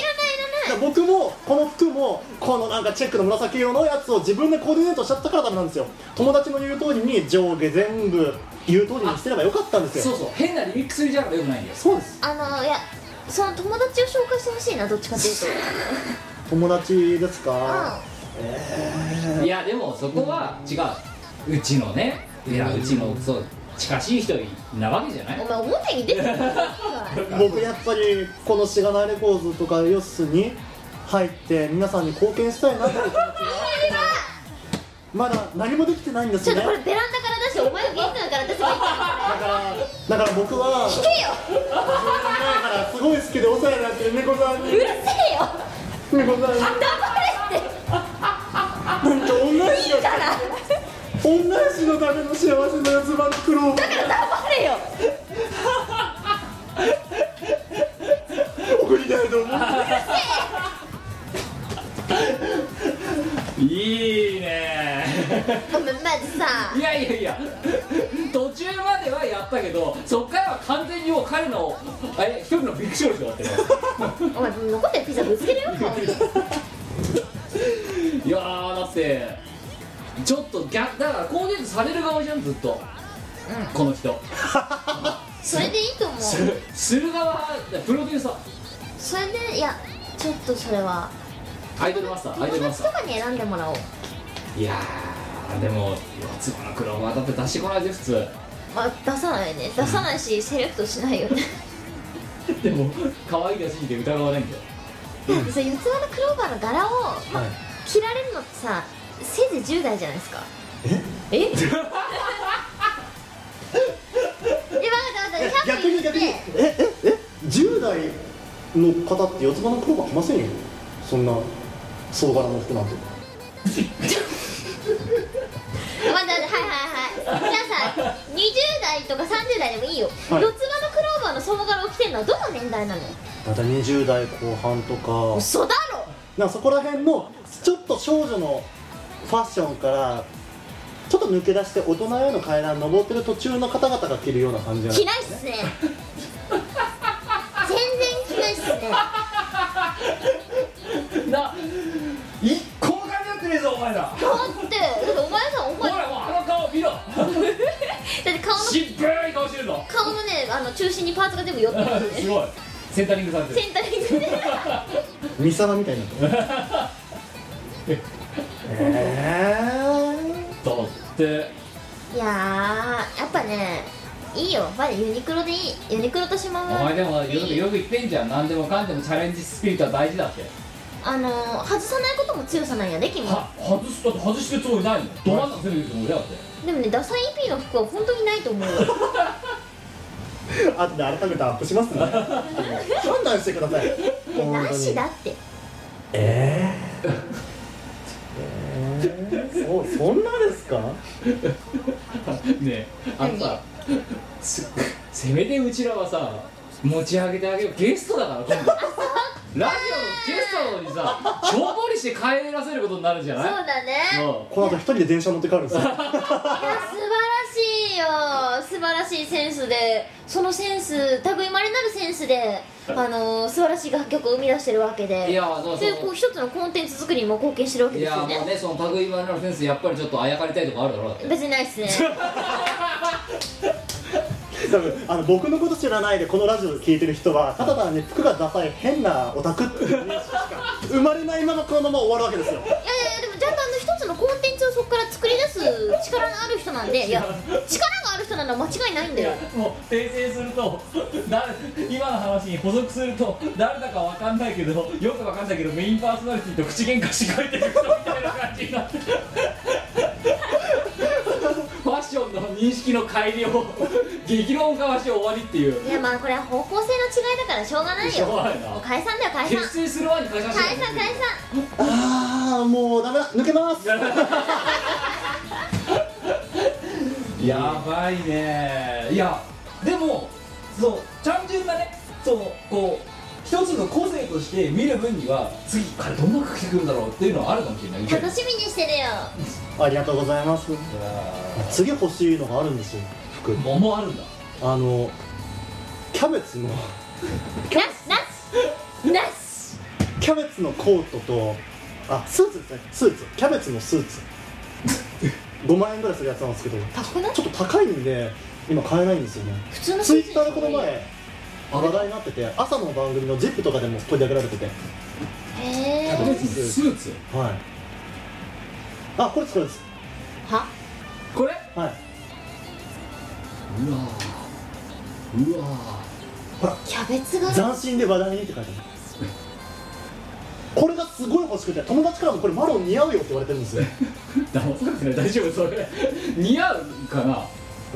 Speaker 4: 僕もこの服もこのなんかチェックの紫色のやつを自分でコーディネートしちゃったからダメなんですよ友達の言う通りに上下全部言う通りにしてればよかったんです
Speaker 2: そ
Speaker 4: よ
Speaker 2: うそう変なリミックスじゃなくてよくないんだよ
Speaker 4: そうです
Speaker 3: あのいやその友達を紹介してほしいなどっちかというと
Speaker 4: 友達ですか
Speaker 3: う
Speaker 2: いやでもそこは違ううちのねいやうちのそう近しい人なわけじゃない
Speaker 3: んお前表に出て
Speaker 4: (laughs)
Speaker 3: る
Speaker 4: 僕やっぱりこのしがないレコーズとかヨッスに入って皆さんに貢献したいなっていう気持ちがまだ何もできてないんです
Speaker 3: ちょ
Speaker 4: よ
Speaker 3: っと
Speaker 4: ね
Speaker 3: これベランダから出してお前が玄関から出せばいいから
Speaker 4: だからだから僕は
Speaker 3: 聞けよ
Speaker 4: 前からすごい好きでお世話になってる猫
Speaker 3: (laughs)
Speaker 4: さん
Speaker 3: う
Speaker 4: に
Speaker 3: るせえよ
Speaker 4: 猫さん
Speaker 3: 黙れっ
Speaker 4: に
Speaker 3: て
Speaker 4: なんか恩返しの
Speaker 3: から
Speaker 4: 恩返しのための幸せの四つ葉の苦 (laughs) 労
Speaker 3: 黙れよ
Speaker 4: 送りたいと思う
Speaker 2: いいね
Speaker 3: お前マジさ
Speaker 2: いやいやいや途中まではやったけどそっからは完全にもう彼のあれ一人のビッグショールだってね
Speaker 3: お前残ってるピザぶつけるよ顔に
Speaker 2: いやーだってちょっと逆だからコーディネートされる側じゃんずっと、この人
Speaker 3: それでいいと思う
Speaker 2: するする側プロデューサー
Speaker 3: それでいやちょっとそれは
Speaker 2: アイドルマスターアイ
Speaker 3: 友
Speaker 2: ドルマス
Speaker 3: 達
Speaker 2: タ
Speaker 3: とかに選んでもらおう
Speaker 2: ーいやーでも四つ葉の黒はだって出してこないで普通
Speaker 3: まあ出さないよね出さないしセレクトしないよね
Speaker 2: でも可愛いらしいんで疑わないんだよ
Speaker 3: そう四つ葉のクローバーの柄を、まあ着られるのってさせいぜい10代じゃないですかえ
Speaker 4: (laughs)
Speaker 3: え (laughs) え分かった分かった100
Speaker 4: 逆
Speaker 3: 言
Speaker 4: に
Speaker 3: って
Speaker 4: 逆にえええ10代の方って四つ葉の黒が着ませんよそんな総柄の服なんて
Speaker 3: 待って待ってはいはいはいじゃあさ20代とか30代でもいいよ、
Speaker 4: は
Speaker 3: 四つ葉
Speaker 4: い
Speaker 3: のクローバーの総柄を着てるのはどの年代なの
Speaker 4: また20代後半とか
Speaker 3: 嘘だろ
Speaker 4: なんかそこら辺のちょっと少女のファッションからちょっと抜け出して大人への階段登ってる途中の方々が着るような感じなん
Speaker 3: 着ないっ
Speaker 2: (laughs)
Speaker 3: すね全然着ないっすね
Speaker 2: な一個も感じなってねえぞお前ら
Speaker 3: だってだってお前さお
Speaker 2: ほ
Speaker 3: 前だ
Speaker 2: らもうあの顔見ろ
Speaker 3: って顔の
Speaker 2: 渋い顔してるぞ
Speaker 3: 顔のねあの中心にパーツが全部寄ってる
Speaker 2: (laughs) すごいセンタリングされてる
Speaker 3: センタリン
Speaker 2: (laughs)
Speaker 3: グで
Speaker 4: ミサワみたいになってるえ
Speaker 2: だって
Speaker 3: いやーやっぱねいいよまだユニクロでいいユニクロとしま
Speaker 2: お
Speaker 3: む
Speaker 2: 前でもよく
Speaker 3: いい
Speaker 2: よく言ってんじゃん何でもかんでもチャレンジスピリットは大事だって
Speaker 3: あのー、外さないことも強さなんやで君
Speaker 2: は外すだって外してるつもりないもんど真ん中攻めてるつもりだよだって
Speaker 3: でもねダサい EP の服は本当にないと思うよ
Speaker 4: ー後で改めてアップしますね判断してください
Speaker 3: いやなしだって
Speaker 4: そうそんなですか
Speaker 2: ねえあのさすせめてうちらはさ持ち上げてあげようゲストだから今度ラジオのゲストにさしょぼりして帰らせることになるじゃ
Speaker 3: そう
Speaker 2: ない
Speaker 3: だね
Speaker 2: も
Speaker 4: この後一人で電車乗って帰るんですよ
Speaker 3: いや素晴らしいよ素晴らしいセンスでそのセンス類いまれなるセンスであのー、素晴らしい楽曲を生み出してるわけで
Speaker 2: ういやそう
Speaker 3: そういうこう
Speaker 2: そ
Speaker 3: 一つのコンテンツ作りにも貢献してるわけ
Speaker 2: うい
Speaker 3: です
Speaker 2: やも
Speaker 3: よ
Speaker 2: う
Speaker 3: ね
Speaker 2: ねその類いまれなるセンスやっぱりちょっとあやかりたいとこあるだろうだって
Speaker 3: 別にないっす
Speaker 2: (laughs)
Speaker 3: ね
Speaker 4: 多分あの僕のこと知らないでこのラジオで聞いてる人はただ単に服がダサい変なオタクっていう認識しか生まれないままこのまま終わるわけですよ
Speaker 3: いやいやでもちゃんとあの一つのコンテンツをそこから作り出す力のある人なんでいや力がある人なのは間違いないんだよ
Speaker 2: もう訂正するとだ今の話に補足すると誰だかわかんないけどよくわかんないけどメインパーソナリティと口喧嘩して帰ってる人みたいな感じになってファッションの認識の改良を激論交わして終わりっていう
Speaker 3: いやまあこれは方向性の違いだからしょうがない
Speaker 2: しょう
Speaker 3: よ
Speaker 2: がないな
Speaker 3: もう解散だよ解散
Speaker 2: 結成する前に会社
Speaker 3: 解散解
Speaker 4: ああもうダメだ抜けます
Speaker 2: やばいねいやでもそう単純なねそのこう一つの個性として見る分には次彼どんな服着てくるんだろうっていうのはあるかもしれない
Speaker 3: 散楽しみにしてるよ
Speaker 4: ありがとうございます次欲しいのがあるんですよ服
Speaker 2: ももあるんだ
Speaker 4: あのキャベツの
Speaker 3: なしなしなし
Speaker 4: キャベツのコートとあスーツですねスーツキャベツのスーツ5万円ぐらいするやつなんですけど
Speaker 3: 高くない
Speaker 4: ちょっと高いんで今買えないんですよね
Speaker 3: 普通の
Speaker 4: ツイ
Speaker 3: スーツ
Speaker 4: ッターでこの前話題になってて朝の番組の「ZIP!」とかでも取り上げられてて
Speaker 3: へ
Speaker 4: キャ
Speaker 3: え
Speaker 4: ベツ
Speaker 2: スーツ
Speaker 4: はいあこれですこれです
Speaker 3: は
Speaker 2: これ
Speaker 4: はいう
Speaker 2: わうわ
Speaker 3: キャベツが
Speaker 4: 斬新で話題にって書いてあるこれがすごい欲しくて友達からもこれマロン似合うよって言われてるんですよ
Speaker 2: 騙されてない (laughs) 大丈夫それ似合うかな
Speaker 4: ま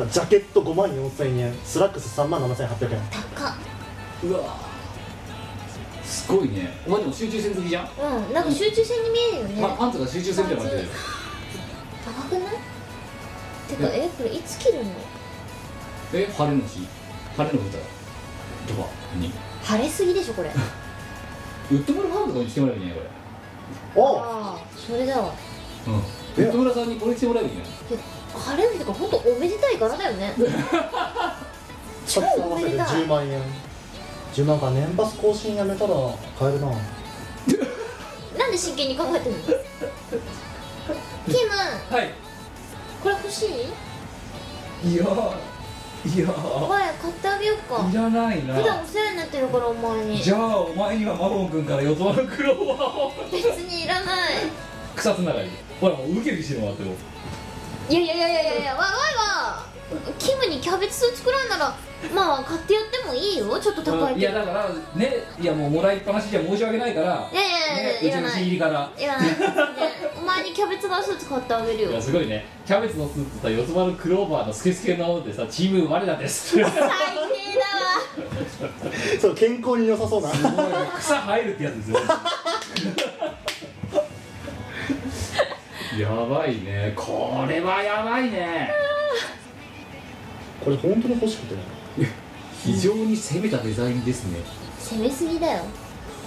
Speaker 4: あジャケット5万4千円スラックス3万7千800円
Speaker 3: 高っ
Speaker 2: うわすごいねお前でも集中戦好きじゃん、
Speaker 3: うんなんか集中戦に見えるよね
Speaker 2: パパンツが集中戦みたいな感じで
Speaker 3: 高くないてかえこれいつ着るの
Speaker 2: え晴れの日晴れの日だとかに
Speaker 3: 晴れすぎでしょこれ
Speaker 2: ウッドムラファンとかに来てもらえばいいんじゃない
Speaker 4: お
Speaker 3: ああそれだわ
Speaker 2: これ、うん、ウッドムラさんにこれ来てもらえばいいんじゃない
Speaker 3: 晴れの日とか本当おめでたい柄だよね超おめでたい
Speaker 4: 10万円10万か年パス更新やめたら買えるな
Speaker 3: なんで真剣に考えてる
Speaker 4: (laughs)
Speaker 3: のキム
Speaker 2: はい
Speaker 3: これ欲しい
Speaker 2: いやいや
Speaker 3: お前買ってあげようか
Speaker 2: いらない
Speaker 3: 普段
Speaker 2: な
Speaker 3: お世話になってるからお前に
Speaker 2: じゃあお前にはマロン君から四つ葉の黒を
Speaker 3: 別にいらない
Speaker 2: (laughs) 草つながりでほらもうウキウキしてもらっても
Speaker 3: いやいやいやいやいやわわいわキムにキャベツスーツくらいならまあ買ってやってもいいよちょっと高い
Speaker 2: い
Speaker 3: け
Speaker 2: や
Speaker 3: ど
Speaker 2: だからねいやもうもらいっぱなしじゃ申し訳ないから
Speaker 3: いやいやいやい
Speaker 2: ね
Speaker 3: やいら
Speaker 2: うちの
Speaker 3: な
Speaker 2: 新
Speaker 3: い
Speaker 2: 入
Speaker 3: い
Speaker 2: りから
Speaker 3: やいやお前にキャベツバースーツ買ってあげるよ
Speaker 2: い
Speaker 3: 最
Speaker 2: やすごいねキャベツのスーツとさ四つ葉のクローバーのスケスケの青でさチーム我らですってす
Speaker 3: 低だ
Speaker 4: そう健康に良さそうな
Speaker 2: ごいね草生えるってやつですよ
Speaker 3: (laughs)
Speaker 2: やばいねこれはやばいね
Speaker 4: (laughs) これ本当に欲しくてね
Speaker 2: 非常に攻めたデザインですね
Speaker 3: わ攻めすぎだよ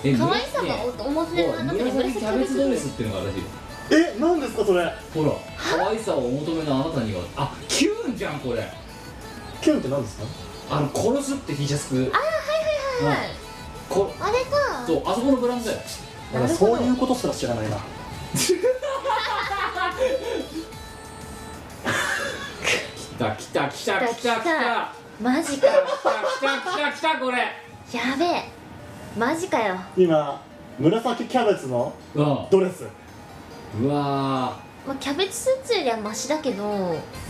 Speaker 2: え
Speaker 3: 可愛さ
Speaker 2: ね
Speaker 3: がお表の中に
Speaker 2: 紫
Speaker 3: 紫
Speaker 2: キ
Speaker 3: キ
Speaker 2: ャ
Speaker 3: ャ
Speaker 2: ベ
Speaker 3: ベ
Speaker 2: ツ
Speaker 3: ツ
Speaker 2: ド
Speaker 3: ド
Speaker 2: レ
Speaker 3: レ
Speaker 2: ス
Speaker 3: ス
Speaker 2: っていうのがあるらしいよ
Speaker 4: え何ですかそれ
Speaker 2: ほら可愛さをお求めのあなたにはあキューンじゃんこれ
Speaker 4: キュンって何ですか
Speaker 2: あの殺すって T シャツ
Speaker 3: はいはい
Speaker 2: こ
Speaker 3: あれか
Speaker 2: そうあそこのブランドだよ
Speaker 4: だからそういうことすら知らないな
Speaker 2: 来た来た来た来た来た来た
Speaker 3: マジか
Speaker 2: 来た来た来たこれ
Speaker 3: やべえマジかよ
Speaker 4: 今紫キャベツの
Speaker 2: うわ
Speaker 4: ドレス
Speaker 2: うわ
Speaker 3: まあ、キャベツスーツよりはマシだけど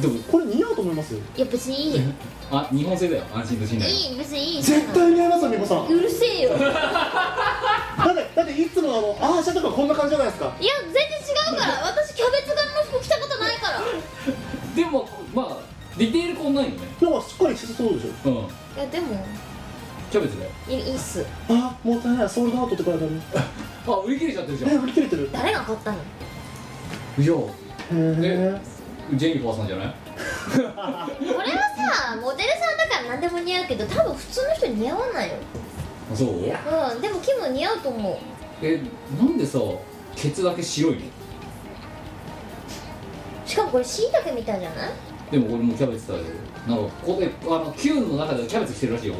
Speaker 2: でも
Speaker 4: これ似合うと思いますよ
Speaker 3: いや別にいいよ
Speaker 2: あ日本製だよ安心と信頼
Speaker 3: いい別にいい
Speaker 4: 絶対似合いますよ美子さん
Speaker 3: うるせえよいや
Speaker 4: だってだっていつもあのアーシャとかこんな感じじゃないですか
Speaker 3: 全然違うから私キャベツ柄の服着たことないから
Speaker 2: でもまあディテールこんないよね
Speaker 4: でもしっかりしてそうでしょ
Speaker 2: うん
Speaker 3: いやでも
Speaker 2: キャベツだよ
Speaker 3: いいいっす
Speaker 4: あもったいないソールドアウトって書いて
Speaker 2: あ売り切れちゃってるじ
Speaker 4: あ
Speaker 2: ゃん
Speaker 4: るえ売り切れてるへ
Speaker 3: 誰が買ったの
Speaker 2: いや
Speaker 4: え
Speaker 2: ジェニファーさんじゃない
Speaker 3: これはさモデルさんだから何でも似合うけど多分普通の人似合わないよ
Speaker 2: そう
Speaker 3: うんでもキム似合うと思う
Speaker 2: えなんでさケツだけ白いの
Speaker 3: しかもこれしいたけみたいじゃない
Speaker 2: でも俺もキャベツ食べてるなんかここであの Q の中ではキャベツ着てるらしいよ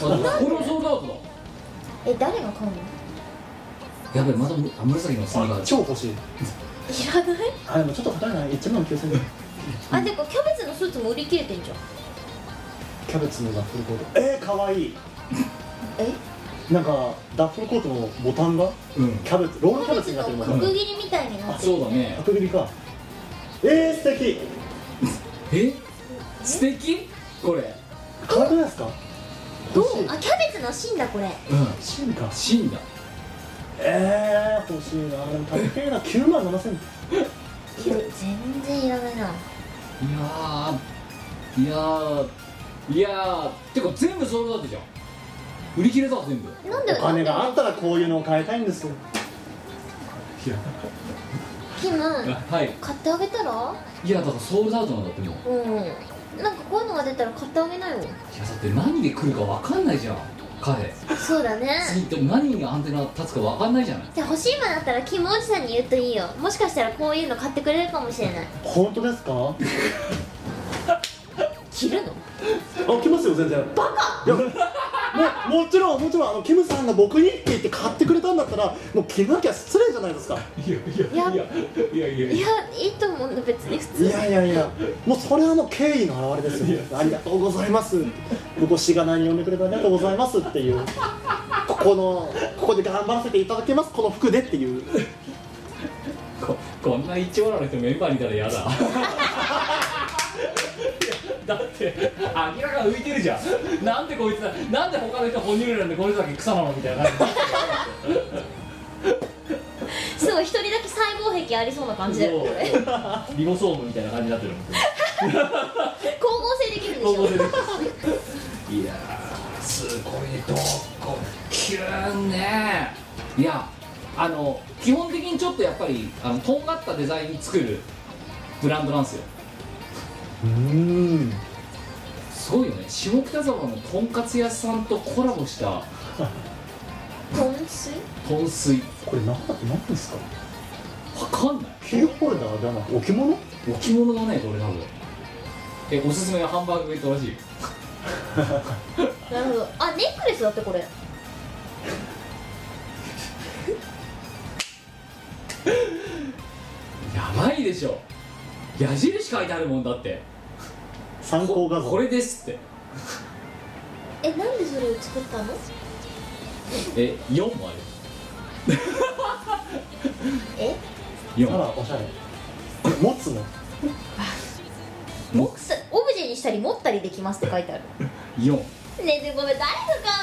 Speaker 2: 今年あこれもソールドアウトだ
Speaker 3: え誰が買うのい
Speaker 2: やべえまたむあ紫のスニーカーだ
Speaker 4: 超欲しい
Speaker 3: らない
Speaker 4: あでもちょっと高いな1万9000円
Speaker 3: あでもキャベツのスーツも売り切れてんじゃん
Speaker 4: キャベツのダッフルコートえー、かわいい
Speaker 3: え
Speaker 4: なんかダッフルコートのボタンが
Speaker 2: うん
Speaker 4: キャベツロールキ
Speaker 3: キャ
Speaker 4: ャベ
Speaker 3: ベ
Speaker 4: ツ
Speaker 3: ツ
Speaker 4: になってる
Speaker 3: の
Speaker 4: も
Speaker 3: 角
Speaker 4: ん
Speaker 3: 切りみたいになってる
Speaker 2: そうだね
Speaker 4: 角切りかえー、素敵
Speaker 2: え素敵これ
Speaker 4: 可愛くないですか
Speaker 3: どう
Speaker 4: 欲しい
Speaker 3: あキャベツの芯だこれ
Speaker 2: うん
Speaker 4: 進化
Speaker 2: 死んだ
Speaker 4: えー、欲しいなでも高いな9万7000円
Speaker 3: キム全然いらないない
Speaker 2: やーいやーいやーてか全部ソールドアウトじゃん売り切れた全部
Speaker 3: なんで
Speaker 4: お金があったらこういうのを買いたいんですよ
Speaker 2: いや
Speaker 3: キム
Speaker 2: はい
Speaker 3: 買ってあげたら
Speaker 2: いやだからソールドアウトなんだってもう
Speaker 3: うんなんかこういうのが出たら買ってあげなよ
Speaker 2: いやだって何で来るか分かんないじゃん彼
Speaker 3: そうだね
Speaker 2: 次でも何にアンテナ立つか分かんないじゃない
Speaker 3: じゃあ欲しいものあったらキムおじさんに言うといいよもしかしたらこういうの買ってくれるかもしれない
Speaker 4: 本当ですか
Speaker 3: 着るの
Speaker 4: あ、来ますよ、全然。バカ。いや、もう、もちろん、もちろん、あの、キムさんが僕にって言って買ってくれたんだったら、もう着なきゃ失礼じゃないですか。
Speaker 3: いやいや
Speaker 2: いやいや
Speaker 3: いいと思うの別に普
Speaker 4: い
Speaker 3: 通
Speaker 4: やいやいや、もうそれはもう敬意の表れですよ。ありがとうございます。僕をしがないに呼んでくれてありがとうございますっていう。ここの、ここで頑張らせていただきます、この服でっていう。
Speaker 2: ここんな一応なの人メンバーにいたら嫌だいやだって明らか浮いてるじゃんなんでこいつだなんで他の人哺乳類なんでこの人だけ草なのみたいな感
Speaker 3: すごい一人だけ細胞壁ありそうな感
Speaker 2: じ
Speaker 3: じ
Speaker 2: で
Speaker 3: だよこれ光
Speaker 2: リボソームみたいな感じになってるもん
Speaker 3: 合成できるでしょ
Speaker 2: 光合成でいやーすごいねどこキューンねいやあの基本的にちょっとやっぱりあのとんがったデザイン作るブランドなんですよ
Speaker 4: うん。
Speaker 2: すごいよね下北沢のとんかつ屋さんとコラボした
Speaker 3: 豚水
Speaker 2: 豚水
Speaker 4: これ、なんだって、なんですか。
Speaker 2: わかんない
Speaker 4: キーホルダーじゃなくて、置物。
Speaker 2: 置物だねこれ多分えおすすめはハンバーグ弁当らしいよ
Speaker 3: なるほどあネックレスだってこれ
Speaker 2: やばいでしょ矢印書いてあるもんだって
Speaker 4: 参考画像。
Speaker 2: これですって
Speaker 3: えなんでそれを作ったの
Speaker 2: え4もあ (laughs) る
Speaker 3: え
Speaker 4: あ
Speaker 2: 4
Speaker 4: ら、おしゃれ。持つの。
Speaker 3: ボックスオブジェにしたり持ったりできますって書いてある
Speaker 2: 4
Speaker 3: ねえでごめん誰が買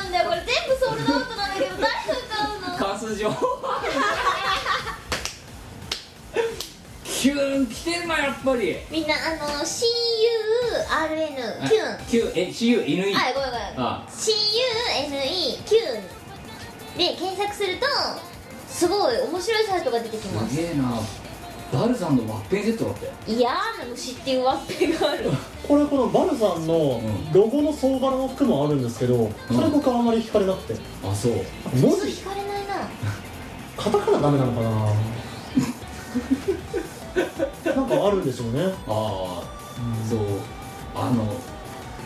Speaker 3: うんだよこれ全部ソールドアウトなんだけど誰が買うの
Speaker 2: 関数上キューン来てるなやっぱり
Speaker 3: みんなあの CURN キュン
Speaker 2: キューンえ CU 犬
Speaker 3: あごめんごめん
Speaker 2: あ
Speaker 3: CUNE キュンで検索するとすごい面白いサイトが出てきますす
Speaker 2: げえなバルザンのワッペンセットだって
Speaker 3: 嫌な虫っていうワッペンがある
Speaker 4: これこのバルさんの
Speaker 2: うん
Speaker 4: ロゴの総柄の服もあるんですけど、それ僕あんまり惹かれなくて
Speaker 2: あそう
Speaker 4: 文
Speaker 3: 普通
Speaker 4: 字
Speaker 3: 惹かれないな
Speaker 4: カタカナダメなのか (laughs) ななんかあるんでしょうね
Speaker 2: ああそうあの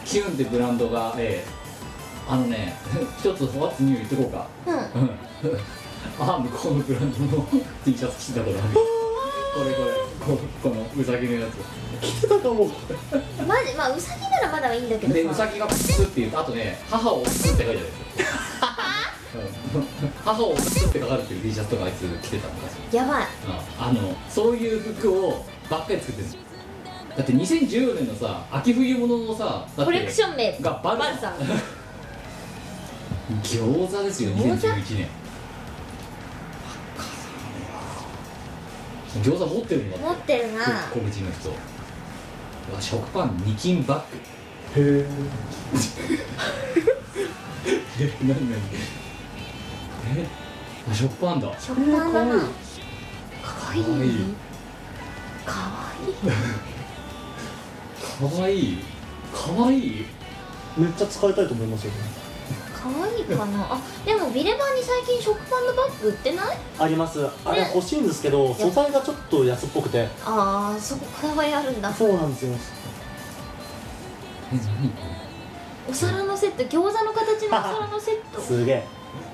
Speaker 2: キューンってブランドがええあのね (laughs) 一つホワッツニュー言ってこうか
Speaker 3: うん
Speaker 2: うん (laughs) あ向こうのブランドの T シャツ着てたことあるこれこれここのウサギのやつ
Speaker 4: 来てたと思う
Speaker 3: マジまあウサギならまだいいんだけど
Speaker 2: で
Speaker 3: さ
Speaker 2: ウサギがプスって言うとあとね母をプスって書いてある母をすってかかるっていう T シャツとかあいつ着てた昔
Speaker 3: やばい
Speaker 2: うんあのそういう服をばっかり作ってるんですよだって2014年のさ秋冬物のさだって
Speaker 3: コレクション名
Speaker 2: がバル
Speaker 3: バルさん
Speaker 2: (laughs) 餃子ですよ
Speaker 3: 餃子
Speaker 2: 2011年餃子持ってるんだ
Speaker 3: 持ってるな
Speaker 2: 黒人の人うわ食パン2斤バッグ
Speaker 4: え
Speaker 2: (laughs) え何何えあ食パンだ
Speaker 3: 食パンだなかわいい
Speaker 2: かわいい
Speaker 3: かわいい
Speaker 2: かわいいかわいい
Speaker 4: めっちゃ使いたいと思いますよね
Speaker 3: かわいいかなあでもビレバンに最近食パンのバッグ売ってない
Speaker 4: ありますあれ欲しいんですけど素材がちょっと安っぽくて
Speaker 3: あーそここだわりあるんだ
Speaker 4: そうなんですよ
Speaker 2: え何こ
Speaker 3: お皿のセット餃子の形のお皿のセット
Speaker 4: すげえ
Speaker 2: れ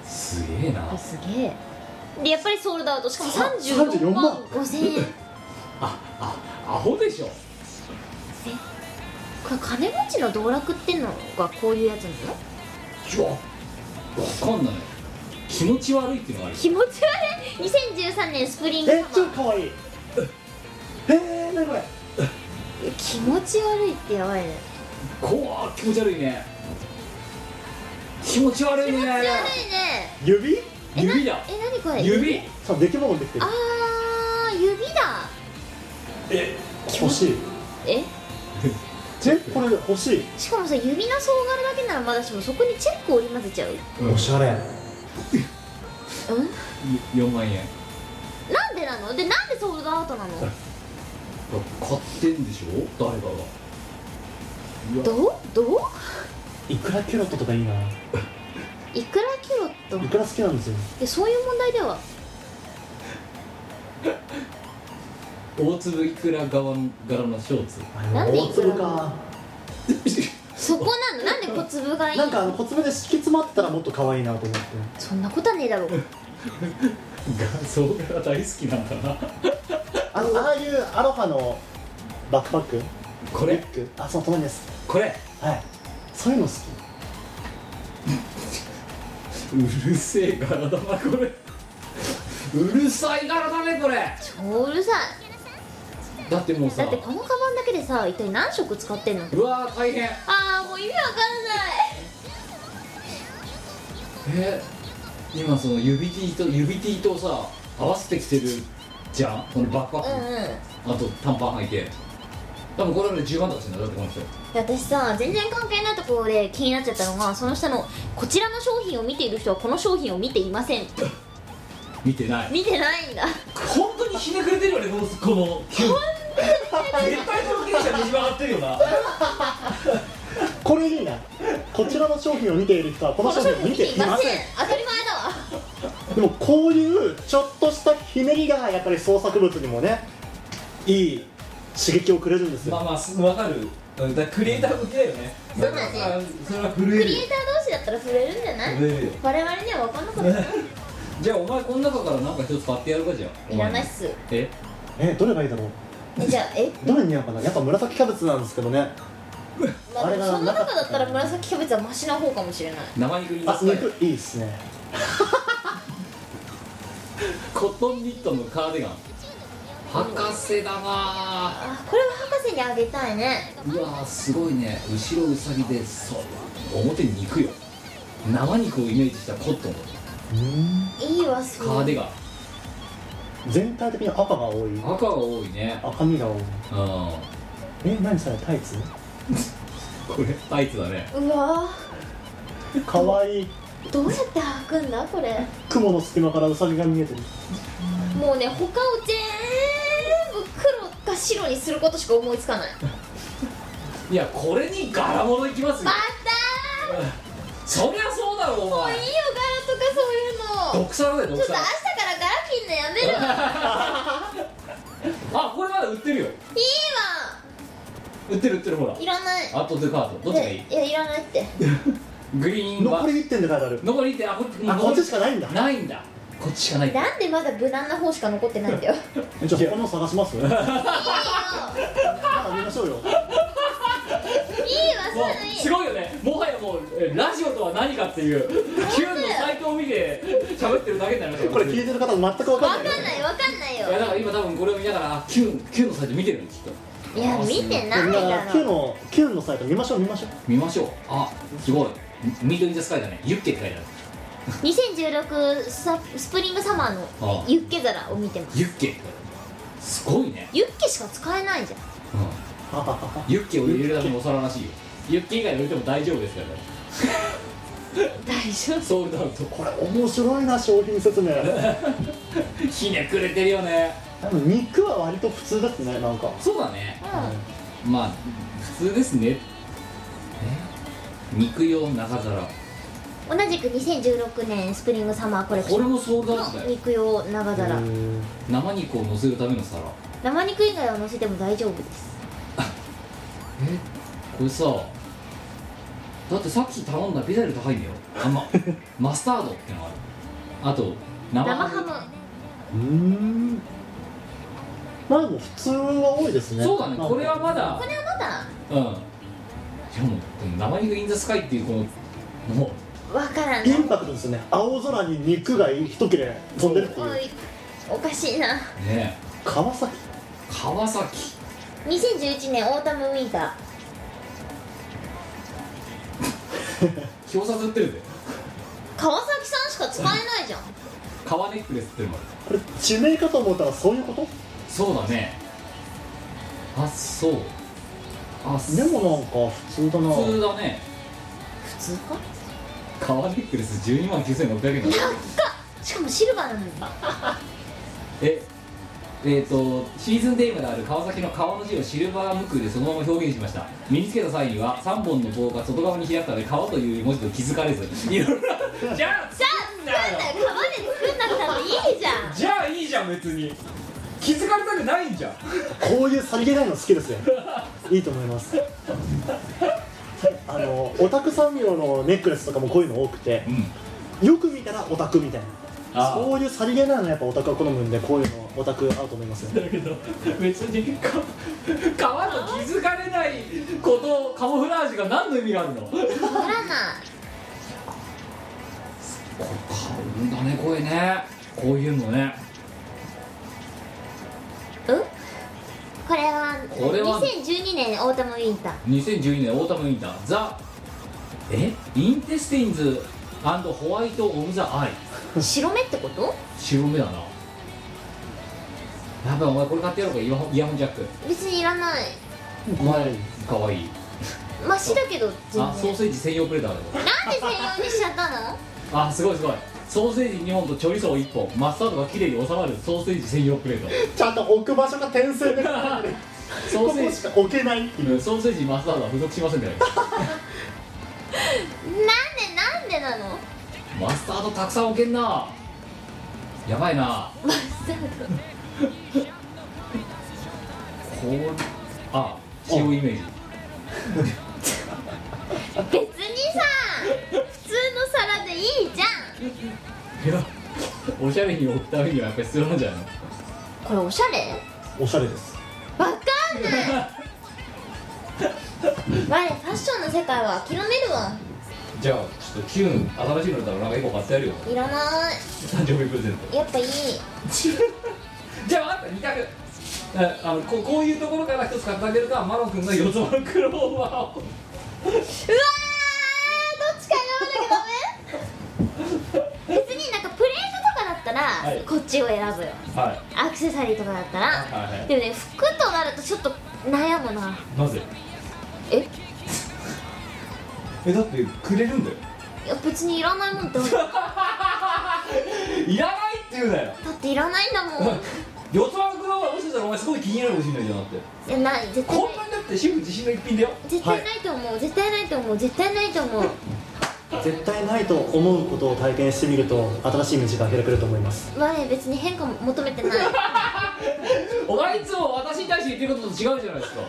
Speaker 2: すげえな
Speaker 3: あ (laughs) すげえでやっぱりソールドアウトしかも
Speaker 4: さ
Speaker 3: 34
Speaker 4: 34
Speaker 3: 万
Speaker 4: 万
Speaker 3: 5000円 (laughs)
Speaker 2: ああアホでしょ
Speaker 3: これ金持ちの道楽ってのがこういうやつなの
Speaker 2: いやわかんない気持ち悪いっていうのがある
Speaker 3: 気持ち悪い2013年スプリング
Speaker 4: え
Speaker 3: サ
Speaker 4: 超
Speaker 3: マー
Speaker 4: かわいいえー、なにこれ
Speaker 3: 気持ち悪いってやばいね
Speaker 2: 怖っ気持ち悪いね気持ち悪いね
Speaker 3: 気持ち悪いね
Speaker 4: 指
Speaker 2: 指だ
Speaker 3: え何これ
Speaker 2: 指
Speaker 4: さあ出来物できてる
Speaker 3: あー指だ
Speaker 4: 欲しい
Speaker 3: え
Speaker 4: えこれ欲しい
Speaker 3: しかもさ指の総柄だけならまだしもそこにチェックを織り交ぜちゃう
Speaker 4: おしゃれ
Speaker 3: うん
Speaker 2: 4万円
Speaker 3: なんでなのでなんでソールドアウトなの
Speaker 2: 買ってんでしょ誰かがうわ
Speaker 3: どうどう
Speaker 4: いくらキャロットとかいいない
Speaker 3: くらキャロット
Speaker 4: いくら好きなんですよ
Speaker 3: でそういう問題では
Speaker 2: 大粒いくら側の柄のショ
Speaker 3: (laughs)
Speaker 2: ーツ
Speaker 3: なんでい
Speaker 4: 大
Speaker 3: くら
Speaker 4: 粒か
Speaker 3: そこなのなんで小粒がいい
Speaker 4: なんかあの小粒で敷き詰まってたらもっと可愛いなと思って
Speaker 3: そんなことはねえだろう
Speaker 2: 画像が大好きなんだな
Speaker 4: あのああいうアロハのバックパック
Speaker 2: こ
Speaker 4: リ
Speaker 2: れ
Speaker 4: ュックあそう隣です
Speaker 2: これ
Speaker 4: はいそういうの好き
Speaker 2: うるせえ柄だなこれうるさい柄だねこれ
Speaker 3: 超うるさい
Speaker 2: だってもう
Speaker 3: だっ
Speaker 2: さ
Speaker 3: てこのカバンだけでさ一体何色使ってんの
Speaker 2: うわー大変
Speaker 3: あーもう意味わかんない
Speaker 2: えー今その指 T と指 T とさ合わせてきてるじゃんこのバックパック、
Speaker 3: うんうん
Speaker 2: あと短パン履いて多分これまで10万とかしてんだよだってこの人
Speaker 3: で私さ全然関係ないところで気になっちゃったのがその下の「こちらの商品を見ている人はこの商品を見ていません」
Speaker 2: 見てない
Speaker 3: 見てないんだ
Speaker 2: 本当にひねくれてるよねこのこの9絶対この経営者ねじ曲がってるよな
Speaker 4: これいいなこちらの商品を見ている人はこの商品を見ていません
Speaker 3: 当たり前だわ
Speaker 4: でもこういうちょっとしたひねりがやっぱり創作物にもねいい刺激をくれるんですよ、
Speaker 8: まあまあすわかるだからクリエイター向きだよねだから
Speaker 3: そうだ
Speaker 8: さそれは震え
Speaker 3: ク
Speaker 8: る
Speaker 3: リエイター同士だったら触れるんじゃない
Speaker 8: 震えるよ
Speaker 3: 我々には分かんなかったな
Speaker 2: じゃあお前この中からなんか一つ買ってやるかじゃあ
Speaker 3: いらないっす
Speaker 2: え
Speaker 4: えどれがいいだろう
Speaker 3: えじゃあえ
Speaker 4: どれに似合うかなやっぱ紫キャベツなんですけどね
Speaker 3: まあ、
Speaker 4: あ
Speaker 3: で
Speaker 4: れ
Speaker 3: も
Speaker 4: が
Speaker 3: その中だったら紫キャベツはマシな方かもしれない
Speaker 2: 生肉に
Speaker 4: あ
Speaker 2: 使
Speaker 4: 肉
Speaker 2: い
Speaker 4: いいっすね
Speaker 2: コットンニットのカーディガン博士だな
Speaker 3: あこれは博士にあげたいね
Speaker 2: うわーすごいね後ろウサギでそう表に肉よ生肉をイメージしたコットン
Speaker 3: いいわす
Speaker 2: カ
Speaker 3: ご
Speaker 2: ーディ
Speaker 3: い
Speaker 2: ガン
Speaker 4: 全体的に赤が多い
Speaker 2: 赤が多いね
Speaker 4: 赤身が多い
Speaker 2: うん
Speaker 4: え何それタイツ
Speaker 2: これタイツだね
Speaker 3: うわ
Speaker 4: かわいい
Speaker 3: ーどうやって履くんだこれ
Speaker 4: 雲の隙間からウサギが見えてる
Speaker 3: もうね他を全部黒か白にすることしか思いつかない
Speaker 2: いやこれに柄物いきますよ
Speaker 3: また
Speaker 2: そりゃそうだろお
Speaker 3: ーい
Speaker 2: 前
Speaker 3: いよ柄とかそういうの
Speaker 2: 毒皿だよ
Speaker 3: ちょ
Speaker 2: 毒
Speaker 3: っと明
Speaker 2: 皿
Speaker 3: 日から柄ピンのやめるわいいわ
Speaker 2: あこれまだ売ってるよ売ってる売ってるほら
Speaker 3: いらない
Speaker 2: あとデカートどっちがいい
Speaker 3: いやいらないって
Speaker 2: グリーンは
Speaker 4: 残り1点で書いてある
Speaker 2: 残りってあこっち
Speaker 4: あこっちしかないんだ
Speaker 2: ないんだこっちしかない
Speaker 3: なんでまだ無難な方しか残ってないん (laughs) だよいいよ
Speaker 4: じゃあ他の探しますじゃあ見ましょうよ
Speaker 3: いいわ
Speaker 2: そうすごいよねもはやもうえラジオとは何かっていう Q のサイトを見て喋ってるだけになるから
Speaker 4: (laughs) これ聞いてる方全く分
Speaker 3: わ
Speaker 4: か
Speaker 3: か
Speaker 4: ん
Speaker 3: ん
Speaker 4: な
Speaker 3: ないいわかんない
Speaker 2: いや
Speaker 3: よ
Speaker 2: だから今多分これを見ながらあ Q, Q のサイト見てるんですきっと
Speaker 3: いや見てない
Speaker 4: みん
Speaker 3: だ
Speaker 4: な
Speaker 3: ろ
Speaker 4: Q の Q のサイト見ましょう見ましょう
Speaker 2: 見ましょうあすごいミートインザスカイだねユッケって書いてある
Speaker 3: 2016サスプリングサマー
Speaker 2: あ
Speaker 3: の
Speaker 2: あ
Speaker 3: ユッケ皿を見てます
Speaker 2: ユッケって書いてあるすごいね、
Speaker 3: ユッケしか使えないじゃん
Speaker 2: う
Speaker 4: あははは
Speaker 2: ん、ユッケを入れるだけのお皿らしいよユッケ以外置いても大丈夫ですからね
Speaker 3: 大丈夫
Speaker 2: ソールドアウト
Speaker 4: これ面白いな商品説明
Speaker 2: ひねくれてるよね
Speaker 4: 多分肉は割と普通ですねなんか
Speaker 2: そうだね
Speaker 3: う
Speaker 2: まあ普通ですねえ肉用中皿
Speaker 3: ん同じく2016年スプリングサマーコレクシ
Speaker 2: これ
Speaker 3: ョン
Speaker 2: もソールドアウトだ
Speaker 3: の
Speaker 2: よ
Speaker 3: 肉用長皿
Speaker 2: 生肉を乗せるための皿こ
Speaker 3: 生肉以外は乗せても大丈夫です
Speaker 2: れさだってさっき頼んだピザより高いんだよあん (laughs) まマスタードってのがあるあと生
Speaker 3: 生
Speaker 2: ハム
Speaker 3: ハム
Speaker 4: うーんまあでも普通は多いですね
Speaker 2: そうだね
Speaker 4: なんか
Speaker 2: これはまだ
Speaker 3: これはまだ
Speaker 2: うんいやもうでも生肉インザスカイっていうこのも
Speaker 3: わからない
Speaker 4: インパクトですね青空に肉が一切れ飛んでるってい
Speaker 3: お
Speaker 4: う
Speaker 3: いおかしいな
Speaker 2: うね
Speaker 4: 川崎
Speaker 2: 川崎
Speaker 3: 2011年オータムウィンター
Speaker 2: 表札売ってるぜ
Speaker 3: 川崎さんしか使えないじゃん
Speaker 2: 革ネックレスっていうのもある
Speaker 4: これ地名かと思ったらそういうこ
Speaker 2: そうだねあそうあ
Speaker 4: とでもなんか普通だな
Speaker 2: 普通だね
Speaker 3: 普通か
Speaker 2: 革ネックレス12万9600円だった
Speaker 3: しかもシルバーなんだ
Speaker 2: (laughs) ええー、とシーズンテーマである川崎の川の字をシルバー無垢でそのまま表現しました身につけた際には3本の棒が外側に開くため川という文字と気づかれ (laughs) ずいろいろじゃ
Speaker 3: じゃあ作んなよ川で作んなくたっていいじゃん
Speaker 8: じゃあいいじゃん別に気づかれたくないんじゃん
Speaker 4: こういうさりげないの好きです (laughs) よいいと思いますあのオタク産業のネックレスとかもこういうの多くて
Speaker 2: あ、うん、
Speaker 4: よく見たらオタクみたいな
Speaker 2: あー
Speaker 4: そういうさりげないのやっぱオタクは好むんでこういうのオタク合うと思いますよ
Speaker 2: だけど別にか川と気づかれないことカモフラージュが何の意味があるのこれ
Speaker 3: わからない
Speaker 2: 買うんだねこれねこういうのね
Speaker 3: うんこれは
Speaker 2: これは
Speaker 3: 2012年オータムウィンター
Speaker 2: 2012年オータムウィンターザえインテスティンズホワイトオブザアイ
Speaker 3: 白目ってこと
Speaker 2: 白目だなやっぱお前これ買ってやろうかイヤホンイヤホンジャック
Speaker 3: 別にいらない
Speaker 2: お前かわいい
Speaker 3: マシだけど全
Speaker 2: あソー
Speaker 3: 然
Speaker 2: セージ専用プレートある
Speaker 3: なんで専用にしちゃったの
Speaker 2: あすごいすごいソーセージ2本とチョリソー1本マスタードが綺麗に収まるソーセージ専用プレート
Speaker 4: (laughs) ちゃんと置く場所が点線でこ
Speaker 2: ソ
Speaker 4: (laughs) こ
Speaker 2: ーセー
Speaker 4: しか置けない
Speaker 2: ジうんソーセージマスタードは付属しませんでね
Speaker 3: なんでなんでなの
Speaker 2: マスタードたくさん置けんなやばいな
Speaker 3: マスタード
Speaker 2: こうあ塩イメージ
Speaker 3: 別にさ普通の皿でいいじゃ
Speaker 2: いやおしゃれに置くためにはやっぱり必要なんじゃ (laughs) ないの
Speaker 3: んこれおしゃれ
Speaker 4: おしゃれです
Speaker 3: わかんない
Speaker 2: (laughs)
Speaker 3: 我ファッションの世界は諦めるわ
Speaker 2: じゃあちょっとキュン新しいのだったらなんか1個買ってやるよ
Speaker 3: いらない
Speaker 2: 誕生日プレゼント
Speaker 3: やっぱいい
Speaker 2: (laughs) じゃああった2択えあのここういうところから一つ買ってあげるのはマロン君が四つ葉のクローバーを
Speaker 3: うわーどっちか選ばなきゃダメ別になんかプレートとかだったら、
Speaker 2: い
Speaker 3: こっちを選ぶよ
Speaker 2: はい
Speaker 3: アクセサリーとかだったら、
Speaker 2: はいはい
Speaker 3: でもね服となるとちょっと悩むな
Speaker 8: なぜ
Speaker 3: えい
Speaker 8: えだってくれるん
Speaker 2: (laughs)
Speaker 8: だよ
Speaker 3: や別にいらないもんって思うだ
Speaker 8: いらないって言うなよ
Speaker 3: っていらないんだもん
Speaker 2: (laughs)
Speaker 8: 四つ葉のクローバーもしかしたらお前すごい気になるかもしれないじゃんだって
Speaker 3: いやない絶対な
Speaker 8: こ
Speaker 3: い
Speaker 8: んなにだって主婦自信の一品だよ
Speaker 3: 絶対ないと思う、絶対ないと思う絶対ないと思う
Speaker 4: 絶対ないと思うことを体験してみると新しい道が開けてくると思います
Speaker 3: 我別に変化も求めてないいや
Speaker 2: お前いつも私に対して言ってることと違うじゃないですか
Speaker 3: 我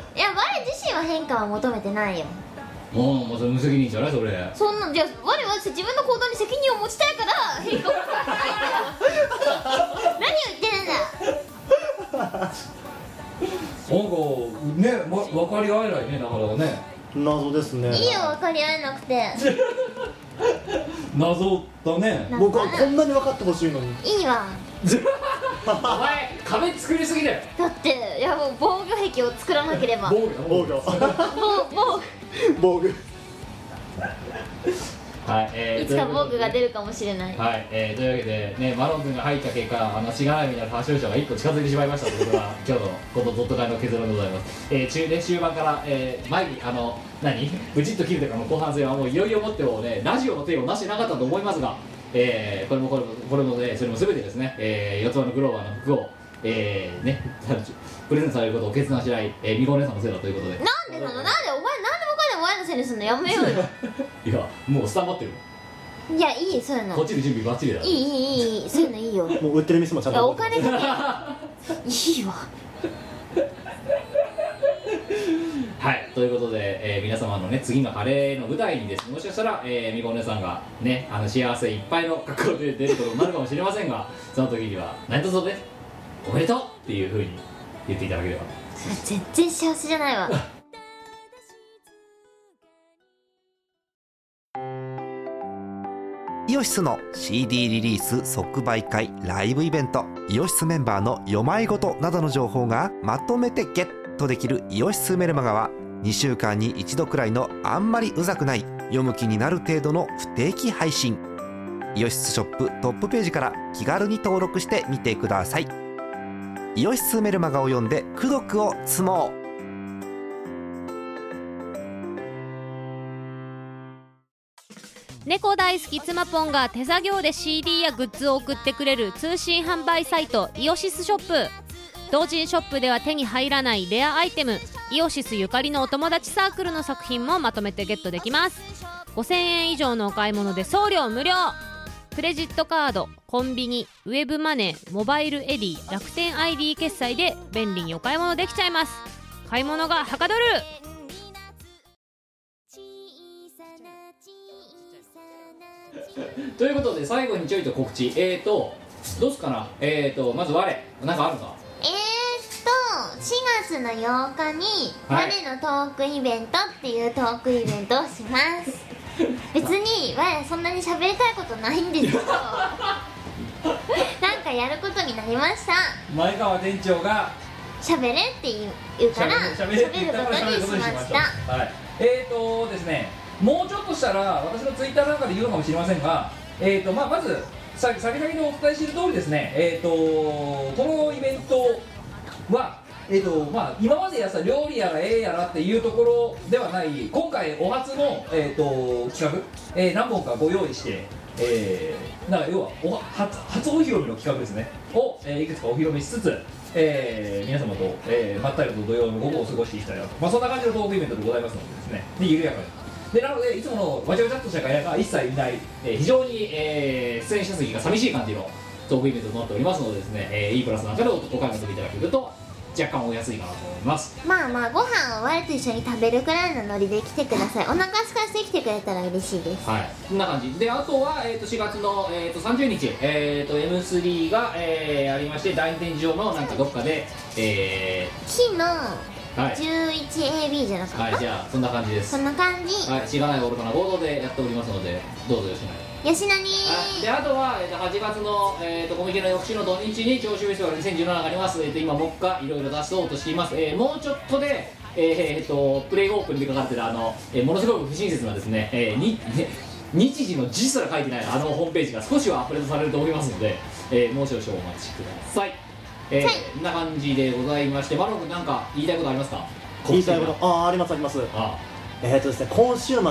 Speaker 3: 自身は変化は求めてないよ
Speaker 2: もうまた無責任じゃないそれ
Speaker 3: そんなんじゃ我は自分の行動に責任を持ちたいから変化を求めてないんだよ何を言っ
Speaker 8: なん
Speaker 3: てるんだ
Speaker 8: かねわ分かり合えないねなかなかね
Speaker 4: 謎ですね
Speaker 3: いいよ分かり合えなくて
Speaker 8: 謎だね
Speaker 3: なん
Speaker 4: 僕
Speaker 3: か
Speaker 4: はこんなに分かってほしい (laughs) のに
Speaker 3: いいわ
Speaker 2: お前壁作りすぎだよ
Speaker 3: だっていやもう防御壁を作らなければ防
Speaker 2: 防御
Speaker 4: 防御
Speaker 3: 防
Speaker 4: 防具
Speaker 2: はいえ
Speaker 3: 具
Speaker 2: ー
Speaker 3: いつか防具が出るかもしれない
Speaker 2: はい、えー、というわけで、ね、マロン君が入った結果、あの、しがないみたいな発症者が一個近づいてしまいましたということが、今日の、このドット会の結論でございます。えー、中で終盤から、えー、前に、あの、何ブチッと切るというか、あの後半戦はもういよいよもってもね、ラジオの手をなしてなかったと思いますが、えー、これもこれも、これもね、それも全てですね、えー、四つ葉のグローバーの服を、えー、ね、 (laughs) プレゼントされることを決断しない、えー、みこお姉さんのせいだということで。
Speaker 3: なんでなのなんでお前なんで僕でお前のせいにすんのやめよう
Speaker 2: (laughs)
Speaker 3: よ
Speaker 2: いや、もうスタンバってる。
Speaker 3: いやいいそういう
Speaker 2: こっ
Speaker 3: の
Speaker 2: ちで準備バッチリだ。
Speaker 3: いいいいいいそういうのいいよ
Speaker 4: もう売ってる店もちゃ
Speaker 3: い
Speaker 4: ん
Speaker 3: や
Speaker 4: と
Speaker 3: お金か
Speaker 2: (laughs)
Speaker 3: けいいわ
Speaker 2: はい、ということで、えー皆様のね次の晴れの舞台にですねもしかしたら、えー、みこお姉さんがねあの幸せいっぱいの格好で出ることになるかもしれませんが (laughs) その時には何卒ねおめでとうっていうふうに言っていただければ
Speaker 3: それ全然幸せじゃないわ
Speaker 9: イオシスの CD リリース即売会ライブイベントイオシスメンバーの読まいごとなどの情報がまとめてゲットできる「イオシスメルマガ」は2週間に1度くらいのあんまりうざくない読む気になる程度の不定期配信イオシスショップトップページから気軽に登録してみてくださいイオシスメルマガを読んで「功徳を積もう」
Speaker 10: 猫大好き妻ぽんが手作業で CD やグッズを送ってくれる通信販売サイトイオシスショップ同人ショップでは手に入らないレアアイテムイオシスゆかりのお友達サークルの作品もまとめてゲットできます5000円以上のお買い物で送料無料クレジットカードコンビニウェブマネーモバイルエディ楽天 ID 決済で便利にお買い物できちゃいます買い物がはかどる
Speaker 2: ということで最後にちょいと告知えーとどうすっかなえーとまず我なんかあるか
Speaker 3: えー、っと4月の8日に「
Speaker 2: は
Speaker 3: 我
Speaker 2: い
Speaker 3: のトークイベント」っていうトークイベントをし
Speaker 8: (laughs)
Speaker 3: ます別に我そんなに喋りたいことないんですけど
Speaker 8: (laughs)
Speaker 3: なんかやることになりました
Speaker 8: 前川店長が
Speaker 3: 喋れって言う言うから
Speaker 8: 喋
Speaker 3: 喋
Speaker 8: れ
Speaker 3: る
Speaker 8: っ
Speaker 3: こ
Speaker 8: て言ったか
Speaker 3: と
Speaker 8: ら
Speaker 3: に
Speaker 8: 喋る
Speaker 3: し
Speaker 8: こと
Speaker 3: ま
Speaker 8: にしま
Speaker 3: し
Speaker 8: したたはいえーとですねもうちょっとしたら私のツイッターなんかで言うのかもしれませんがえーとまあまずさ先々でお伝えしている通りですねえーとこのイベントはえーとまあ、今までやった料理やらええやらっていうところではない今回お初の、えー、と企画、えー何本かご用意して、えーなんか要はおは初初お披露目の企画ですねを、えーいくつかお披露目しつつ、えー皆様と、えーまったりと土曜の午後を過ごしていきたいなと、まあ、そんな感じのトークイベントでございますのでですねで緩やかにでなのでいつものわちゃわちゃっとした会話が一切いない、
Speaker 2: えー非常に、えー出演者席が寂しい感じのトークイベントとなっておりますのでですね、えー、E プラスなんかでおお買い求めいただけると若干お安いかなと思います
Speaker 3: まあまあご飯を我と一緒に食べるくらいのノリで来てくださいお腹すかしてきてくれたら嬉しいです
Speaker 2: はいこんな感じであとは、えー、と4月の、えー、と30日、えー、と M3 が、えーありまして第二展示場のなんかどっかで、え
Speaker 3: 木の
Speaker 2: ーはい
Speaker 3: 11AB じゃなか
Speaker 2: は
Speaker 3: っ
Speaker 2: い
Speaker 3: た
Speaker 2: じゃあそんな感じです
Speaker 3: そんな感じ
Speaker 2: はい、しがない愚かな合同でやっておりますので、どうぞよろしくお願いし
Speaker 3: よしなに
Speaker 2: ます。はい、で、あとは、えっと、8月の、えっと、コミケの翌週の土日に、長州フェスティバル2017があります。えっと、今、もっか、いろいろ出そうとしています。えーもうちょっとで、えーえっと、プレイオープンでかかってる、あの、えーものすごく不親切なですね、えーに、日時の字すら書いてないあのホームページが少しはアップデートされると思いますので、えーもう少々お待ちください。えー
Speaker 3: はい
Speaker 2: こんな感じでございまして、マロン君なんか言いたいことありますか
Speaker 4: 言いたいことああありますあります
Speaker 2: あ
Speaker 4: えっ、とですね今週末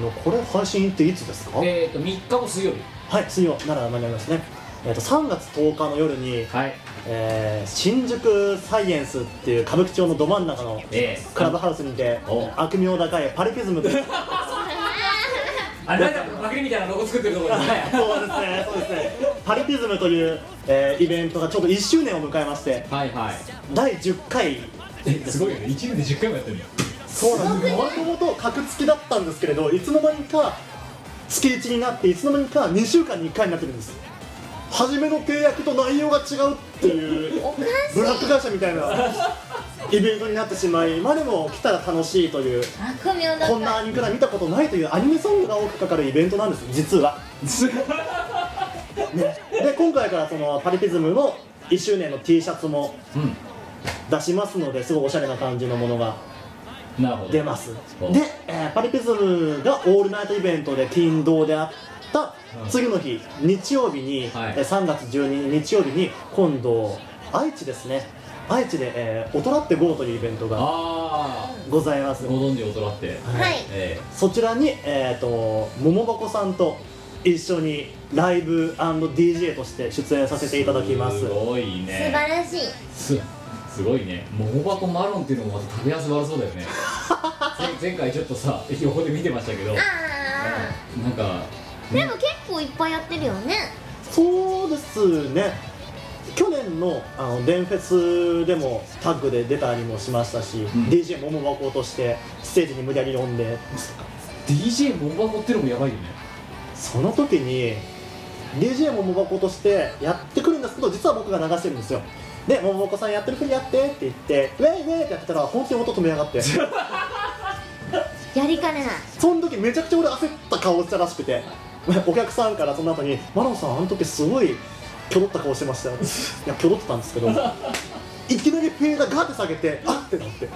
Speaker 4: のこれ配信っていつですか
Speaker 2: あえっと、3日後水曜日。
Speaker 4: はい水曜なら間に合いますねえっ、と3月10日の夜に、
Speaker 2: はい。
Speaker 4: えー新宿サイエンスっていう歌舞伎町のど真ん中の
Speaker 2: えー
Speaker 4: クラブハウスにて
Speaker 2: お
Speaker 4: 悪名高いパリピズムという
Speaker 2: あれなんかパクリみたいなロゴ作ってるところ (laughs) ですね
Speaker 4: そうですねそうですねパリピズムという、えーイベントがちょうど1周年を迎えまして
Speaker 2: はいはい
Speaker 4: 第10回
Speaker 2: すごいよね1年で10回もや
Speaker 4: (laughs)
Speaker 2: ってるよ
Speaker 4: そうなんですもともと格付きだったんですけれどいつの間にか月1になっていつの間にか2週間に1回になってるんです初めの契約と内容が違うっていう
Speaker 3: おかしい
Speaker 4: ブラック会社みたいなイベントになってしまい今でも来たら楽しいという
Speaker 3: 悪名だ
Speaker 4: こんなアニメから見たことないというアニメソングが多くかかるイベントなんです実は、ね、で今回からそのパリピズムの1周年の T シャツも
Speaker 2: うん
Speaker 4: 出しますのですごいおしゃれな感じのものが
Speaker 2: なるほど
Speaker 4: 出ます
Speaker 2: うん
Speaker 4: で、えーパリピズムがオールナイトイベントで金堂であった
Speaker 2: うん
Speaker 4: 次の日日曜日に、
Speaker 2: はい
Speaker 4: えー3月12日日曜日に今度愛知ですね愛知で、えー、大人ってゴーというイベントが
Speaker 2: あ
Speaker 4: ございます
Speaker 2: あご存知大人って
Speaker 3: はい
Speaker 2: え
Speaker 4: そちらに、えー、と桃箱さんと一緒にライブ &DJ として出演させていただきます
Speaker 2: すごい
Speaker 3: 素晴
Speaker 2: ね
Speaker 3: らしい
Speaker 2: すすごいね桃箱マロンっていうのもまた食べ合わせ悪そうだよ
Speaker 4: (laughs)
Speaker 2: ね前前回ちょっとさ横で見てましたけど
Speaker 3: あ
Speaker 2: なんか
Speaker 3: あでも結構いっぱいやってるよね
Speaker 4: そうですね去年のあのデンフェスでもタッグで出たりもしましたし、
Speaker 2: ん
Speaker 4: DJ 桃箱としてステージに無理やり呼んで
Speaker 2: DJ 桃箱ってのもやばいよね
Speaker 4: その時に DJ 桃箱としてやってくるんですけど実は僕が流してるんですよで桃箱さんやってるふりやってって言ってウェイウェイってやってたら本当に音止めやがって
Speaker 3: やりかねない
Speaker 4: その時めちゃくちゃ俺焦った顔をしたらしくてお客さんからその後に「マロンさんあの時すごいきょどった顔してましたよ」いやきょどってたんですけどいきなりペーがガーって下げてあってなって「う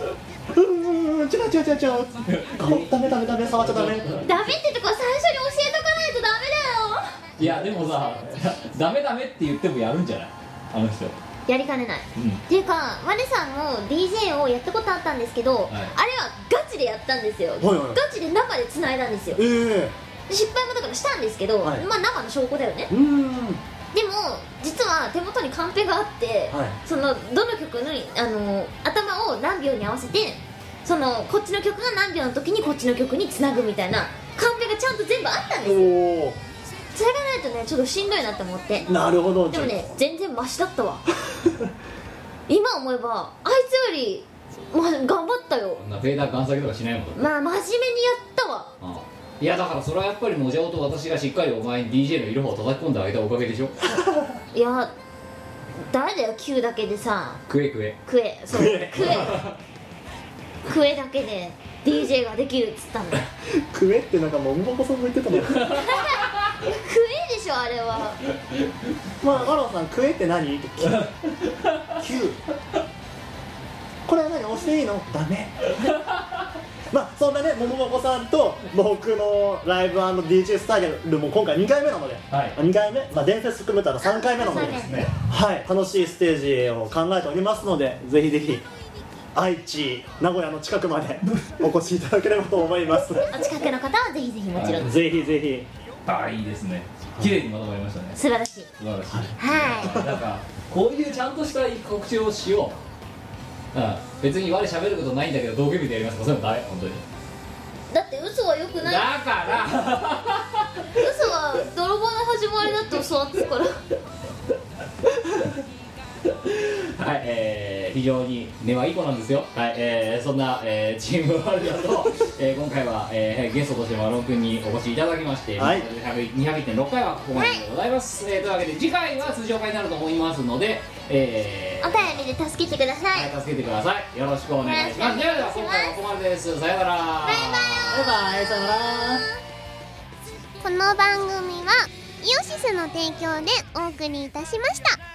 Speaker 4: ーんうんうん違う違う違う違う顔ダメダメダメ触っちゃダメ」
Speaker 3: ダメってとこ最初に教えとかないとダメだよ
Speaker 2: いやでもさ (laughs) ダメダメって言ってもやるんじゃないあの人
Speaker 3: やりかねない
Speaker 2: うん
Speaker 3: っていうかマネさんも DJ をやったことあったんですけど、あれはガチでやったんですよ、
Speaker 4: はい
Speaker 3: ガチで生で繋いだんですよ
Speaker 4: え
Speaker 3: で失敗もだからしたんですけど、
Speaker 4: はい
Speaker 3: まあ生の証拠だよね
Speaker 4: えうーん
Speaker 3: でも実は手元にカンペがあって、
Speaker 4: はい
Speaker 3: そのどの曲のあの頭を何秒に合わせてそのこっちの曲が何秒の時にこっちの曲に繋ぐみたいなカンペがちゃんと全部あったんですよ
Speaker 4: お
Speaker 3: それがないとねちょっとしんどいなって思って
Speaker 4: おなるほど
Speaker 3: でもね全然マシだったわ今思えばあいつより、ま、頑張ったよ
Speaker 2: こんなフェーダーガン下げとかしないもん
Speaker 3: まあ真面目にやったわ
Speaker 2: あいやだからそれはやっぱりもじゃおと私がしっかりお前に DJ のイロハを叩き込んであげたおかげでしょ
Speaker 3: いや誰だよ9だけでさ
Speaker 2: 食え食え
Speaker 3: クエそうクエクエだけで DJ ができるっつったのク
Speaker 4: クエってなんか桃箱さんも言ってたもん
Speaker 3: エでしょあれは
Speaker 4: まあマロンさんクエって何って聞い
Speaker 2: (laughs)
Speaker 4: てキューこれは何押していいのダメ (laughs) まあそんなね桃箱さんと僕のライブ &DJ スタイルも今回2回目なので、
Speaker 2: はい
Speaker 4: 2回目まあ伝説含めたら3回目なのでですねはい楽しいステージを考えておりますのでぜひぜひ愛知名古屋の近くまでお越しいただければと思います (laughs)
Speaker 3: お近くの方はぜひぜひもちろん
Speaker 4: ぜひぜひ
Speaker 2: ああいいですね綺麗にまとまりましたね
Speaker 3: 素晴らしい
Speaker 2: 素晴らしい
Speaker 3: は
Speaker 2: なんかこういうちゃんとした告知をしよう、うん、別に我喋ることないんだけど道具見てやりますとかそういうのダメ本当に
Speaker 3: いだって嘘はよく
Speaker 2: だ
Speaker 3: ない
Speaker 2: から
Speaker 3: 嘘は泥棒の始まりだって教わったから
Speaker 2: はい、えー非常に根はいい子なんですよ、はいえーそんな、えーチームワールドと、えー今回は、えーゲストとしてマロン君にお越しいただきまして、
Speaker 4: はい
Speaker 2: 200 201.6回はここまででございます、えーというわけで次回は通常回になると思いますので、えー
Speaker 3: お便りで助けてください
Speaker 2: はい助けてくださいよろしくお願いしますで
Speaker 3: よ
Speaker 2: は
Speaker 3: ろしくお願い
Speaker 2: で
Speaker 3: します
Speaker 2: は今回はここまでですさようならバイバイさようなら
Speaker 5: この番組はイオシスの提供でお送りいたしました。
Speaker 6: 「